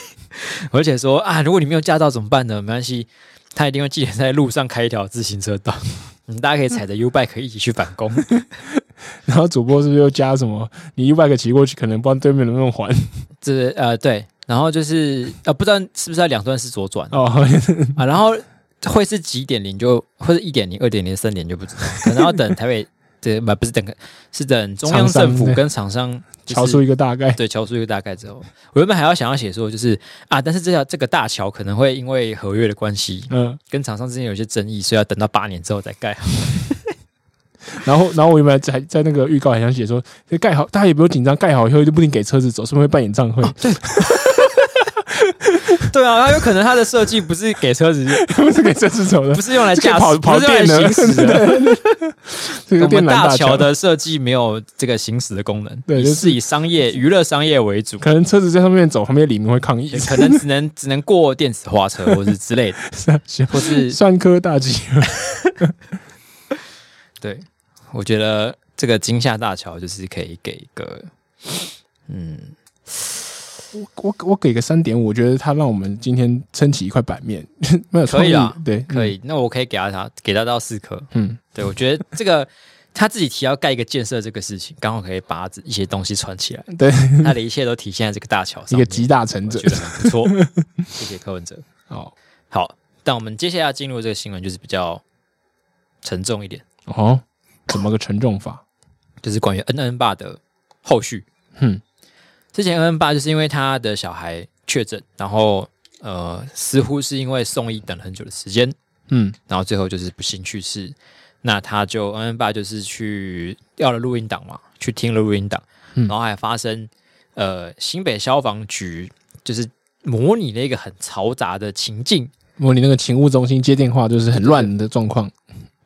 S1: 而且说啊，如果你没有驾照怎么办呢？没关系，他一定会记得在路上开一条自行车道， 你大家可以踩着 U bike 一起去反攻。
S2: 然后主播是不是又加什么？你 U bike 骑过去，可能不知道对面能不能还
S1: 这呃对，然后就是呃不知道是不是要两段式左转
S2: 哦。
S1: 啊，然后会是几点零就或者一点零、二点零、三点就不知道，可能要等台北对不不是等是等中央
S2: 厂商
S1: 政府
S2: 对
S1: 跟厂商就是
S2: 敲出一个大概，
S1: 对，桥出一个大概之后，我原本还要想要写说，就是啊，但是这条这个大桥可能会因为合约的关系，
S2: 嗯，
S1: 跟厂商之间有一些争议，所以要等到八年之后再盖。
S2: 然后然后我原本还在那个预告还想写说，这盖好，大家也不用紧张，盖好以后就不停给车子走，是不是会办演唱会？
S1: 对啊，它有可能它的设计不是给车 子，
S2: 不是给车子走的
S1: 不，是用来驾
S2: 这个
S1: 驶，
S2: 跑
S1: 不是用来
S2: 跑电的
S1: 行驶 的。
S2: 这个
S1: 我
S2: 电缆
S1: 们大
S2: 桥
S1: 桥，的设计没有这个行驶的功能，
S2: 对
S1: 也
S2: 就是
S1: 是以商业、娱乐商业为主。
S2: 可能车子在上面走，旁边李明会抗议，
S1: 也可能只能只能过电子花车，或是之类的，或 是
S2: 算科大吉，
S1: 对，我觉得这个金厦大桥就是可以给一个，嗯，
S2: 我我给个三点五，我觉得他让我们今天撑起一块版面， 没有
S1: 可以
S2: 创意
S1: 啦
S2: 对，
S1: 嗯可以，那我可以给他他给他到四颗，
S2: 嗯，嗯，
S1: 对，我觉得这个他自己提要盖一个建设这个事情，刚好可以把一些东西串起来，
S2: 嗯对，
S1: 他的一切都体现在这个大桥
S2: 一
S1: 上
S2: 个
S1: 面，
S2: 集大成者
S1: 我觉。得很不错。 谢谢柯文哲。
S2: 哦
S1: 好，但我们接下来要进入这个新闻就是比较沉重一点，
S2: 哦，怎么个沉重法？
S1: 就是关于恩恩爸的后续。
S2: 哼，
S1: 之前恩恩爸就是因为他的小孩确诊，然后呃，似乎是因为送医等了很久的时间，
S2: 嗯，
S1: 然后最后就是不幸去世。那他就恩恩爸就是去要了录音档嘛，去听了录音档，
S2: 嗯
S1: 然后还发生呃新北消防局就是模拟了一个很嘈杂的情境，
S2: 如果你那个勤务中心接电话就是很乱的状况，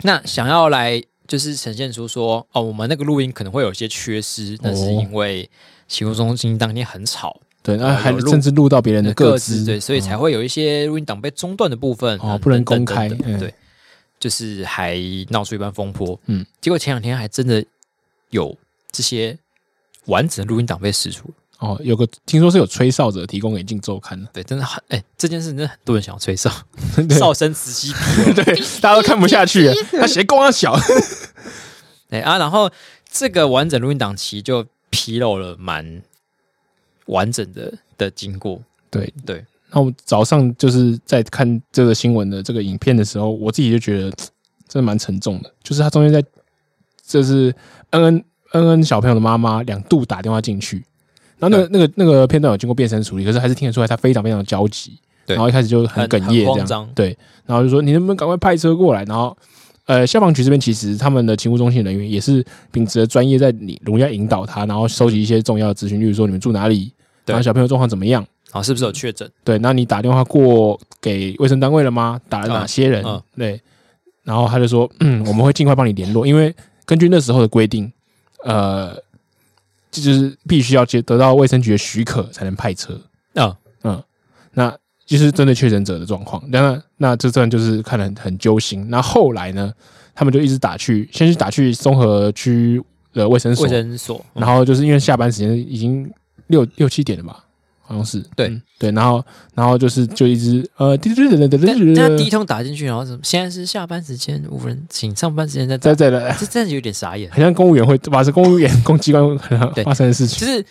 S1: 那想要来就是呈现出说哦，我们那个录音可能会有一些缺失，但是因为勤务中心当天很吵，
S2: 对，然后还
S1: 有录
S2: 甚至呃录到别人的
S1: 各
S2: 个
S1: 自
S2: 资，
S1: 对，所以才会有一些录音档被中断的部分
S2: 哦
S1: 嗯
S2: 不能
S1: 等等
S2: 公开
S1: 等等
S2: 嗯
S1: 对，就是还闹出一番风波，
S2: 嗯，
S1: 结果前两天还真的有这些完整的录音档被释出，
S2: 哦，有个听说是有吹哨者提供给《镜周刊》的，
S1: 对，真的很哎，这件事真的很多人想要吹哨，
S2: 对
S1: 哨声此起彼
S2: 对，大家都看不下去了，啊他斜光要小，
S1: 对啊，然后这个完整录音档其实就披露了蛮完整的的经过。
S2: 对
S1: 对。
S2: 那我早上就是在看这个新闻的这个影片的时候，我自己就觉得真的蛮沉重的。就是他中间在，就是恩恩恩恩小朋友的妈妈两度打电话进去，然后那个那个那个片段有经过变声处理，可是还是听得出来他非常非常焦急，
S1: 对
S2: 然后一开始就很
S1: 很很
S2: 哽咽这
S1: 慌
S2: 样
S1: 张，
S2: 对，然后就说你能不能赶快派车过来？然后呃，消防局这边其实他们的勤务中心人员也是秉持着专业在你人家引导他，然后收集一些重要的资讯，例如说你们住哪里，
S1: 对
S2: 然后小朋友状况怎么样。
S1: 然后是不是有确诊？
S2: 对，那你打电话过给卫生单位了吗？打了哪些人？
S1: 嗯嗯
S2: 对，然后他就说，嗯，我们会尽快帮你联络，因为根据那时候的规定，呃，这就是必须要接得到卫生局的许可才能派车。
S1: 嗯，
S2: 那就是真的确诊者的状况，那那这段就是看得很很揪心。那后来呢，他们就一直打去，先是打去综合区的卫生所
S1: 卫，生所，嗯
S2: 然后就是因为下班时间已经六六七点了吧，好像是
S1: 对
S2: 嗯对，然后然后就是就一直呃滴滴滴滴滴
S1: 但
S2: 滴，
S1: 但他第一通打进去，然后什么？现在是下班时间，无人请上班时间再打
S2: 再，再来，
S1: 这真的有点傻 眼。
S2: 很像公务员会把这公务员公机关很发生的事
S1: 就
S2: 情，
S1: 是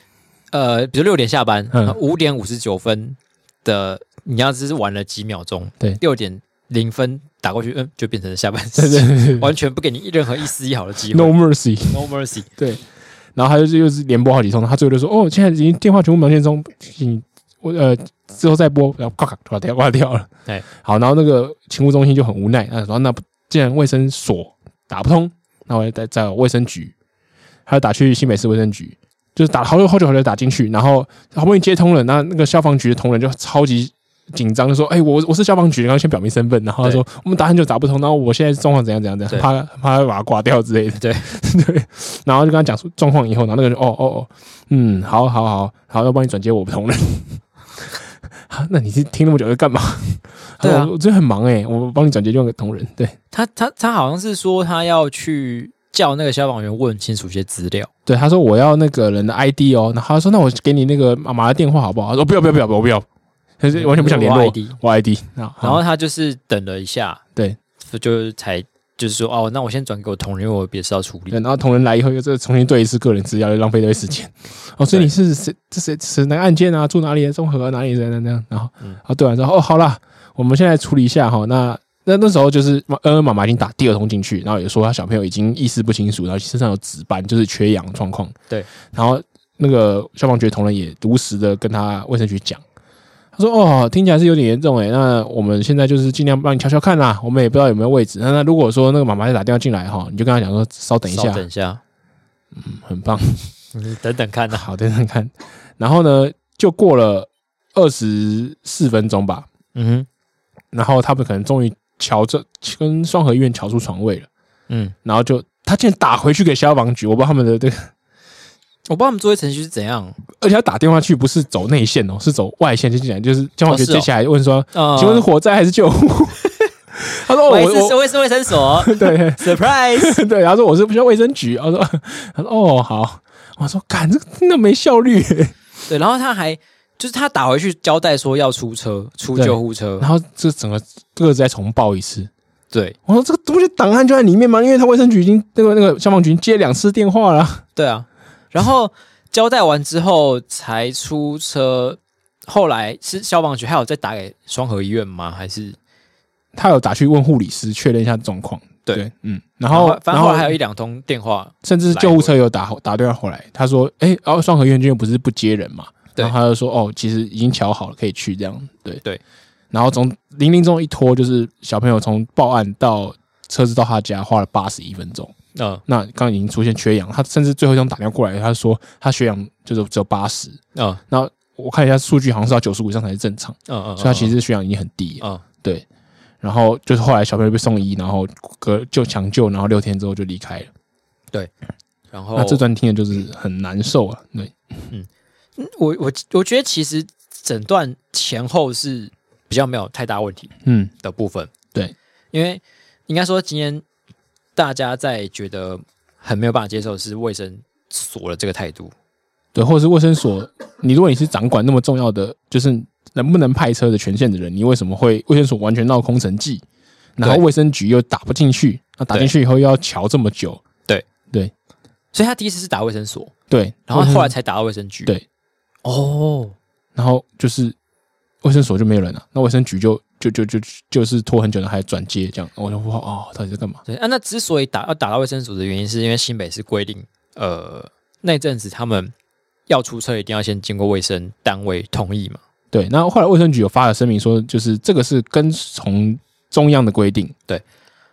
S1: 呃，比如六点下班
S2: 嗯，
S1: 五点五十九分的，你要只是晚了几秒钟，
S2: 对
S1: 六点零分打过去，嗯，就变成了下班
S2: 对
S1: 时
S2: 对
S1: 间，
S2: 对对
S1: 完全不给你任何一丝一毫的机会
S2: ，No mercy，
S1: ，no mercy。
S2: 对，然后他就是又是连拨好几通，他最后就说哦，现在已经电话全部忙线中，请我呃之后再拨，然后挂卡挂掉挂掉了，
S1: 对，
S2: 好，然后那个勤务中心就很无奈，那说那不既然卫生所打不通，那我就再再有卫生局，还有打去新北市卫生局，就是打好久好久好久打进去，然后好不容易接通了，那那个消防局的同仁就超级。紧张就说：“哎、我我是消防局，然后先表明身份，然后他说我们打很久打不通，然后我现在状况怎样怎样怎样，
S1: 对
S2: 怕怕他把它挂掉之类的。”
S1: 对
S2: 对，然后就跟他讲出状况以后，然后那个人就哦哦哦，嗯，好好好好，要帮你转接我不同人。 啊那你是听那么久在干嘛？
S1: 对啊
S2: 他说我最近很忙哎、我帮你转接另外一个同仁。对
S1: 他他他好像是说他要去叫那个消防员问清楚一些资料，
S2: 对，他说我要那个人的 ID 哦，然后他说那我给你那个妈妈的电话好不好？他说不要不要不要，我不要，他是完全不想联络
S1: 我 ID
S2: 我 ID。然
S1: 然后
S2: 后
S1: 他就是等了一下，
S2: 嗯对
S1: 就，就是才就是说哦，那我先转给我同仁，因为我有别的事要处理
S2: 对，。然后同仁来以后又再重新对一次个人资料，又浪费了一时间。哦，所以你是谁？这谁谁哪个案件啊？住哪里啊？综合啊哪里人那样？然后
S1: 嗯
S2: 啊，对完之后哦，好啦，我们现在处理一下哈。那那那时候就是恩恩妈妈已经打第二通进去，然后也说他小朋友已经意识不清楚，然后身上有紫斑，就是缺氧状况。
S1: 对，
S2: 然后那个消防局的同仁也如实的跟他卫生局讲。他说：“哦，听起来是有点严重诶，那我们现在就是尽量帮你瞧瞧看啦。我们也不知道有没有位置。那那如果说那个妈妈再打电话进来哈，你就跟他讲说，稍等一
S1: 稍
S2: 下，
S1: 等一下，
S2: 很棒。
S1: 你等等看啊呐、
S2: 好，等等看。然后呢，就过了二十四分钟吧，
S1: 嗯
S2: 然后他们可能终于瞧着跟双河医院瞧出床位了，
S1: 哼嗯，
S2: 然后就他竟然打回去给消防局，我不知道他们的这个，
S1: 我不知道他们作业程序是怎样。
S2: 而且他打电话去不是走内线哦，是走外线，就进来就是消防局
S1: 哦是哦
S2: 接下来问说，
S1: 呃，
S2: 请问是火灾还是救护？他说哦
S1: 我也
S2: 我
S1: 是
S2: 我
S1: 我也是卫生 所
S2: 对
S1: ，surprise。
S2: 对，他说我是不需要卫生局，他说他说哦好，我说干这个真的没效率，
S1: 对，然后他还就是他打回去交代说要出车出
S2: 对
S1: 救护车
S2: 然，后这整个这个再重报一次，
S1: 对
S2: 我说这个东西档案就在里面吗？因为他卫生局已经那个那个消防局已经接两次电话了，
S1: 对啊，然后交代完之后才出车，后来是消防局还有再打给双河医院吗？还是
S2: 他有打去问护理师确认一下状况。
S1: 对
S2: 嗯，然后
S1: 反
S2: 然
S1: 正后
S2: 后
S1: 来还有一两通电话，
S2: 甚至是救护车有打打电话回来，他说：“哎、然后双河医院就不是不接人嘛？”
S1: 对
S2: 然后他就说：“哦，其实已经瞧好了，可以去这样。”对
S1: 对。
S2: 然后从零零中一拖，就是小朋友从报案到车子到他家花了八十一分钟。
S1: 嗯
S2: 那刚刚已经出现缺氧，他甚至最后一通打电话过来，他说他血氧就是只有八十。
S1: 嗯
S2: 那我看一下数据，好像是要九十五以上才是正常，
S1: 嗯嗯，
S2: 所以他其实血氧已经很低了。
S1: 嗯
S2: 对，然后就是后来小朋友被送医，然后隔就抢救，然后六天之后就离开了。
S1: 然后
S2: 那这段听的就是很难受啊。对，
S1: 我我我觉得其实诊断前后是比较没有太大问题
S2: 嗯，
S1: 的部分，
S2: 对，
S1: 因为应该说今天大家在觉得很没有办法接受的是卫生所的这个态度，
S2: 对，或者是卫生所，你如果你是掌管那么重要的，就是能不能派车的权限的人，你为什么会卫生所完全闹空城计，然后
S1: 对
S2: 卫生局又打不进去，那打进去以后又要瞧这么久，
S1: 所以他第一次是打卫生所，
S2: 对，
S1: 然后
S2: 卫生
S1: 后来才打到卫生局，
S2: 嗯对，
S1: 哦，
S2: 然后就是卫生所就没有人了、那卫生局就就就就就是拖很久的还转接这样，我就说哦，到底在干嘛？
S1: 对啊，那之所以打要打到卫生所的原因，是因为新北市规定，呃，那阵子他们要出车一定要先经过卫生单位同意嘛，
S2: 对，那后来卫生局有发了声明说，就是这个是跟从中央的规定，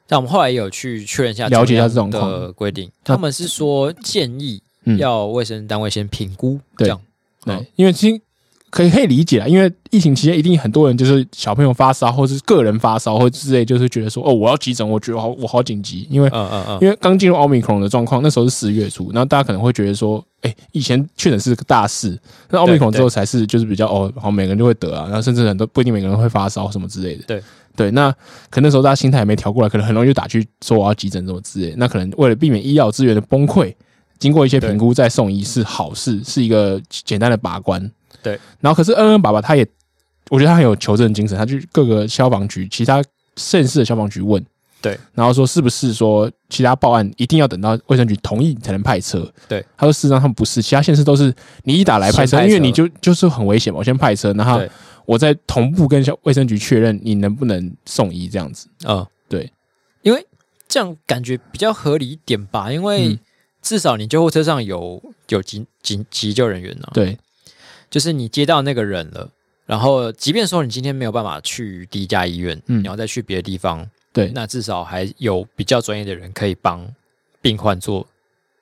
S1: 但我们后来也有去确认一下，
S2: 了解一下这种
S1: 的规定，他们是说建议
S2: 嗯
S1: 要卫生单位先评估，
S2: 对
S1: 这样
S2: 对，因为其实可以可以理解啊，因为疫情期间一定很多人就是小朋友发烧，或是个人发烧，或之类，就是觉得说哦，我要急诊，我觉得好我好紧急，因为、
S1: 嗯嗯嗯，
S2: 因为刚进入奥密克戎的状况，那时候是十月初，那大家可能会觉得说，哎、以前确诊是个大事，那奥密克戎之后才是就是比较哦，好每个人就会得啊，然后甚至很多不一定每个人会发烧什么之类的，
S1: 对。
S2: 对，那可能那时候大家心态还没调过来，可能很容易就打去说我要急诊什么之类的。那可能为了避免医药资源的崩溃，经过一些评估再送医是好事，是一个简单的把关。
S1: 对，
S2: 然后可是恩恩爸爸他也，我觉得他很有求证精神，他去各个消防局、其他县市的消防局问，
S1: 对，
S2: 然后说是不是说其他报案一定要等到卫生局同意才能派车？
S1: 对，
S2: 他说事实上他们不是，其他县市都是你一打来派车，
S1: 先派车
S2: 因为你就就是很危险嘛，我先派车，然后
S1: 对
S2: 我再同步跟消卫生局确认你能不能送医这样子。
S1: 嗯，
S2: 对，
S1: 因为这样感觉比较合理一点吧，因为
S2: 嗯
S1: 至少你救护车上有有急急急救人员呢、啊
S2: 对，
S1: 就是你接到那个人了，然后即便说你今天没有办法去第一家医院，
S2: 嗯
S1: 你要再去别的地方，
S2: 对
S1: 那至少还有比较专业的人可以帮病患做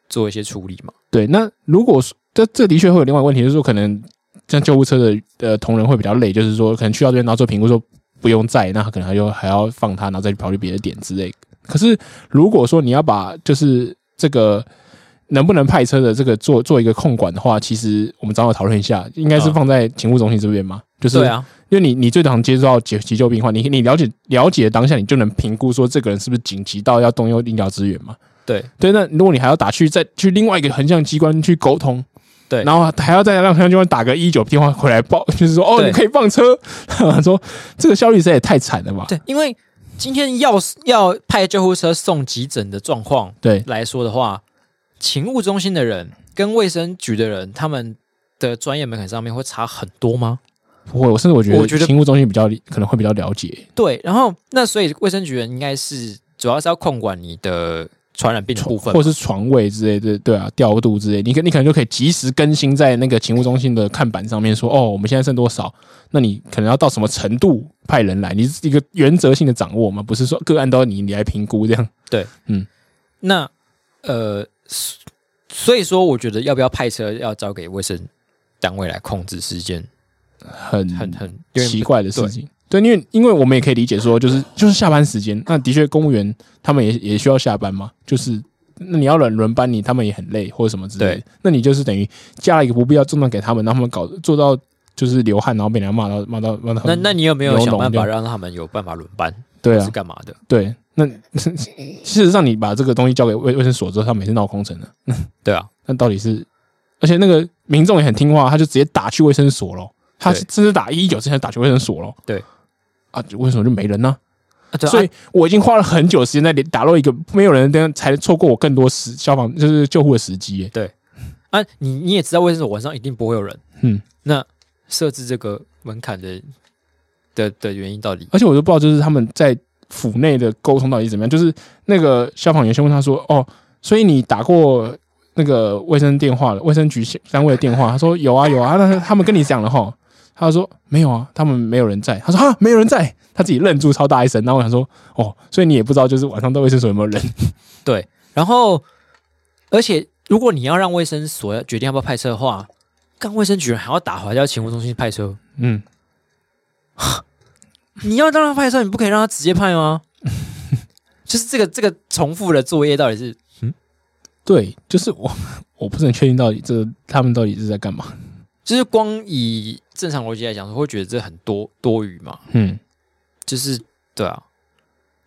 S1: 做一些处理嘛。
S2: 对，那如果说这这的确会有另外一个问题，就是说可能像救护车的呃同仁会比较累，就是说可能去到这边然后做评估说不用载，那他可能还就还要放他，然后再去跑去别的点之类。可是如果说你要把就是这个能不能派车的这个做做一个控管的话，其实我们稍后讨论一下，应该是
S1: 嗯
S2: 放在勤务中心这边嘛，就是
S1: 对啊，
S2: 因为你你最常接触到急急救病患，你你了解了解当下，你就能评估说这个人是不是紧急到要动用医疗资源嘛？
S1: 对
S2: 对，那如果你还要打去再去另外一个横向机关去沟通，
S1: 对
S2: 然后还要再让横向机关打个一九电话回 来报，就是说哦，
S1: 对
S2: 你可以放车， 说这个效率实在也太惨了吧？
S1: 对，因为今天要要派救护车送急诊的状况
S2: 对
S1: 来说的话，勤务中心的人跟卫生局的人，他们的专业门槛上面会差很多吗？
S2: 不会，我甚至我觉
S1: 我觉得
S2: 得勤务中心比较可能会比较了解，
S1: 对，然后那所以卫生局人应该是主要是要控管你的传染病的部分嘛，
S2: 或者是床位之类的，对啊，调度之类，你可你可能就可以及时更新在那个勤务中心的看板上面说，哦，我们现在剩多少？那你可能要到什么程度派人来？你是一个原则性的掌握嘛，不是说个案都要你你来评估这样。
S1: 那呃，所所以说，我觉得要不要派车要交给卫生单位来控制是一件
S2: 很
S1: 很很有点
S2: 奇
S1: 不
S2: 怪的事情。对，因为因为我们也可以理解说，就是就是下班时间，那的确公务员他们也也需要下班嘛，就是那你要轮轮班你，他们也很累或者什么之类的
S1: 对，
S2: 那你就是等于加了一个不必要重担给他们，让他们搞做到就是流汗，然后被人家骂到骂到骂到。
S1: 那那你有没有
S2: 牛
S1: 想
S2: 笼
S1: 办
S2: 这
S1: 法
S2: 样
S1: 让他们有办法轮班？
S2: 对啊
S1: 是，干嘛的？
S2: 对，那事实上你把这个东西交给卫卫生所之后，他每次闹空城了，
S1: 对啊，
S2: 那到底是？而且那个民众也很听话，他就直接打去卫生所咯，他
S1: 对
S2: 甚至打一一九之前打去卫生所咯。
S1: 对
S2: 啊，为什么就没人呢、
S1: 对啊
S2: 所以我已经花了很久的时间在打落一个没有人的灯，才错过我更多时消防就是救护的时机。欸
S1: 啊，你你也知道为什么晚上一定不会有人，
S2: 嗯，
S1: 那设置这个门槛的的的原因到底？
S2: 而且我都不知道，就是他们在府内的沟通到底是怎么样。就是那个消防员先问他说：“哦，所以你打过那个卫生电话了，卫生局单位的电话？”他说：“有啊，有啊。”那他们跟你讲了哈？他就说：“没有啊，他们没有人在。”他说：“啊，没有人在。”他自己愣住，超大一声。然后我想说：“哦，所以你也不知道，就是晚上到卫生所有没有人？
S1: 对，然后而且如果你要让卫生所决定要不要派车的话，干卫生局还要打华侨勤务中心派车，
S2: 嗯，
S1: 你要让他派车，你不可以让他直接派吗？ 就是这个这个重复的作业到底是
S2: 对，就是我，我不是很确定到底这他们到底是在干嘛。
S1: 就是光以正常逻辑来讲，会觉得这很多多余嘛？
S2: 嗯，
S1: 就是对啊，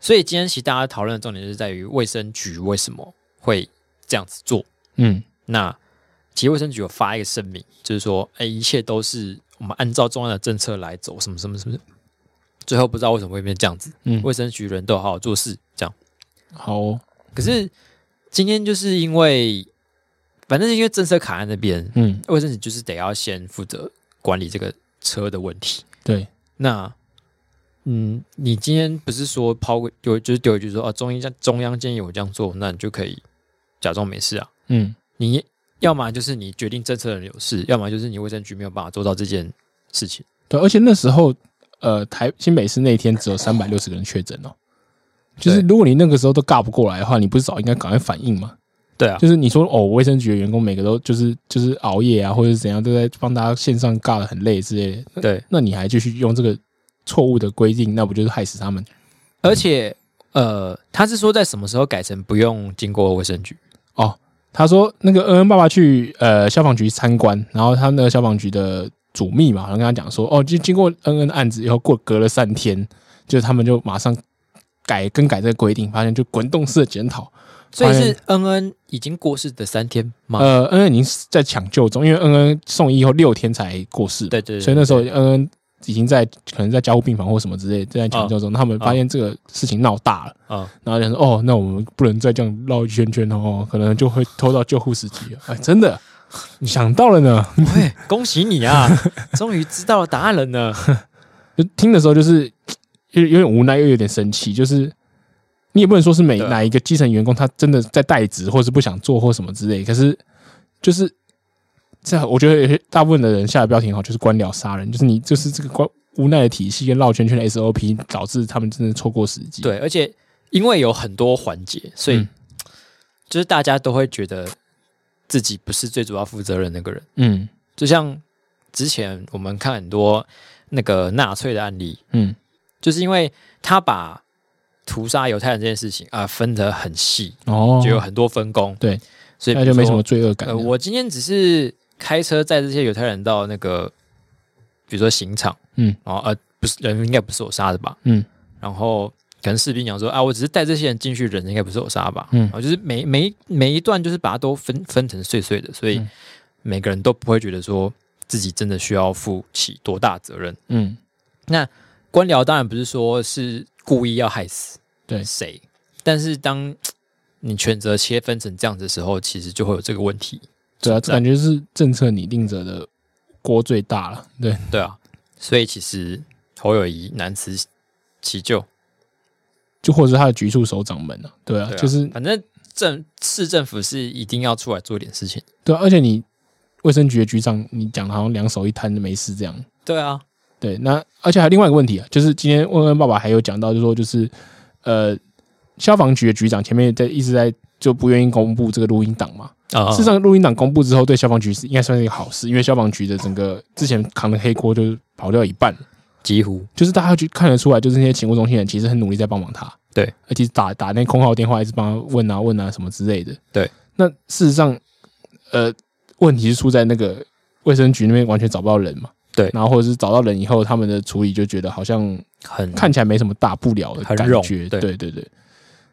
S1: 所以今天其实大家讨论的重点就是在于卫生局为什么会这样子做。
S2: 嗯，
S1: 那其实卫生局有发一个声明，就是说，哎，一切都是我们按照中央的政策来走，什么什么什么。最后不知道为什么会变这样子，
S2: 嗯
S1: 卫生局人都有好好做事，这样。
S2: 好哦、
S1: 可是今天就是因为，反正是因为政策卡在那边，
S2: 嗯，
S1: 卫生局就是得要先负责管理这个车的问题。
S2: 对，
S1: 那，嗯，你今天不是说抛个有就是丢一句说啊，中央中央建议我这样做，那你就可以假装没事啊。
S2: 嗯
S1: 你要么就是你决定政策的人有事，要么就是你卫生局没有办法做到这件事情。
S2: 对，而且那时候，呃，台新北市那一天只有三百六十个人确诊哦。就是
S1: 对
S2: 如果你那个时候都尬不过来的话，你不是早应该赶快反应吗？
S1: 对啊，
S2: 就是你说哦，卫生局的员工每个都就是就是熬夜啊，或者是怎样，都在帮大家线上尬得很累之类的。
S1: 对，
S2: 那你还继续用这个错误的规定，那不就是害死他们？
S1: 而且呃，他是说在什么时候改成不用经过卫生局？
S2: 哦，他说那个恩恩爸爸去呃消防局参观，然后他那个消防局的主秘嘛，然后跟他讲说，哦，就经过恩恩的案子以后，过隔了三天，就是他们就马上改更改这个规定，发现就滚动式的检讨。
S1: 所以是
S2: 哎
S1: 恩恩已经过世的三天吗？
S2: 呃，恩恩已经在抢救中，因为恩恩送医以后六天才过世，
S1: 对对对
S2: 所以那时候恩恩已经在可能在加护病房或什么之类正在抢救中，他们发现这个事情闹大了，
S1: 啊、
S2: 然后就说哦哦，那我们不能再这样绕一圈圈哦，可能就会拖到救护时机了。哎，真 的，你想到了呢。
S1: 喂，恭喜你 啊，终于知道答案了呢。
S2: 就听的时候就是有有点无奈，又有点生气，就是你也不能说是每
S1: 对啊
S2: 哪一个基层员工他真的在代职，或是不想做或什么之类，可是就是这样，我觉得有些大部分的人下的标题很好，就是官僚杀人，就是你就是这个官无奈的体系跟绕圈圈的 SOP 导致他们真的错过时机。，
S1: 对，而且因为有很多环节，所以、
S2: 嗯
S1: 就是大家都会觉得自己不是最主要负责任的那个人。
S2: 嗯
S1: 就像之前我们看很多那个纳粹的案例，
S2: 嗯，
S1: 就是因为他把屠杀犹太人这件事情啊、分得很细，
S2: 哦，
S1: 就有很多分工，
S2: 对，
S1: 所以
S2: 那就没什么
S1: 比
S2: 罪恶
S1: 如
S2: 感
S1: 说。
S2: 了。
S1: 呃，我今天只是开车载这些犹太人到那个，比如说刑场，
S2: 嗯，
S1: 然后呃，不是人应该不是我杀的吧？
S2: 嗯，
S1: 然后可能士兵讲说啊，我只是带这些人进去，人应该不是我杀吧？
S2: 嗯
S1: 然后就是每每每一段就是把它都分分成碎碎的，所以
S2: 嗯
S1: 每个人都不会觉得说自己真的需要负起多大责任。
S2: 嗯
S1: 官僚当然不是说是故意要害死
S2: 对
S1: 谁，但是当嘖你权责切分成这样子的时候，其实就会有这个问题。
S2: 对啊，这感觉是政策拟定者的锅最大了。对，
S1: 对啊，所以其实侯友谊难辞其咎。
S2: 就或者是他的局处首长们啊，对啊，
S1: 对啊
S2: 就是
S1: 反正政市政府是一定要出来做点事情。
S2: 对啊、而且你卫生局的局长，你讲的好像两手一摊没事这样。
S1: 对啊，
S2: 对，那而且还有另外一个问题啊，就是今天问问爸爸还有讲到，就说就是呃，消防局的局长前面在一直在就不愿意公布这个录音档嘛。
S1: 啊、
S2: 事实上，录音档公布之后，对消防局是应该算是一个好事，因为消防局的整个之前扛的黑锅就是跑掉一半了，
S1: 几乎
S2: 就是大家去看得出来，就是那些勤务中心人其实很努力在帮忙他。
S1: 对，
S2: 而且打打那空号电话，一直帮他问啊问啊什么之类的。
S1: 对，
S2: 那事实上，呃，问题是出在那个卫生局那边完全找不到人嘛。
S1: 对
S2: 然后或者是找到人以后，他们的处理就觉得好像
S1: 很
S2: 看起来没什么大不了的
S1: 很
S2: 感
S1: 冗
S2: 觉。
S1: 对
S2: 对对对，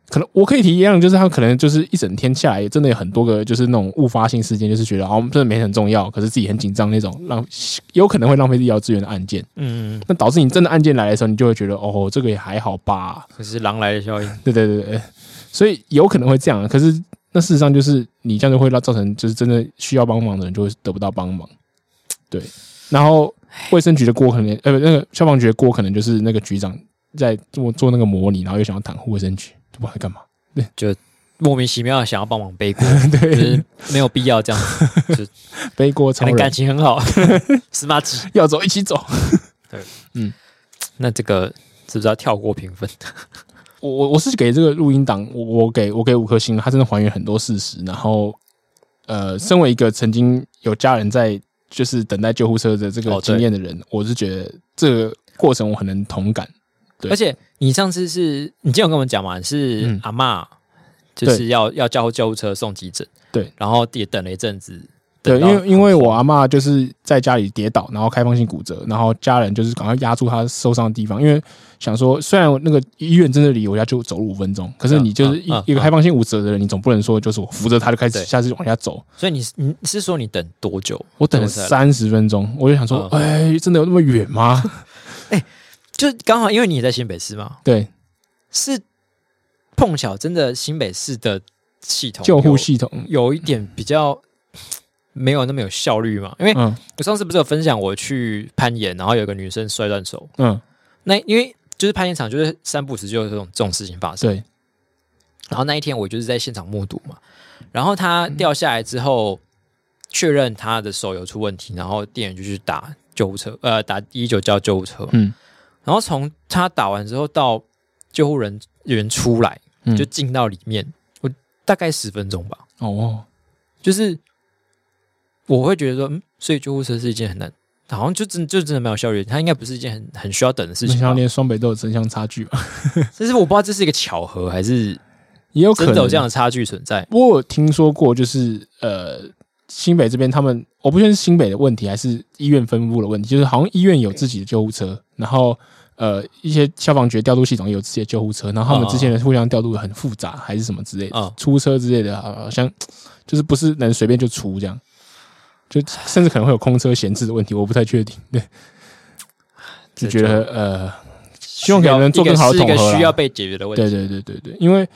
S2: 可能我可以提一样，就是他可能就是一整天下来，真的有很多个就是那种误发性事件，就是觉得哦，真的没很重要，可是自己很紧张那种，浪有可能会浪费医疗资源的案件。
S1: 嗯，
S2: 那导致你真的案件来的时候，你就会觉得哦，这个也还好吧。
S1: 可是狼来的效 应，
S2: 对对对对，所以有可能会这样。啊可是那事实上就是你这样就会让造成就是真的需要帮忙的人就会得不到帮忙。对，然后卫生局的锅可能呃不那个消防局的锅可能就是那个局长在做做那个模拟，然后又想要袒护卫生局，就不知道在干嘛。
S1: 莫名其妙地想要帮忙背锅，就是没有必要这样 子，就
S2: 背锅
S1: 可
S2: 超
S1: 能感
S2: 人
S1: 情很 好，司马懿。
S2: 要走一起走。
S1: 那这个是不是要跳过评分？
S2: 我我我是给这个录音档，我我给我给五颗星，它真的还原很多事实。然后，呃，身为一个曾经有家人在就是等待救护车的这
S1: 哦
S2: 个
S1: 对
S2: 经验的人，我是觉得这个过程我很能同感。对
S1: 而且你上次是你之前有跟我们讲嘛，你是
S2: 嗯
S1: 阿嬷，就是要要叫救护车送急诊，
S2: 对，
S1: 然后也等了一阵子，
S2: 对，
S1: 等
S2: 因
S1: 到
S2: 为因为我阿嬷就是在家里跌倒，然后开放性骨折，然后家人就是赶快压住她受伤的地方，因为想说虽然那个医院真的离我家就走路五分钟，可是你就是一
S1: 嗯嗯
S2: 一个开放性骨折的人，你总不能说就是我扶着他就开
S1: 对
S2: 始下次往下走，
S1: 所以你是你是说你等多久？
S2: 我等了
S1: 救护车来
S2: 三十分钟，我就想说，
S1: 嗯
S2: 哎、真的有那么 远吗？
S1: 就刚好因为你也在新北市嘛，
S2: 对，
S1: 是碰巧真的新北市的系统
S2: 救护
S1: 有
S2: 系统，
S1: 有一点比较没有那么有效率嘛，因为
S2: 嗯
S1: 我上次不是有分享我去攀岩，然后有个女生摔断手，
S2: 嗯，
S1: 那因为就是攀岩场就是三不五时就有这种这种事情发生，
S2: 对，
S1: 然后那一天我就是在现场目睹嘛，然后她掉下来之后，确认她的手有出问题，然后店员就去打救护车，呃，打一九叫救护车嘛，
S2: 嗯
S1: 然后从她打完之后到救护人员出来，
S2: 嗯
S1: 就进到里面，我大概十分钟吧，
S2: 哦，
S1: 就是我会觉得说，嗯，所以救护车是一件很难，好像就真就真的蛮有效率的，它应该不是一件很很需要等的事
S2: 没
S1: 情
S2: 想
S1: 吧
S2: 到。连双北都有真相差距吧？
S1: 但是我不知道这是一个巧合，还是
S2: 也有可
S1: 真
S2: 能
S1: 的有这样的差距存在。
S2: 我有听说过，就是呃，新北这边他们，我不确定是新北的问题还是医院分布的问题，就是好像医院有自己的救护车，然后呃，一些消防局的调度系统也有自己的救护车，然后他们之间的互相调度得很复杂，还是什么之类的，
S1: 嗯
S2: 出车之类的，好像就是不是能随便就出这样。就甚至可能会有空车闲置的问题，我不太确定。对，就觉得呃，希望可以能做更好的
S1: 一个
S2: 统
S1: 是
S2: 合
S1: 一
S2: 啦
S1: 个需要被解决的问题。
S2: 对对对对对，因为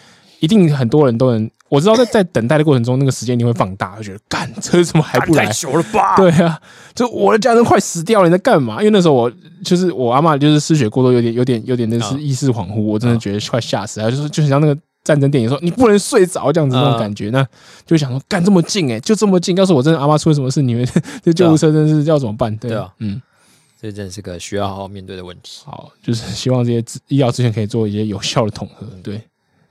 S2: 一定很多人都能，我知道在在等待的过程中，那个时间一定会放大，就觉得干，车怎么还不来
S1: 太？久了吧？
S2: 对啊，就我的家人快死掉了，你在干嘛？因为那时候我就是我阿嬷就是失血过多，有点有点有点那是
S1: 嗯
S2: 意识恍惚，我真的觉得快吓死了，就是就很像那个战争电影说你不能睡着这样子那
S1: 嗯
S2: 种感觉，那就想说干这么近哎、就这么近，要是我真的阿妈出了什么事，你 们这救护车真是要怎么办？对
S1: 啊对啊，
S2: 嗯，
S1: 这真的是个需要好好面对的问题。
S2: 好，就是希望这些资医疗资源可以做一些有效的统合，对，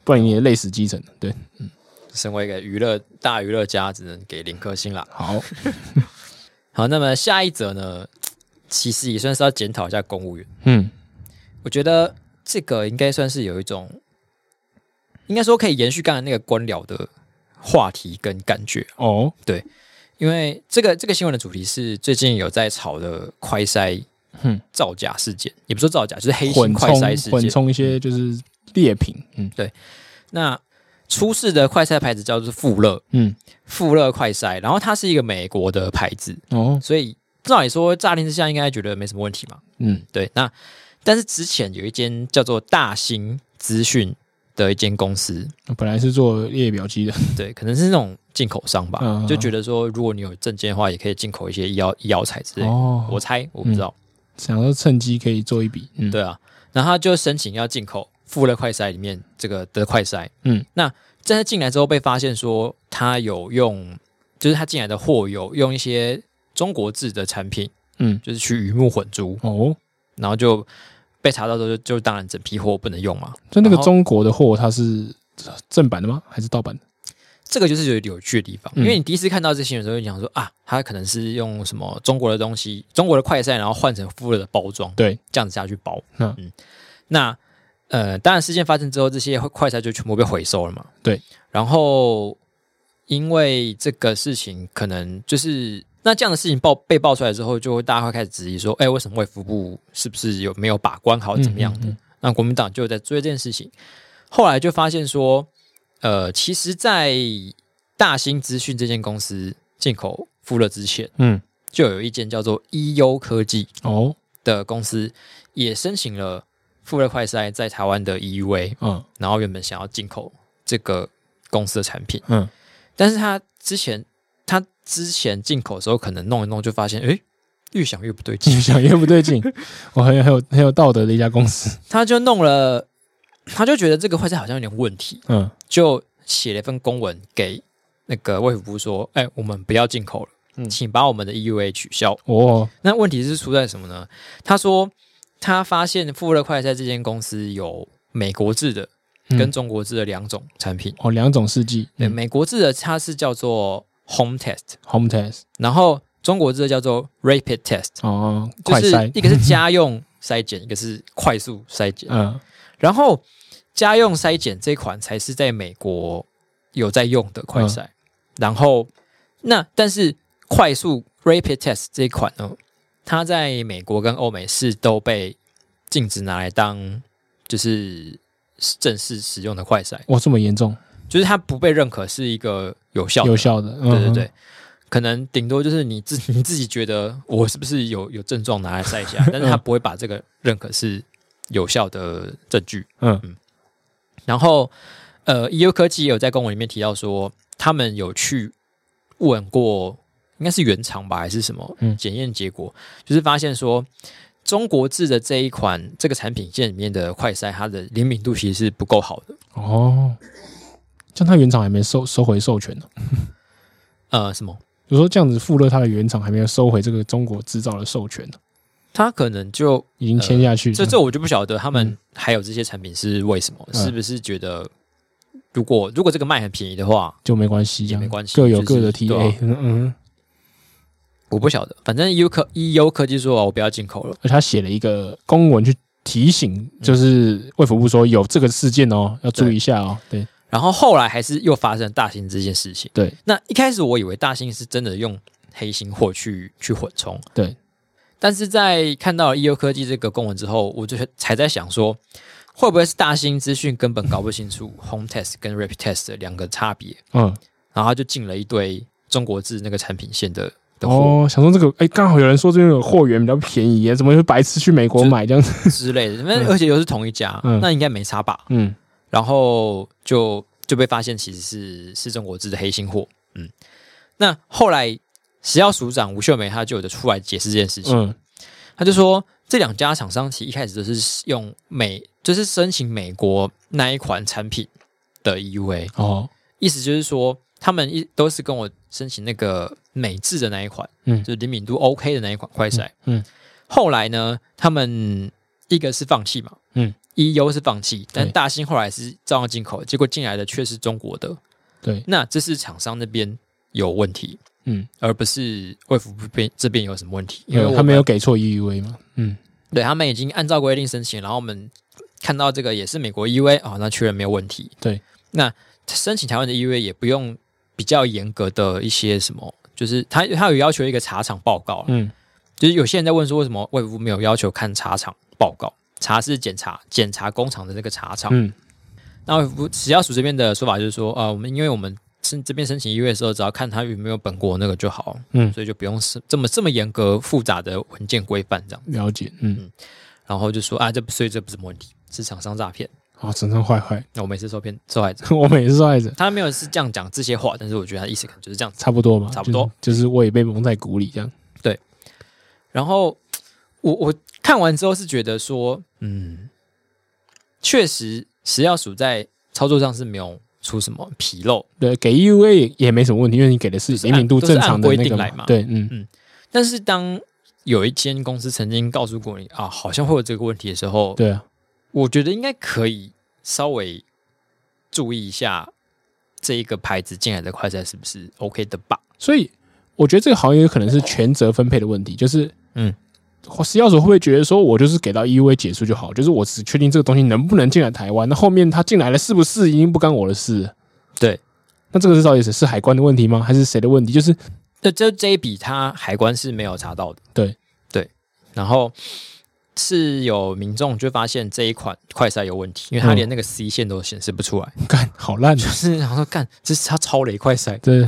S2: 不然你也累死基层了，对。
S1: 身为一个娱乐大娱乐家，只能给零颗星啦。
S2: 好，
S1: 好，那么下一则呢，其实也算是要检讨一下公务员。
S2: 嗯
S1: 我觉得这个应该算是有一种，应该说可以延续刚才那个官僚的话题跟感觉，
S2: 哦，
S1: 因为这个这个新闻的主题是最近有在炒的快筛
S2: 嗯
S1: 造假事件，也不说造假，就是黑心
S2: 混
S1: 快筛事
S2: 充混
S1: 件。
S2: 充一些就是劣品，嗯
S1: 那出事的快筛牌子叫做富乐，
S2: 嗯，
S1: 富乐快筛，然后它是一个美国的牌子，
S2: 哦，
S1: 所以照理说乍听之下应该觉得没什么问题嘛。
S2: 嗯
S1: 对，那但是之前有一间叫做大兴资讯的一间公司，
S2: 本来是做列表机的，
S1: 对，可能是那种进口商吧，
S2: 嗯嗯嗯
S1: 就觉得说，如果你有证件的话，也可以进口一些医药医药材之类的。
S2: 哦，
S1: 我猜，我不知道。
S2: 想说趁机可以做一笔，嗯，
S1: 对啊，然后他就申请要进口富勒快筛里面这个的快筛。
S2: 嗯，
S1: 那但是进来之后被发现说，他有用，就是他进来的货有用一些中国制的产品，
S2: 嗯
S1: 就是去鱼目混珠，
S2: 哦，
S1: 然后就被查到之后就，就当然整批货不能用嘛。
S2: 就那个
S1: 然后
S2: 中国的货，它是正版的吗？还是盗版的？
S1: 这个就是有有趣的地方，
S2: 嗯
S1: 因为你第一次看到这新闻的时候，你想说啊，它可能是用什么中国的东西，中国的快餐，然后换成富勒的包装，
S2: 对，
S1: 这样子下去包。
S2: 嗯
S1: 嗯，那呃，当然事件发生之后，这些快餐就全部被回收了嘛。
S2: 对，
S1: 然后因为这个事情，可能就是那这样的事情爆被爆出来之后，就会大家会开始质疑说，哎，为什么卫福部是不是有没有把关好怎么样的？
S2: 嗯嗯嗯
S1: 那国民党就在追这件事情。后来就发现说，呃，其实，在大兴资讯这间公司进口富乐之前，
S2: 嗯，
S1: 就有一间叫做 EU 科技
S2: 哦，
S1: 的公司也申请了富乐快筛在台湾的 EUA，
S2: 嗯
S1: 然后原本想要进口这个公司的产品，
S2: 嗯，
S1: 但是他之前他之前进口的时候，可能弄一弄就发现，诶，越想越不对劲
S2: 越，想越不对 劲，我很有很有很有道德的一家公司，
S1: 他就弄了，他就觉得这个快筛好像有点问题，
S2: 嗯
S1: 就写了一份公文给那个卫福部说，哎、我们不要进口了，
S2: 嗯
S1: 请把我们的 EUA 取消。
S2: 哦，
S1: 那问题是出在什么呢？他说他发现富乐快在这间公司有美国制的
S2: 嗯
S1: 跟中国制的两种产品。
S2: 哦两种试剂，
S1: 对，
S2: 嗯
S1: 美国制的它是叫做 Home Test，
S2: ，home test
S1: 然后中国制的叫做 Rapid Test，
S2: 哦，
S1: 就
S2: 快
S1: 是
S2: 筛
S1: 一，个是家用筛检，一个是快速筛检。
S2: 嗯
S1: 然后家用筛检这款才是在美国有在用的快
S2: 嗯
S1: 筛。然后那但是快速 rapid test 这一款呢，它在美国跟欧美是都被禁止拿来当就是正式使用的快筛，
S2: 哇这么严重，
S1: 就是它不被认可是一个有效的
S2: 有效的，嗯
S1: 对对对，，可能顶多就是你自 你自己觉得我是不是有有症状拿来晒一 下，但是他不会把这个认可是有效的证据。
S2: 嗯
S1: 然后呃，EU 科技也有在公文里面提到说，他们有去问过，应该是原厂吧还是什么
S2: 嗯
S1: 检验结果，就是发现说。中国制的这一款这个产品线里面的快筛，它的灵敏度其实是不够好的。
S2: 哦，像他原厂还没收收回授权呢，
S1: 呃，什么？
S2: 我说这样子富勒他的原厂还没有收回这个中国制造的授权呢，
S1: 它可能就
S2: 已经签下去了，
S1: 这这我就不晓得他们
S2: 嗯
S1: 还有这些产品是为什么，
S2: 嗯
S1: 是不是觉得如果如果这个卖很便宜的话，
S2: 就没关系，
S1: 也
S2: 这样
S1: 没关系
S2: 各
S1: 就
S2: 有
S1: 是
S2: 各的
S1: 对啊
S2: TA，嗯嗯，
S1: 我不晓得。反正 U 科 E U 科技说我不要进口了，
S2: 而且他写了一个公文去提醒，就是卫福部说有这个事件哦，要注意一下哦，对
S1: 然后后来还是又发生大兴这件事情。
S2: 对
S1: 那一开始我以为大兴是真的用黑心货去去混充，
S2: 对，
S1: 但是在看到 E U 科技这个公文之后，我就才在想说，会不会是大兴资讯根本搞不清楚 Home Test 跟 Rapid Test 的两个差别，
S2: 嗯，
S1: 然后他就进了一堆中国制那个产品线的的货。
S2: 哦，想说这个，哎，刚好有人说这边有货源比较便宜耶，哎怎么会白痴去美国
S1: 就
S2: 买这样子？
S1: 之类的，那而且又是同一家，
S2: 嗯
S1: 那应该没差吧？
S2: 嗯，
S1: 然后就就被发现其实是是中国制的黑心货，嗯。那后来食药署长吴秀梅她就有的出来解释这件事情，
S2: 嗯，
S1: 她就说这两家厂商其实一开始都是用美，就是申请美国那一款产品的 EUA，
S2: 哦，
S1: 意思就是说他们一都是跟我申请那个美制的那一款，
S2: 嗯
S1: 就是灵敏度 OK 的那一款快筛，
S2: 嗯
S1: 后来呢，他们一个是放弃嘛，
S2: 嗯
S1: ，EU 是放弃，但
S2: 对
S1: 大兴后来是照样进口，结果进来的却是中国的，
S2: 对，
S1: 那这是厂商那边有问题，
S2: 嗯，
S1: 而不是卫福部边这边有什么问题，因
S2: 因
S1: 为我
S2: 为
S1: 们
S2: 他没有给错 EUV 嘛，嗯，
S1: 对他们已经按照规定申请，然后我们看到这个也是美国 EUA 哦，那确认没有问题。
S2: 对，
S1: 那申请台湾的 EUA 也不用比较严格的一些什么，就是他他有要求一个茶厂报告啦，
S2: 嗯，
S1: 就是有些人在问说为什么卫福部没有要求看茶厂报告？茶是检查检查工厂的那个茶厂，
S2: 嗯，
S1: 那卫福部食药署这边的说法就是说，呃，我们因为我们申这边申请 EUA 的时候，只要看他有没有本国那个就好，
S2: 嗯
S1: 所以就不用是这么这么严格复杂的文件规范这样。
S2: 了解，嗯，
S1: 然后就说啊，这不所以这不是什么问题，是厂商诈骗。
S2: 哦，整成坏坏，
S1: 那我每次受骗受害者，
S2: 我们也是受害者，
S1: 他没有是这样讲这些话，但是我觉得他意思可能就是这样子。
S2: 差不多吧，
S1: 差不多
S2: 就是，就是我也被蒙在鼓里这样，
S1: 然后我我看完之后是觉得说，嗯，确实食药署在操作上是没有出什么纰漏，
S2: 对，给 EUV 也也没什么问题，因为你给的是
S1: 就是
S2: 灵敏度
S1: 按都是
S2: 正
S1: 按
S2: 常的
S1: 规
S2: 那
S1: 定
S2: 个
S1: 来嘛
S2: 对，嗯
S1: 嗯但是当有一间公司曾经告诉过你啊，好像会有这个问题的时候，
S2: 对啊，
S1: 我觉得应该可以稍微注意一下这一个牌子进来的快餐是不是 OK 的吧？
S2: 所以我觉得这个好像有可能是权责分配的问题，就是
S1: 嗯，
S2: 食药署会不会觉得说我就是给到 EUA 结束就好，就是我只确定这个东西能不能进来台湾，那后面他进来了是不是已经不干我的事了？
S1: 对，
S2: 那这个是到底是是海关的问题吗？还是谁的问题？就是
S1: 那这这一笔他海关是没有查到的，
S2: 对
S1: 对，然后是有民众就发现这一款快筛有问题，因为它连那个 C 线都显示不出来，
S2: 干好烂啊！
S1: 就是想说干，这是它超雷快筛，
S2: 这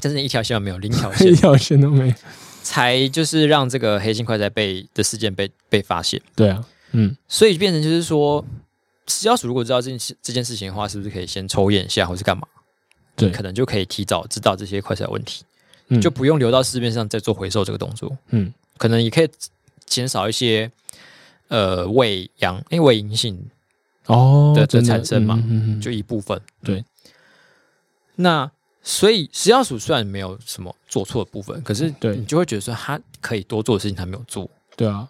S1: 但是一条线都没有，零条线
S2: 一，条线都没有。
S1: 才就是让这个黑心快筛被的事件被被发现，
S2: 对啊，嗯，
S1: 所以变成就是说，食药署如果知道这件事这件事情的话，是不是可以先抽验一下，或是干嘛？
S2: 对
S1: 可能就可以提早知道这些快筛问题，
S2: 嗯
S1: 就不用留到市面上再做回收这个动作。
S2: 嗯，
S1: 可能也可以减少一些呃胃阳，因为胃阴性
S2: 哦，
S1: 的的
S2: 真的
S1: 产生嘛
S2: 嗯嗯嗯嗯
S1: 就一部分。
S2: 对，
S1: 那所以食药署虽然没有什么做错的部分，可是
S2: 对
S1: 你就会觉得说他可以多做的事情他没有做。
S2: 对啊。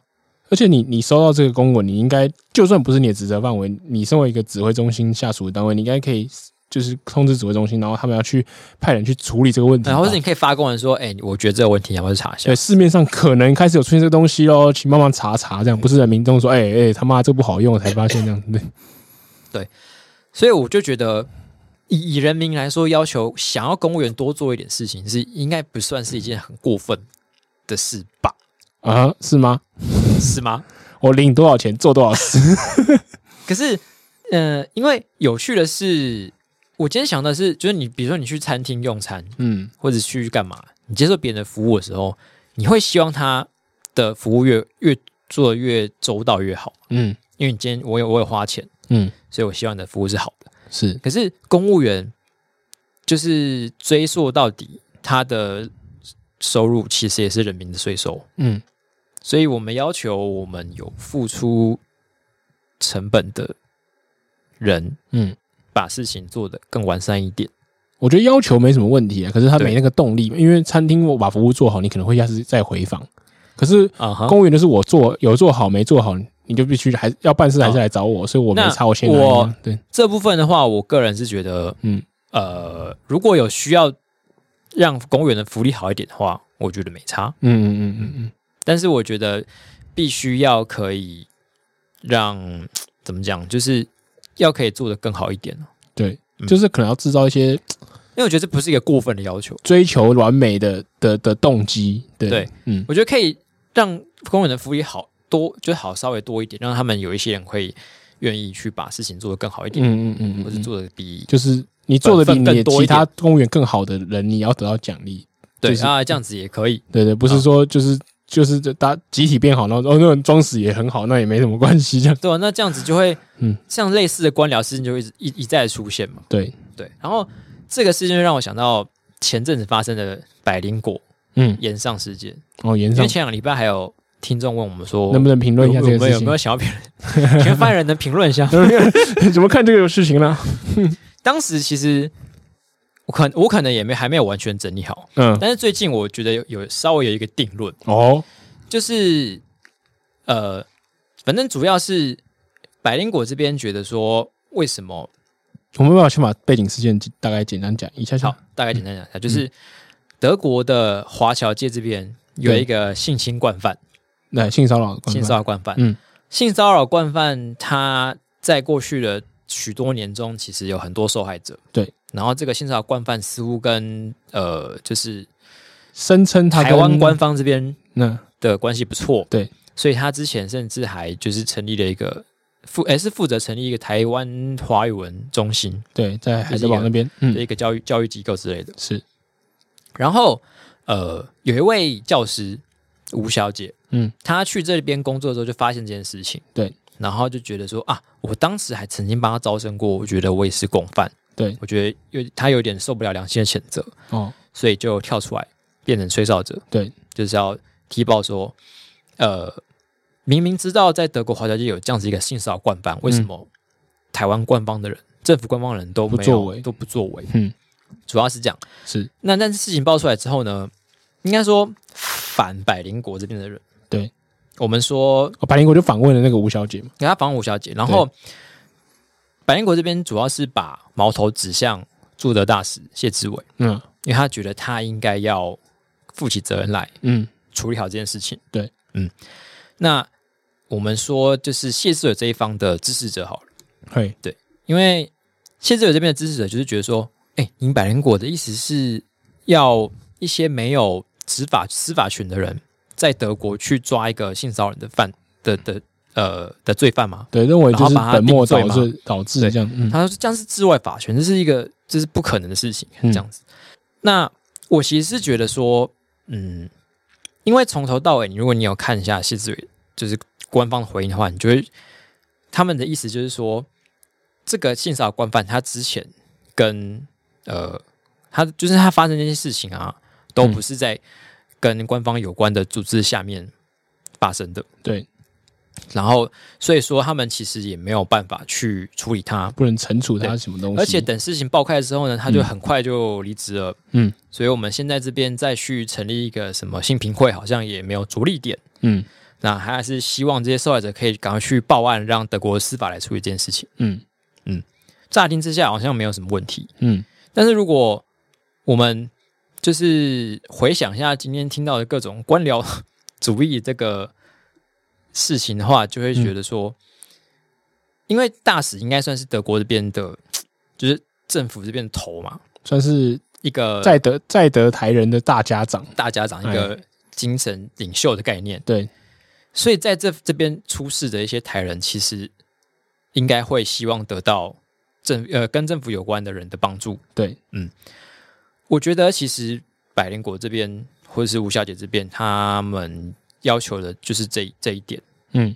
S2: 而且你你收到这个公文，你应该就算不是你的职责范围，你身为一个指挥中心下属的单位，你应该可以就是通知指挥中心，然后他们要去派人去处理这个问题吧。
S1: 然后是你可以发公文说，哎、我觉得这个问题，要不要去查一下
S2: 对？市面上可能开始有出现这个东西喽，请帮忙查查，这样不是民众说，哎、哎、他妈这不好用，我才发现这样对。
S1: 所以我就觉得，以以人民来说，要求想要公务员多做一点事情，是应该不算是一件很过分的事吧？
S2: 啊，是吗？
S1: 是吗？
S2: 我领多少钱做多少事，
S1: 可是，呃，因为有趣的是，我今天想的是，就是你比如说你去餐厅用餐，
S2: 嗯，
S1: 或者去干嘛，你接受别人的服务的时候，你会希望他的服务越越做得越周到越好，
S2: 嗯
S1: 因为你今天我有我有花钱，
S2: 嗯，
S1: 所以我希望你的服务是好的。
S2: 是
S1: 可是公务员就是追溯到底，他的收入其实也是人民的税收，
S2: 嗯
S1: 所以我们要求我们有付出成本的人，
S2: 嗯，
S1: 把事情做得更完善一点。
S2: 我觉得要求没什么问题啊，可是他
S1: 对
S2: 没那个动力，因为餐厅我把服务做好，你可能会下次再回访，可是
S1: 啊哈，
S2: 公务员就是我做有做好没做好，你就必须还要办事还是来找我，所以我没
S1: 那
S2: 差，我先
S1: 我
S2: 来，对，
S1: 这部分的话，我个人是觉得，
S2: 嗯
S1: 呃，如果有需要让公务员的福利好一点的话，我觉得没差。
S2: 嗯嗯嗯嗯嗯，
S1: 但是我觉得必须要可以让怎么讲，就是要可以做得更好一点哦
S2: 对
S1: 嗯，
S2: 就是可能要制造一些
S1: 因为我觉得这不是一个过分的要求，
S2: 追求完美的的的动机，对，
S1: 对
S2: 嗯
S1: 我觉得可以让公务员的福利好多，就好稍微多一点，让他们有一些人会愿意去把事情做得更好一点，
S2: 嗯嗯嗯嗯
S1: 或是
S2: 嗯，
S1: 做的比
S2: 就是你做的比
S1: 本分
S2: 你
S1: 更多
S2: 其
S1: 一点
S2: 他公务员更好的人，你要得到奖励，
S1: 对
S2: 就是
S1: 啊这样子也可以。
S2: 对对，不
S1: 啊
S2: 是说就是就是这大家集体变好，然后哦那种装死也很好，那也没什么关系这样。
S1: 对啊，那这样子就会，
S2: 嗯
S1: 嗯，像类似的官僚事件就会一直一一再地出现嘛。
S2: 对，
S1: 对，然后这个事件就让我想到前阵子发生的百灵果
S2: 嗯，
S1: 延上事件，
S2: 哦，延
S1: 因为
S2: 上
S1: 前两个礼拜还有听众问我们说，
S2: 能不能评论一下
S1: 我
S2: 这
S1: 们
S2: 个事
S1: 有没有
S2: 情？
S1: 想要评论？ 请问发言人能评论一下？
S2: 怎么看这个事情呢？
S1: 当时其实我可我可能也没还没有完全整理好，
S2: 嗯，
S1: 但是最近我觉得有有稍微有一个定论，
S2: 哦，
S1: 就是呃，反正主要是百灵果这边觉得说，为什么
S2: 我们要不要先把背景事件大概简单讲一下下
S1: 好。，大概简单讲一下，就是
S2: 嗯
S1: 德国的华侨界这边有一个性侵惯犯，
S2: 对，性骚扰的官方，
S1: 性骚扰惯犯，
S2: 嗯
S1: 性骚扰惯犯他在过去的许多年中，其实有很多受害者，
S2: 对。
S1: 然后这个性骚扰惯犯似乎跟呃，就是
S2: 声称他
S1: 台
S2: 跟
S1: 湾官方这边
S2: 那
S1: 的关系不错，
S2: 对，
S1: 所以他之前甚至还就是成立了一个负，哎、是负责成立一个台湾华语文中心
S2: 对，在海德堡那边，
S1: 的
S2: 嗯，
S1: 一个教育教育机构之类的，
S2: 是，
S1: 然后呃，有一位教师吴小姐，
S2: 嗯，
S1: 她去这边工作的时候就发现这件事情，
S2: 对，
S1: 然后就觉得说啊，我当时还曾经帮她招生过，我觉得我也是共犯，
S2: 对，
S1: 我觉得有她有点受不了良心的谴责，
S2: 哦，
S1: 所以就跳出来变成吹哨者，
S2: 对，
S1: 就是要踢爆说，呃，明明知道在德国华侨界有这样子一个性骚扰惯犯，为什么台湾官方的人、政府官方的人都没有
S2: 嗯不作为
S1: 都不作为？
S2: 嗯，
S1: 主要是这样。
S2: 是
S1: 那但是事情爆出来之后呢，应该说反百灵国这边的人，
S2: 对
S1: 我们说
S2: 哦白灵国就访问了那个吴小姐嘛，
S1: 给他防武小姐，然后百灵国这边主要是把矛头指向驻德大使谢志伟，
S2: 嗯
S1: 因为他觉得他应该要负起责任来
S2: 嗯，
S1: 处理好这件事情。
S2: 对，
S1: 嗯，那我们说就是谢志伟这一方的支持者好了，
S2: 嘿，
S1: 因为谢志伟这边的支持者就是觉得说，哎、你们百灵果的意思是要一些没有执法司法权的人在德国去抓一个性骚扰的犯的的呃的罪犯嘛。
S2: 对，认为就
S1: 然后
S2: 是
S1: 把它
S2: 本末
S1: 定罪
S2: 导
S1: 嘛
S2: 致导致
S1: 对
S2: 这样，嗯，
S1: 他说这样是治外法权，这是一个这是不可能的事情，
S2: 嗯
S1: 这样子。那我其实是觉得说，嗯，因为从头到尾，你如果你有看一下谢志伟就是官方的回应的话，你就会他们的意思就是说，这个性骚扰官犯他之前跟呃他就是他发生这些事情啊，都不是在跟官方有关的组织下面发生的。
S2: 对，
S1: 然后，所以说他们其实也没有办法去处理他，
S2: 不能惩处他
S1: 对
S2: 什么东西，
S1: 而且等事情爆开之后呢，他就很快就离职了。
S2: 嗯，
S1: 所以我们现在这边再去成立一个什么性评会，好像也没有着力点。
S2: 嗯
S1: 那还是希望这些受害者可以赶快去报案，让德国司法来处理这件事情。
S2: 嗯
S1: 乍听之下好像没有什么问题，
S2: 嗯
S1: 但是如果我们就是回想一下今天听到的各种官僚主义这个事情的话，就会觉得说，因为大使应该算是德国这边的，就是政府这边的头嘛，
S2: 算是
S1: 一个
S2: 在德在德台人的大家长，
S1: 大家长一个精神领袖的概念，
S2: 对，
S1: 所以在这这边出事的一些台人，其实应该会希望得到政呃跟政府有关的人的帮助。
S2: 对，
S1: 我觉得其实百灵果这边或者是吴小姐这边，他们要求的就是这一这一点，
S2: 嗯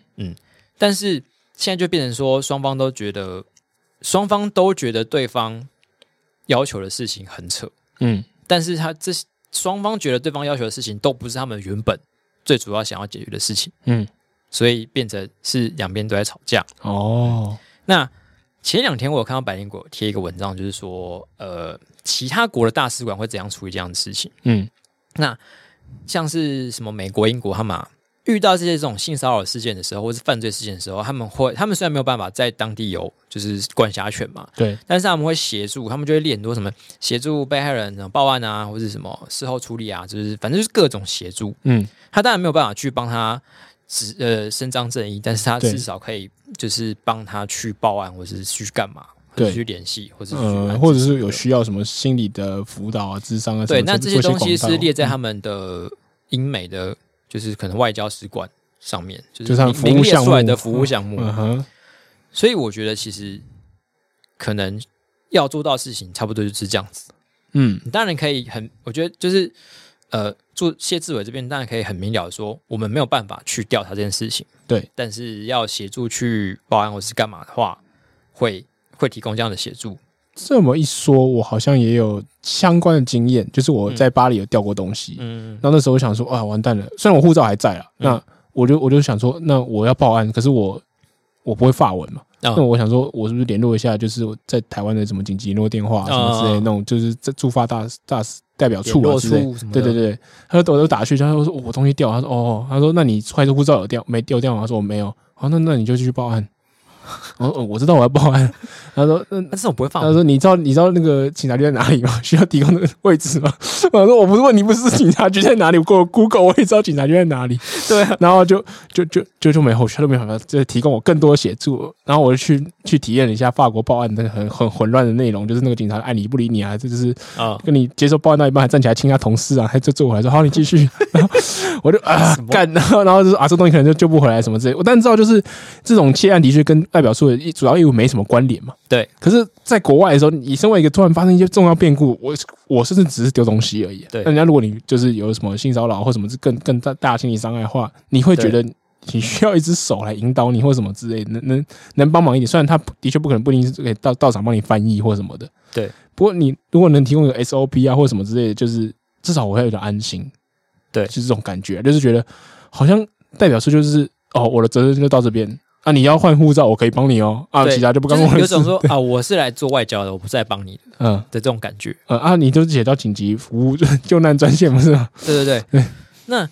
S1: 但是现在就变成说双方都觉得双方都觉得对方要求的事情很扯，
S2: 嗯
S1: 但是他这双方觉得对方要求的事情都不是他们原本最主要想要解决的事情，
S2: 嗯，
S1: 所以变成是两边都在吵架。
S2: 哦，
S1: 那前两天我有看到百灵果贴一个文章，就是说呃其他国的大使馆会怎样处理这样的事情。
S2: 嗯
S1: 那像是什么美国、英国，他们啊、遇到这些这种性骚扰事件的时候，或是犯罪事件的时候，他们会，他们虽然没有办法在当地有就是管辖权嘛，
S2: 对，
S1: 但是他们会协助，他们就会列很多什么协助被害人呃报案啊，或是什么事后处理啊，就是反正就是各种协助。
S2: 嗯
S1: 他当然没有办法去帮他指呃伸张正义，但是他
S2: 对
S1: 至少可以就是帮他去报案，或是去干嘛，或
S2: 对
S1: 是去联系，或是去安
S2: 呃，
S1: 置
S2: 或者
S1: 什
S2: 是
S1: 么
S2: 有
S1: 的
S2: 需要什么心理的辅导啊、智商啊，
S1: 对，
S2: 什么
S1: 那这些
S2: 做
S1: 东西
S2: 广告嗯
S1: 是列在他们的英美的，就是可能外交使馆上面，就
S2: 就是他们
S1: 名
S2: 服务
S1: 名列
S2: 项
S1: 出来
S2: 目
S1: 的服务项目。
S2: 嗯哼，
S1: 所以我觉得其实可能要做到的事情，差不多就是这样子。
S2: 嗯
S1: 你当然可以很，我觉得就是呃，做谢志伟这边当然可以很明了地说，我们没有办法去调查这件事情，
S2: 对，
S1: 但是要协助去报案或是干嘛的话，会会提供这样的协助。
S2: 这么一说，我好像也有相关的经验，就是我在巴黎有掉过东西。
S1: 嗯，
S2: 然后那时候我想说，啊，完蛋了！虽然我护照还在啊，那我就我就想说，那我要报案，可是我我不会法文嘛，
S1: 嗯
S2: 那我想说，我是不是联络一下，就是我在台湾的什么紧急联络电话、啊、
S1: 嗯
S2: 什么之类的那种，就是在驻发大大使代表处
S1: 联
S2: 啊
S1: 络
S2: 之类
S1: 处什么
S2: 对
S1: 的
S2: 对对，他说我就打去，他说我我东西掉了，他说哦，他说那你快速护照有掉没掉掉吗？他说我哦没有，好，那那你就去报案。我说哦我知道我要报案，他说嗯。
S1: 但是我不会放
S2: 他说：“你知道你知道那个警察局在哪里吗？ 需要提供那个位置吗？” 我说：“我不是问你，不是警察局在哪里，我过 Google 我也知道警察局在哪里。”
S1: 对啊，
S2: 然后就就就就就没后续，他都没办法就提供我更多的协助。然后我就去去体验了一下法国报案的很很混乱的内容，就是那个警察爱理不理你啊，这就是
S1: 啊，
S2: 跟你接受报案到一半还站起来亲他同事啊，还就坐回来说好你继续， 然后我就 啊
S1: 什么
S2: 干，然 后然后就说啊这东西可能就救不回来什么之类的。我但知道就是这种窃案的确跟代表处的主要业务没什么关联嘛。
S1: 对，
S2: 可是，在国外的时候，你身为一个突然发生一些重要变故，我我甚至只是丢东西而已。
S1: 对
S2: 那人家如果你就是有什么性骚扰或什么更更大大的心理伤害的话，你会觉得你需要一只手来引导你或什么之类的，能能能帮忙一点。虽然他的确不可能不一定是可以到到场帮你翻译或什么的，
S1: 对。
S2: 不过你如果能提供一个 SOP 啊或什么之类的，就是至少我会有点安心。
S1: 对
S2: 就是这种感觉，就是觉得好像代表处就是哦，我的责任就到这边。啊！你要换护照，我可以帮你哦。啊，
S1: 对
S2: 其他就不干
S1: 是
S2: 我的
S1: 有
S2: 事。
S1: 种 说啊，我是来做外交的，我不是来帮你的
S2: 嗯，
S1: 的这种感觉。
S2: 呃啊，你都写到紧急服务 救难专线不是吗？
S1: 对对对，那就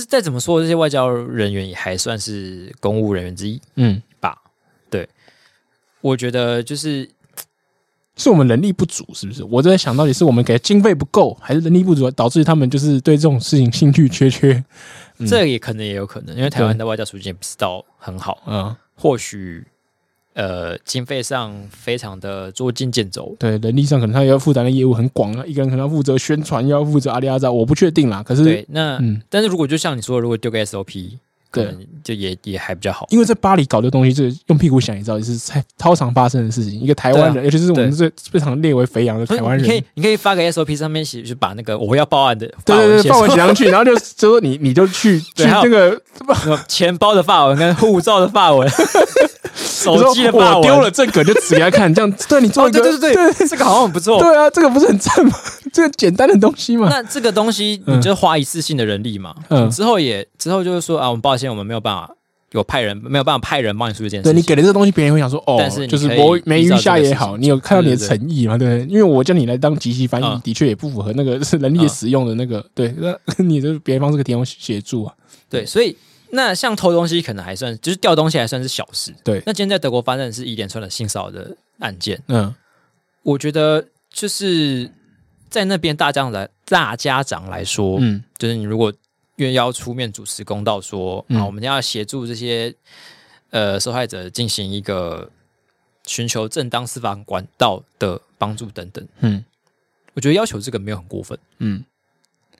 S1: 是再怎么说，这些外交人员也还算是公务人员之一。
S2: 嗯，
S1: 我觉得就是
S2: 是我们人力不足，是不是？我在想到底是我们给的经费不够，还是人力不足导致他们就是对这种事情兴趣缺缺？嗯
S1: 这也可能也有可能，因为台湾
S2: 对
S1: 的外交处境也不是到很好，
S2: 啊、
S1: 或许呃经费上非常的捉襟见肘。
S2: 对，人力上可能他要负担的业务很广啊，一个人可能要负责宣传，又要负责阿里阿扎，我不确定啦。可是，
S1: 对，那、
S2: 嗯
S1: 但是如果就像你说的，如果丢个 SOP，可
S2: 对
S1: 能就也也还比较好。
S2: 因为在巴黎搞这东西，这个用屁股想也知道，就是在超常发生的事情。一个台湾
S1: 对啊
S2: 人，尤其是我们
S1: 对
S2: 最最常列为肥羊的
S1: 所以
S2: 台湾人，
S1: 你可以你可以发给 SOP 上面写，就把那个我要报案的发
S2: 对
S1: 文写
S2: 对对，放
S1: 出
S2: 我写上去，然后就就说你你就去去
S1: 对还有
S2: 那个，
S1: 什么钱包的发文跟护照的发 文，手
S2: 我
S1: 机的
S2: 说
S1: 发文，
S2: 我丢了这个就指给他 看，这样对你做
S1: 哦，
S2: 一个
S1: 对对对对，这个好像很不错。
S2: 对啊，这个不是很赞吗？ 这个简单的东西嘛，
S1: 那这个东西你就花一次性的人力嘛，
S2: 嗯
S1: 你之后也之后就是说啊，我们抱歉，我们没有办法有派人，没有办法派人帮你处理这件
S2: 对
S1: 事
S2: 你
S1: 情。
S2: 给了这东西，别人会想说哦
S1: 但是，你
S2: 就是
S1: 可以
S2: 我没
S1: 依照
S2: 鱼
S1: 这
S2: 虾
S1: 个
S2: 也
S1: 事
S2: 好，
S1: 情
S2: 你有看到你的
S1: 对对
S2: 诚
S1: 对
S2: 意嘛？对不对？因为我叫你来当即席翻译
S1: 嗯，
S2: 的确也不符合那个 是人力
S1: 嗯
S2: 使用的那个对，那 你就是别方这个提供协助啊，
S1: 对，所以那像偷东西可能还算，就是掉东西还算是小事。
S2: 对
S1: 那今天在德国发生的是一连串的性骚扰的案件，
S2: 嗯，
S1: 我觉得就是在那边大家长来大家长来说，
S2: 嗯
S1: 就是你如果愿意要出面主持公道说，啊，我们要协助这些呃受害者进行一个寻求正当司法管道的帮助等等，
S2: 嗯
S1: 我觉得要求这个没有很过分。
S2: 嗯
S1: 嗯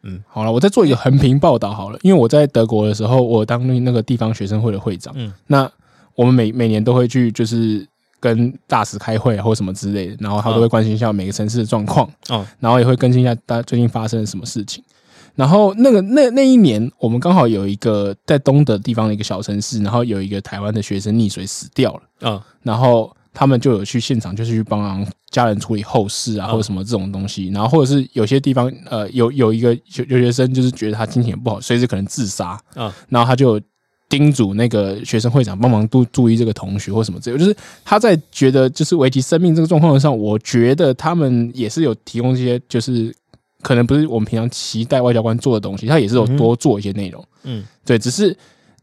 S2: 嗯，好了，我再做一个横屏报道好了，因为我在德国的时候，我当那个地方学生会的会长，
S1: 嗯
S2: 嗯，那我们每每年都会去就是。跟大使开会啊或什么之类的，然后他都会
S1: 嗯
S2: 关心一下每个城市的状况，
S1: 哦，
S2: 然后也会更新一下大家最近发生了什么事情。然后那个那那一年，我们刚好有一个在东德地方的一个小城市，然后有一个台湾的学生溺水死掉了，
S1: 嗯
S2: 然后他们就有去现场，就是去帮忙家人处理后事啊，
S1: 嗯
S2: 或者什么这种东西。然后或者是有些地方，呃，有有一个有有学生就是觉得他心情不好，随时可能自杀，
S1: 嗯
S2: 然后他就叮嘱那个学生会长帮忙注注意这个同学或什么之类的，就是他在觉得就是危及生命这个状况上，我觉得他们也是有提供这些，就是可能不是我们平常期待外交官做的东西，他也是有多做一些内容，
S1: 嗯
S2: 对，只是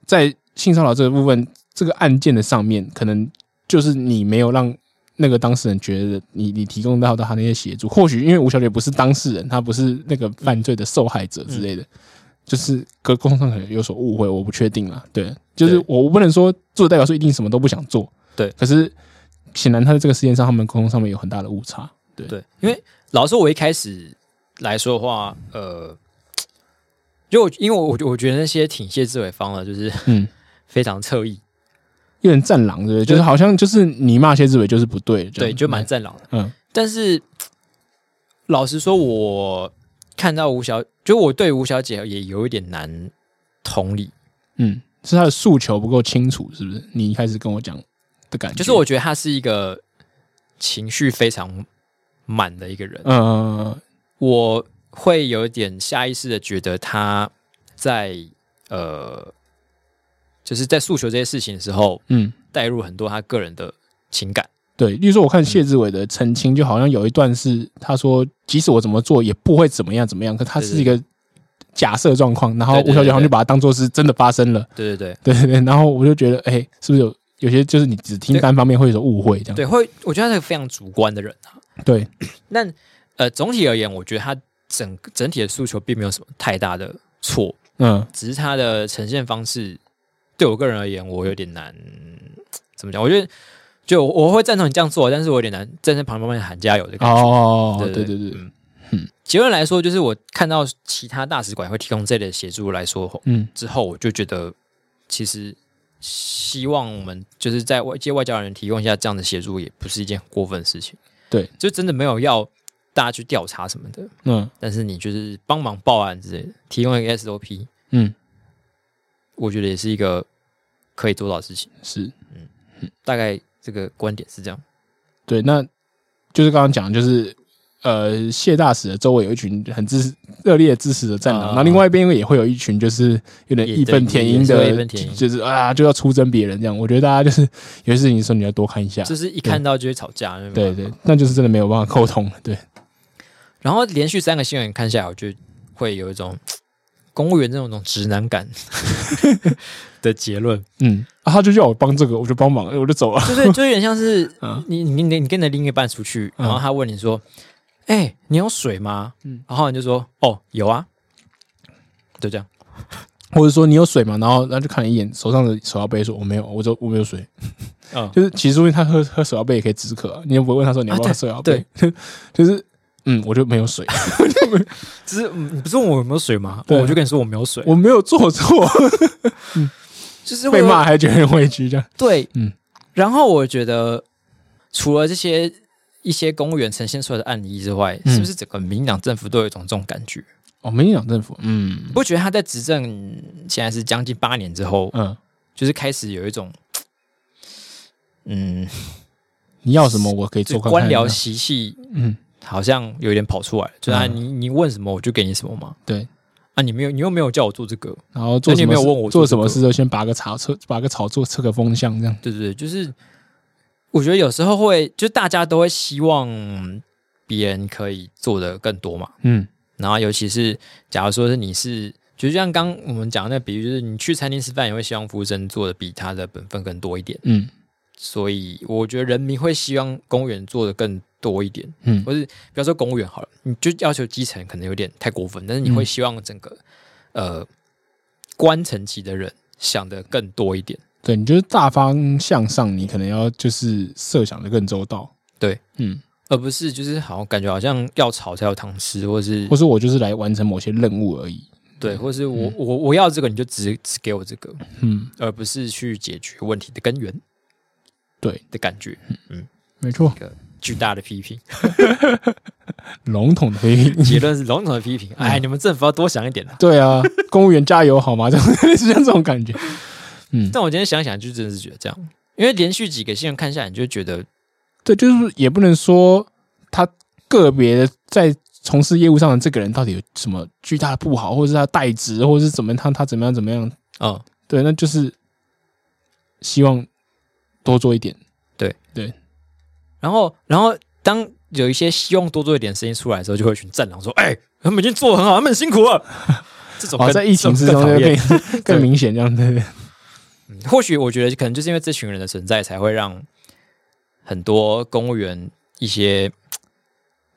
S2: 在性骚扰这个部分这个案件的上面，可能就是你没有让。那个当事人觉得你你提供到他那些协助，或许因为吴小姐不是当事人，她不是那个犯罪的受害者之类的，就是跟工上可能有所误会，我不确定啦。对，就是
S1: 对
S2: 我我不能说做代表说一定什么都不想做，
S1: 对
S2: 可是显然他在这个事件上，他们沟通上面有很大的误差。
S1: 对，因为老实说，我一开始来说的话，呃，就我因为我我觉得那些挺谢自伟方的，就是
S2: 嗯，
S1: 非常侧翼，
S2: 有点战狼，对不对？就是好像就是你骂谢志伟就是不对的，这样
S1: 对，就蛮战狼的。
S2: 嗯
S1: 但是老实说，我看到吴小，就我对吴小姐也有一点难同理，
S2: 嗯，是他的诉求不够清楚，是不是？你一开始跟我讲的感觉，
S1: 就是我觉得她是一个情绪非常满的一个人，
S2: 呃
S1: 我会有一点下意识的觉得她在呃，就是在诉求这些事情的时候，
S2: 嗯。
S1: 带入很多她个人的情感。
S2: 对，例如说，我
S1: 嗯
S2: 看谢志伟的澄清，就好像有一段是他说，即使我怎么做也不会怎么样怎么样，可他是一个假设状况，然后
S1: 对对
S2: 吴小姐好像
S1: 对对
S2: 就把它当做是真的发生了，
S1: 对对对
S2: 对对对，然后我就觉得，哎、是不是有有些就是你只听
S1: 对
S2: 单方面会有误会这样？
S1: 对，会我觉得她是个非常主观的人啊。
S2: 对
S1: 但呃，总体而言，我觉得他整整体的诉求并没有什么太大的错，
S2: 嗯
S1: 只是他的呈现方式，对我个人而言，我有点难怎么讲？我觉得就我会赞同你这样做，但是我有点难站在旁边喊加油的感觉。
S2: 哦，对对对，
S1: 嗯结论来说，就是我看到其他大使馆会提供这类的协助来说
S2: 嗯
S1: 之后，我就觉得其实希望我们就是在外接外交人提供一下这样的协助，也不是一件很过分的事情。
S2: 对，
S1: 就真的没有要大家去调查什么的，
S2: 嗯
S1: 但是你就是帮忙报案之类的，提供一个 SOP，
S2: 嗯
S1: 我觉得也是一个可以做到的事情。
S2: 是
S1: 大概这个观点是这样。
S2: 对，那就是刚刚讲，就是呃，谢大使的周围有一群很支热烈支持的战狼，
S1: 啊
S2: 然后另外一边也会有一群就是有点义愤填膺
S1: 也对也是
S2: 的
S1: 义愤填膺，
S2: 就是啊就要出征别人这样。我觉得大家就是有些事情的时候你要多看一下，
S1: 就是一看到就会吵架，没
S2: 对
S1: 办法
S2: 对，那就是真的没有办法沟通，对，
S1: 然后连续三个新闻看下来，我就会有一种嗯公务员这种种直男 感的结论，
S2: 嗯，啊、他就叫我帮这个，我就帮忙，我就走了，
S1: 就是就有点像是
S2: 嗯
S1: 你你你你跟你的另一半出去，然后他问你说：“哎、你有水吗？”
S2: 嗯
S1: 然后你就说：“哦，有啊。”就这样。
S2: 或者说你有水吗？然后然后就看了一眼手上的手摇杯，说我没有，我就我没有水，
S1: 嗯，
S2: 就是其实说明他喝喝手摇杯也可以止渴、啊，你也不会问他说你要不要
S1: 啊
S2: 喝手摇杯， 就是嗯，我就没有水，
S1: 就是嗯你不是问我有没有水吗？
S2: 对 啊
S1: 我就跟你说我没有水。
S2: 我没有做错，
S1: 就是会
S2: 被
S1: 有
S2: 骂还觉得很委屈，这样
S1: 对，
S2: 嗯
S1: 然后我觉得除了这些一些公务员呈现出来的案例之外，
S2: 嗯
S1: 是不是整个民进党政府都有一种这种感觉？
S2: 哦，民进党政府，嗯
S1: 你不觉得他在执政现在是将近八年之后，
S2: 嗯，
S1: 就是开始有一种嗯，
S2: 你要什么我可以
S1: 就
S2: 做看看
S1: 官
S2: 啊
S1: 僚习气
S2: 嗯，
S1: 好像有点跑出来了，就是、啊、
S2: 嗯
S1: 你你问什么我就给你什么嘛。
S2: 对，
S1: 啊，你没有，你又没有叫我做这个，
S2: 然后做
S1: 那你
S2: 什
S1: 有没
S2: 么
S1: 有
S2: 事
S1: 问我
S2: 做
S1: 做
S2: 什么
S1: 这个
S2: 事都先拔个草测拔个草做测个风向这样，
S1: 对对对，就是我觉得有时候会，就大家都会希望别人可以做的更多嘛。
S2: 嗯
S1: 然后尤其是假如说是你是，就像刚我们讲的那比喻，就是你去餐厅吃饭，也会希望服务生做的比他的本分更多一点。
S2: 嗯
S1: 所以我觉得人民会希望公务员做的更多一点，
S2: 嗯
S1: 或是比方说公务员好了，你就要求基层可能有点太过分，但是你会希望整个、呃官层级的人想的更多一点。
S2: 对，你就是大方向上，你可能要就是设想的更周到，
S1: 对，
S2: 嗯，
S1: 而不是就是好像感觉好像要炒才有糖吃，或是
S2: 或是我就是来完成某些任务而已，
S1: 对，或是我、我我要这个你就只只给我这个，
S2: 嗯，
S1: 而不是去解决问题的根源
S2: 对，嗯
S1: 的感觉。
S2: 没错
S1: 一，个巨大的批评，
S2: 笼统的批评，
S1: 结论是笼统的批评。
S2: 嗯
S1: 哎，你们政府要多想一点啊！
S2: 对啊，公务员加油好吗？这 种是像这种感觉，嗯
S1: 但我今天想想，就真的是觉得这样，因为连续几个新闻看下来，你就觉得
S2: 对，就是也不能说他个别的在从事业务上的这个人到底有什么巨大的不好，或者是他代职，或者是怎么样他他怎么样怎么样，
S1: 嗯，
S2: 对，那就是希望多做一点。
S1: 然后然后当有一些希望多做一点声音出来的时候，就会有一群战狼说：“哎、他们已经做得很好，他们很辛苦了。” 这种
S2: 哦，
S1: 更
S2: 在疫情之
S1: 这种
S2: 中
S1: 更
S2: 就
S1: 讨厌
S2: 更更明显这样对对
S1: 或许我觉得可能就是因为这群人的存在，才会让很多公务员一些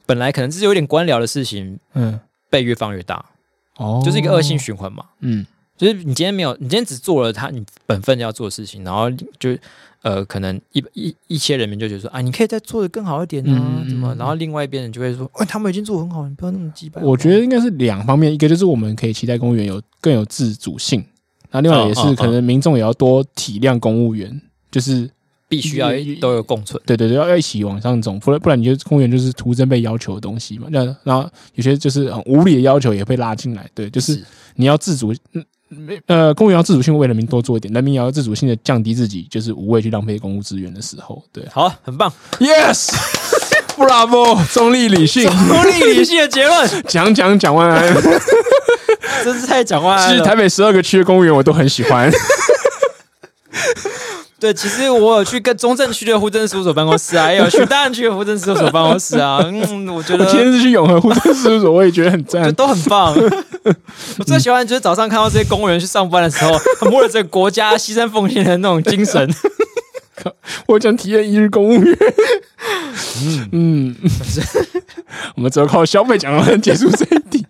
S1: 本来可能是有点官僚的事情
S2: 嗯，
S1: 被越放越大，
S2: 哦，
S1: 就是一个恶性，循环嘛。
S2: 嗯，
S1: 就是你今天没有，你今天只做了他你本分要做的事情，然后就呃，可能一一一些人民就觉得说啊，你可以再做的更好一点啊
S2: 嗯，
S1: 怎么？然后另外一边人就会说，哎，他们已经做得很好，你不要那么鸡掰。啊
S2: 我觉得应该是两方面，一个就是我们可以期待公务员有更有自主性，那另外也
S1: 哦哦
S2: 是
S1: 哦
S2: 可能民众也要多体谅公务员，就是
S1: 必须要一都有共存。
S2: 对对对，要要一起往上走，不然不然你就公务员就是徒增被要求的东西嘛。那然后有些就是很无理的要求也被拉进来，对，就是
S1: 是
S2: 你要自主，嗯呃，公务员要自主性为人民多做一点，人民也要自主性的降低自己，就是无谓去浪费公务资源的时候，对啊
S1: 好，很棒，
S2: ，yes，bravo，中立理性，
S1: 中立理性的结论，
S2: 讲讲讲完安，
S1: 真是太讲完
S2: 其实台
S1: 了。
S2: 北十二个区的公务员我都很喜欢，
S1: 对，其实我有去跟中正区的户政事务所办公室啊，也有去大安区的户政事务所办公室啊。嗯，我觉
S2: 我
S1: 得
S2: 今天是去永和户政事务所，我也觉得很
S1: 就
S2: 赞，
S1: 都很棒。我最喜欢就是早上看到这些公务员去上班的时候，他们为了这个国家牺牲奉献的那种精 神，
S2: 我想体验一日公务员。 嗯，我们只有靠消费讲完结束这一 题。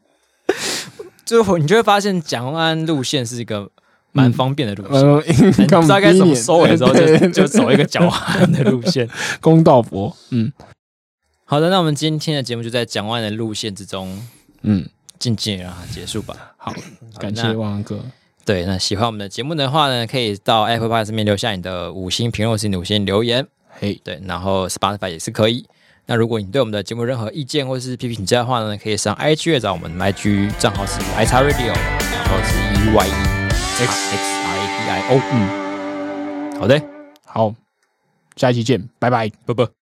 S1: 就是你就会发现蒋万安路线是一个蛮方便的路线。
S2: 嗯，
S1: 哎你不知道该怎么收尾的时候，就
S2: 对
S1: 就走一 个蒋万安的路线。
S2: 公道博，嗯
S1: 好的，那我们今天的节目就在蒋万安的路线之中，
S2: 嗯，
S1: 静静地让它结束吧。
S2: 好，感谢汪洋哥，
S1: 对，那喜欢我们的节目的话呢，可以到 Apple Podcast 上面留下你的五星评论，或是你的五星留言。
S2: 嘿，
S1: 对，然后 Spotify 也是可以。那如果你对我们的节目有任何意见或是批评指教的话呢，可以上 IG 来找我们 IG 账号是 i x radio，然后是 e y e x x r a d i o。
S2: 嗯，
S1: 好的，
S2: 好，下一期见，拜拜。
S1: 啵啵。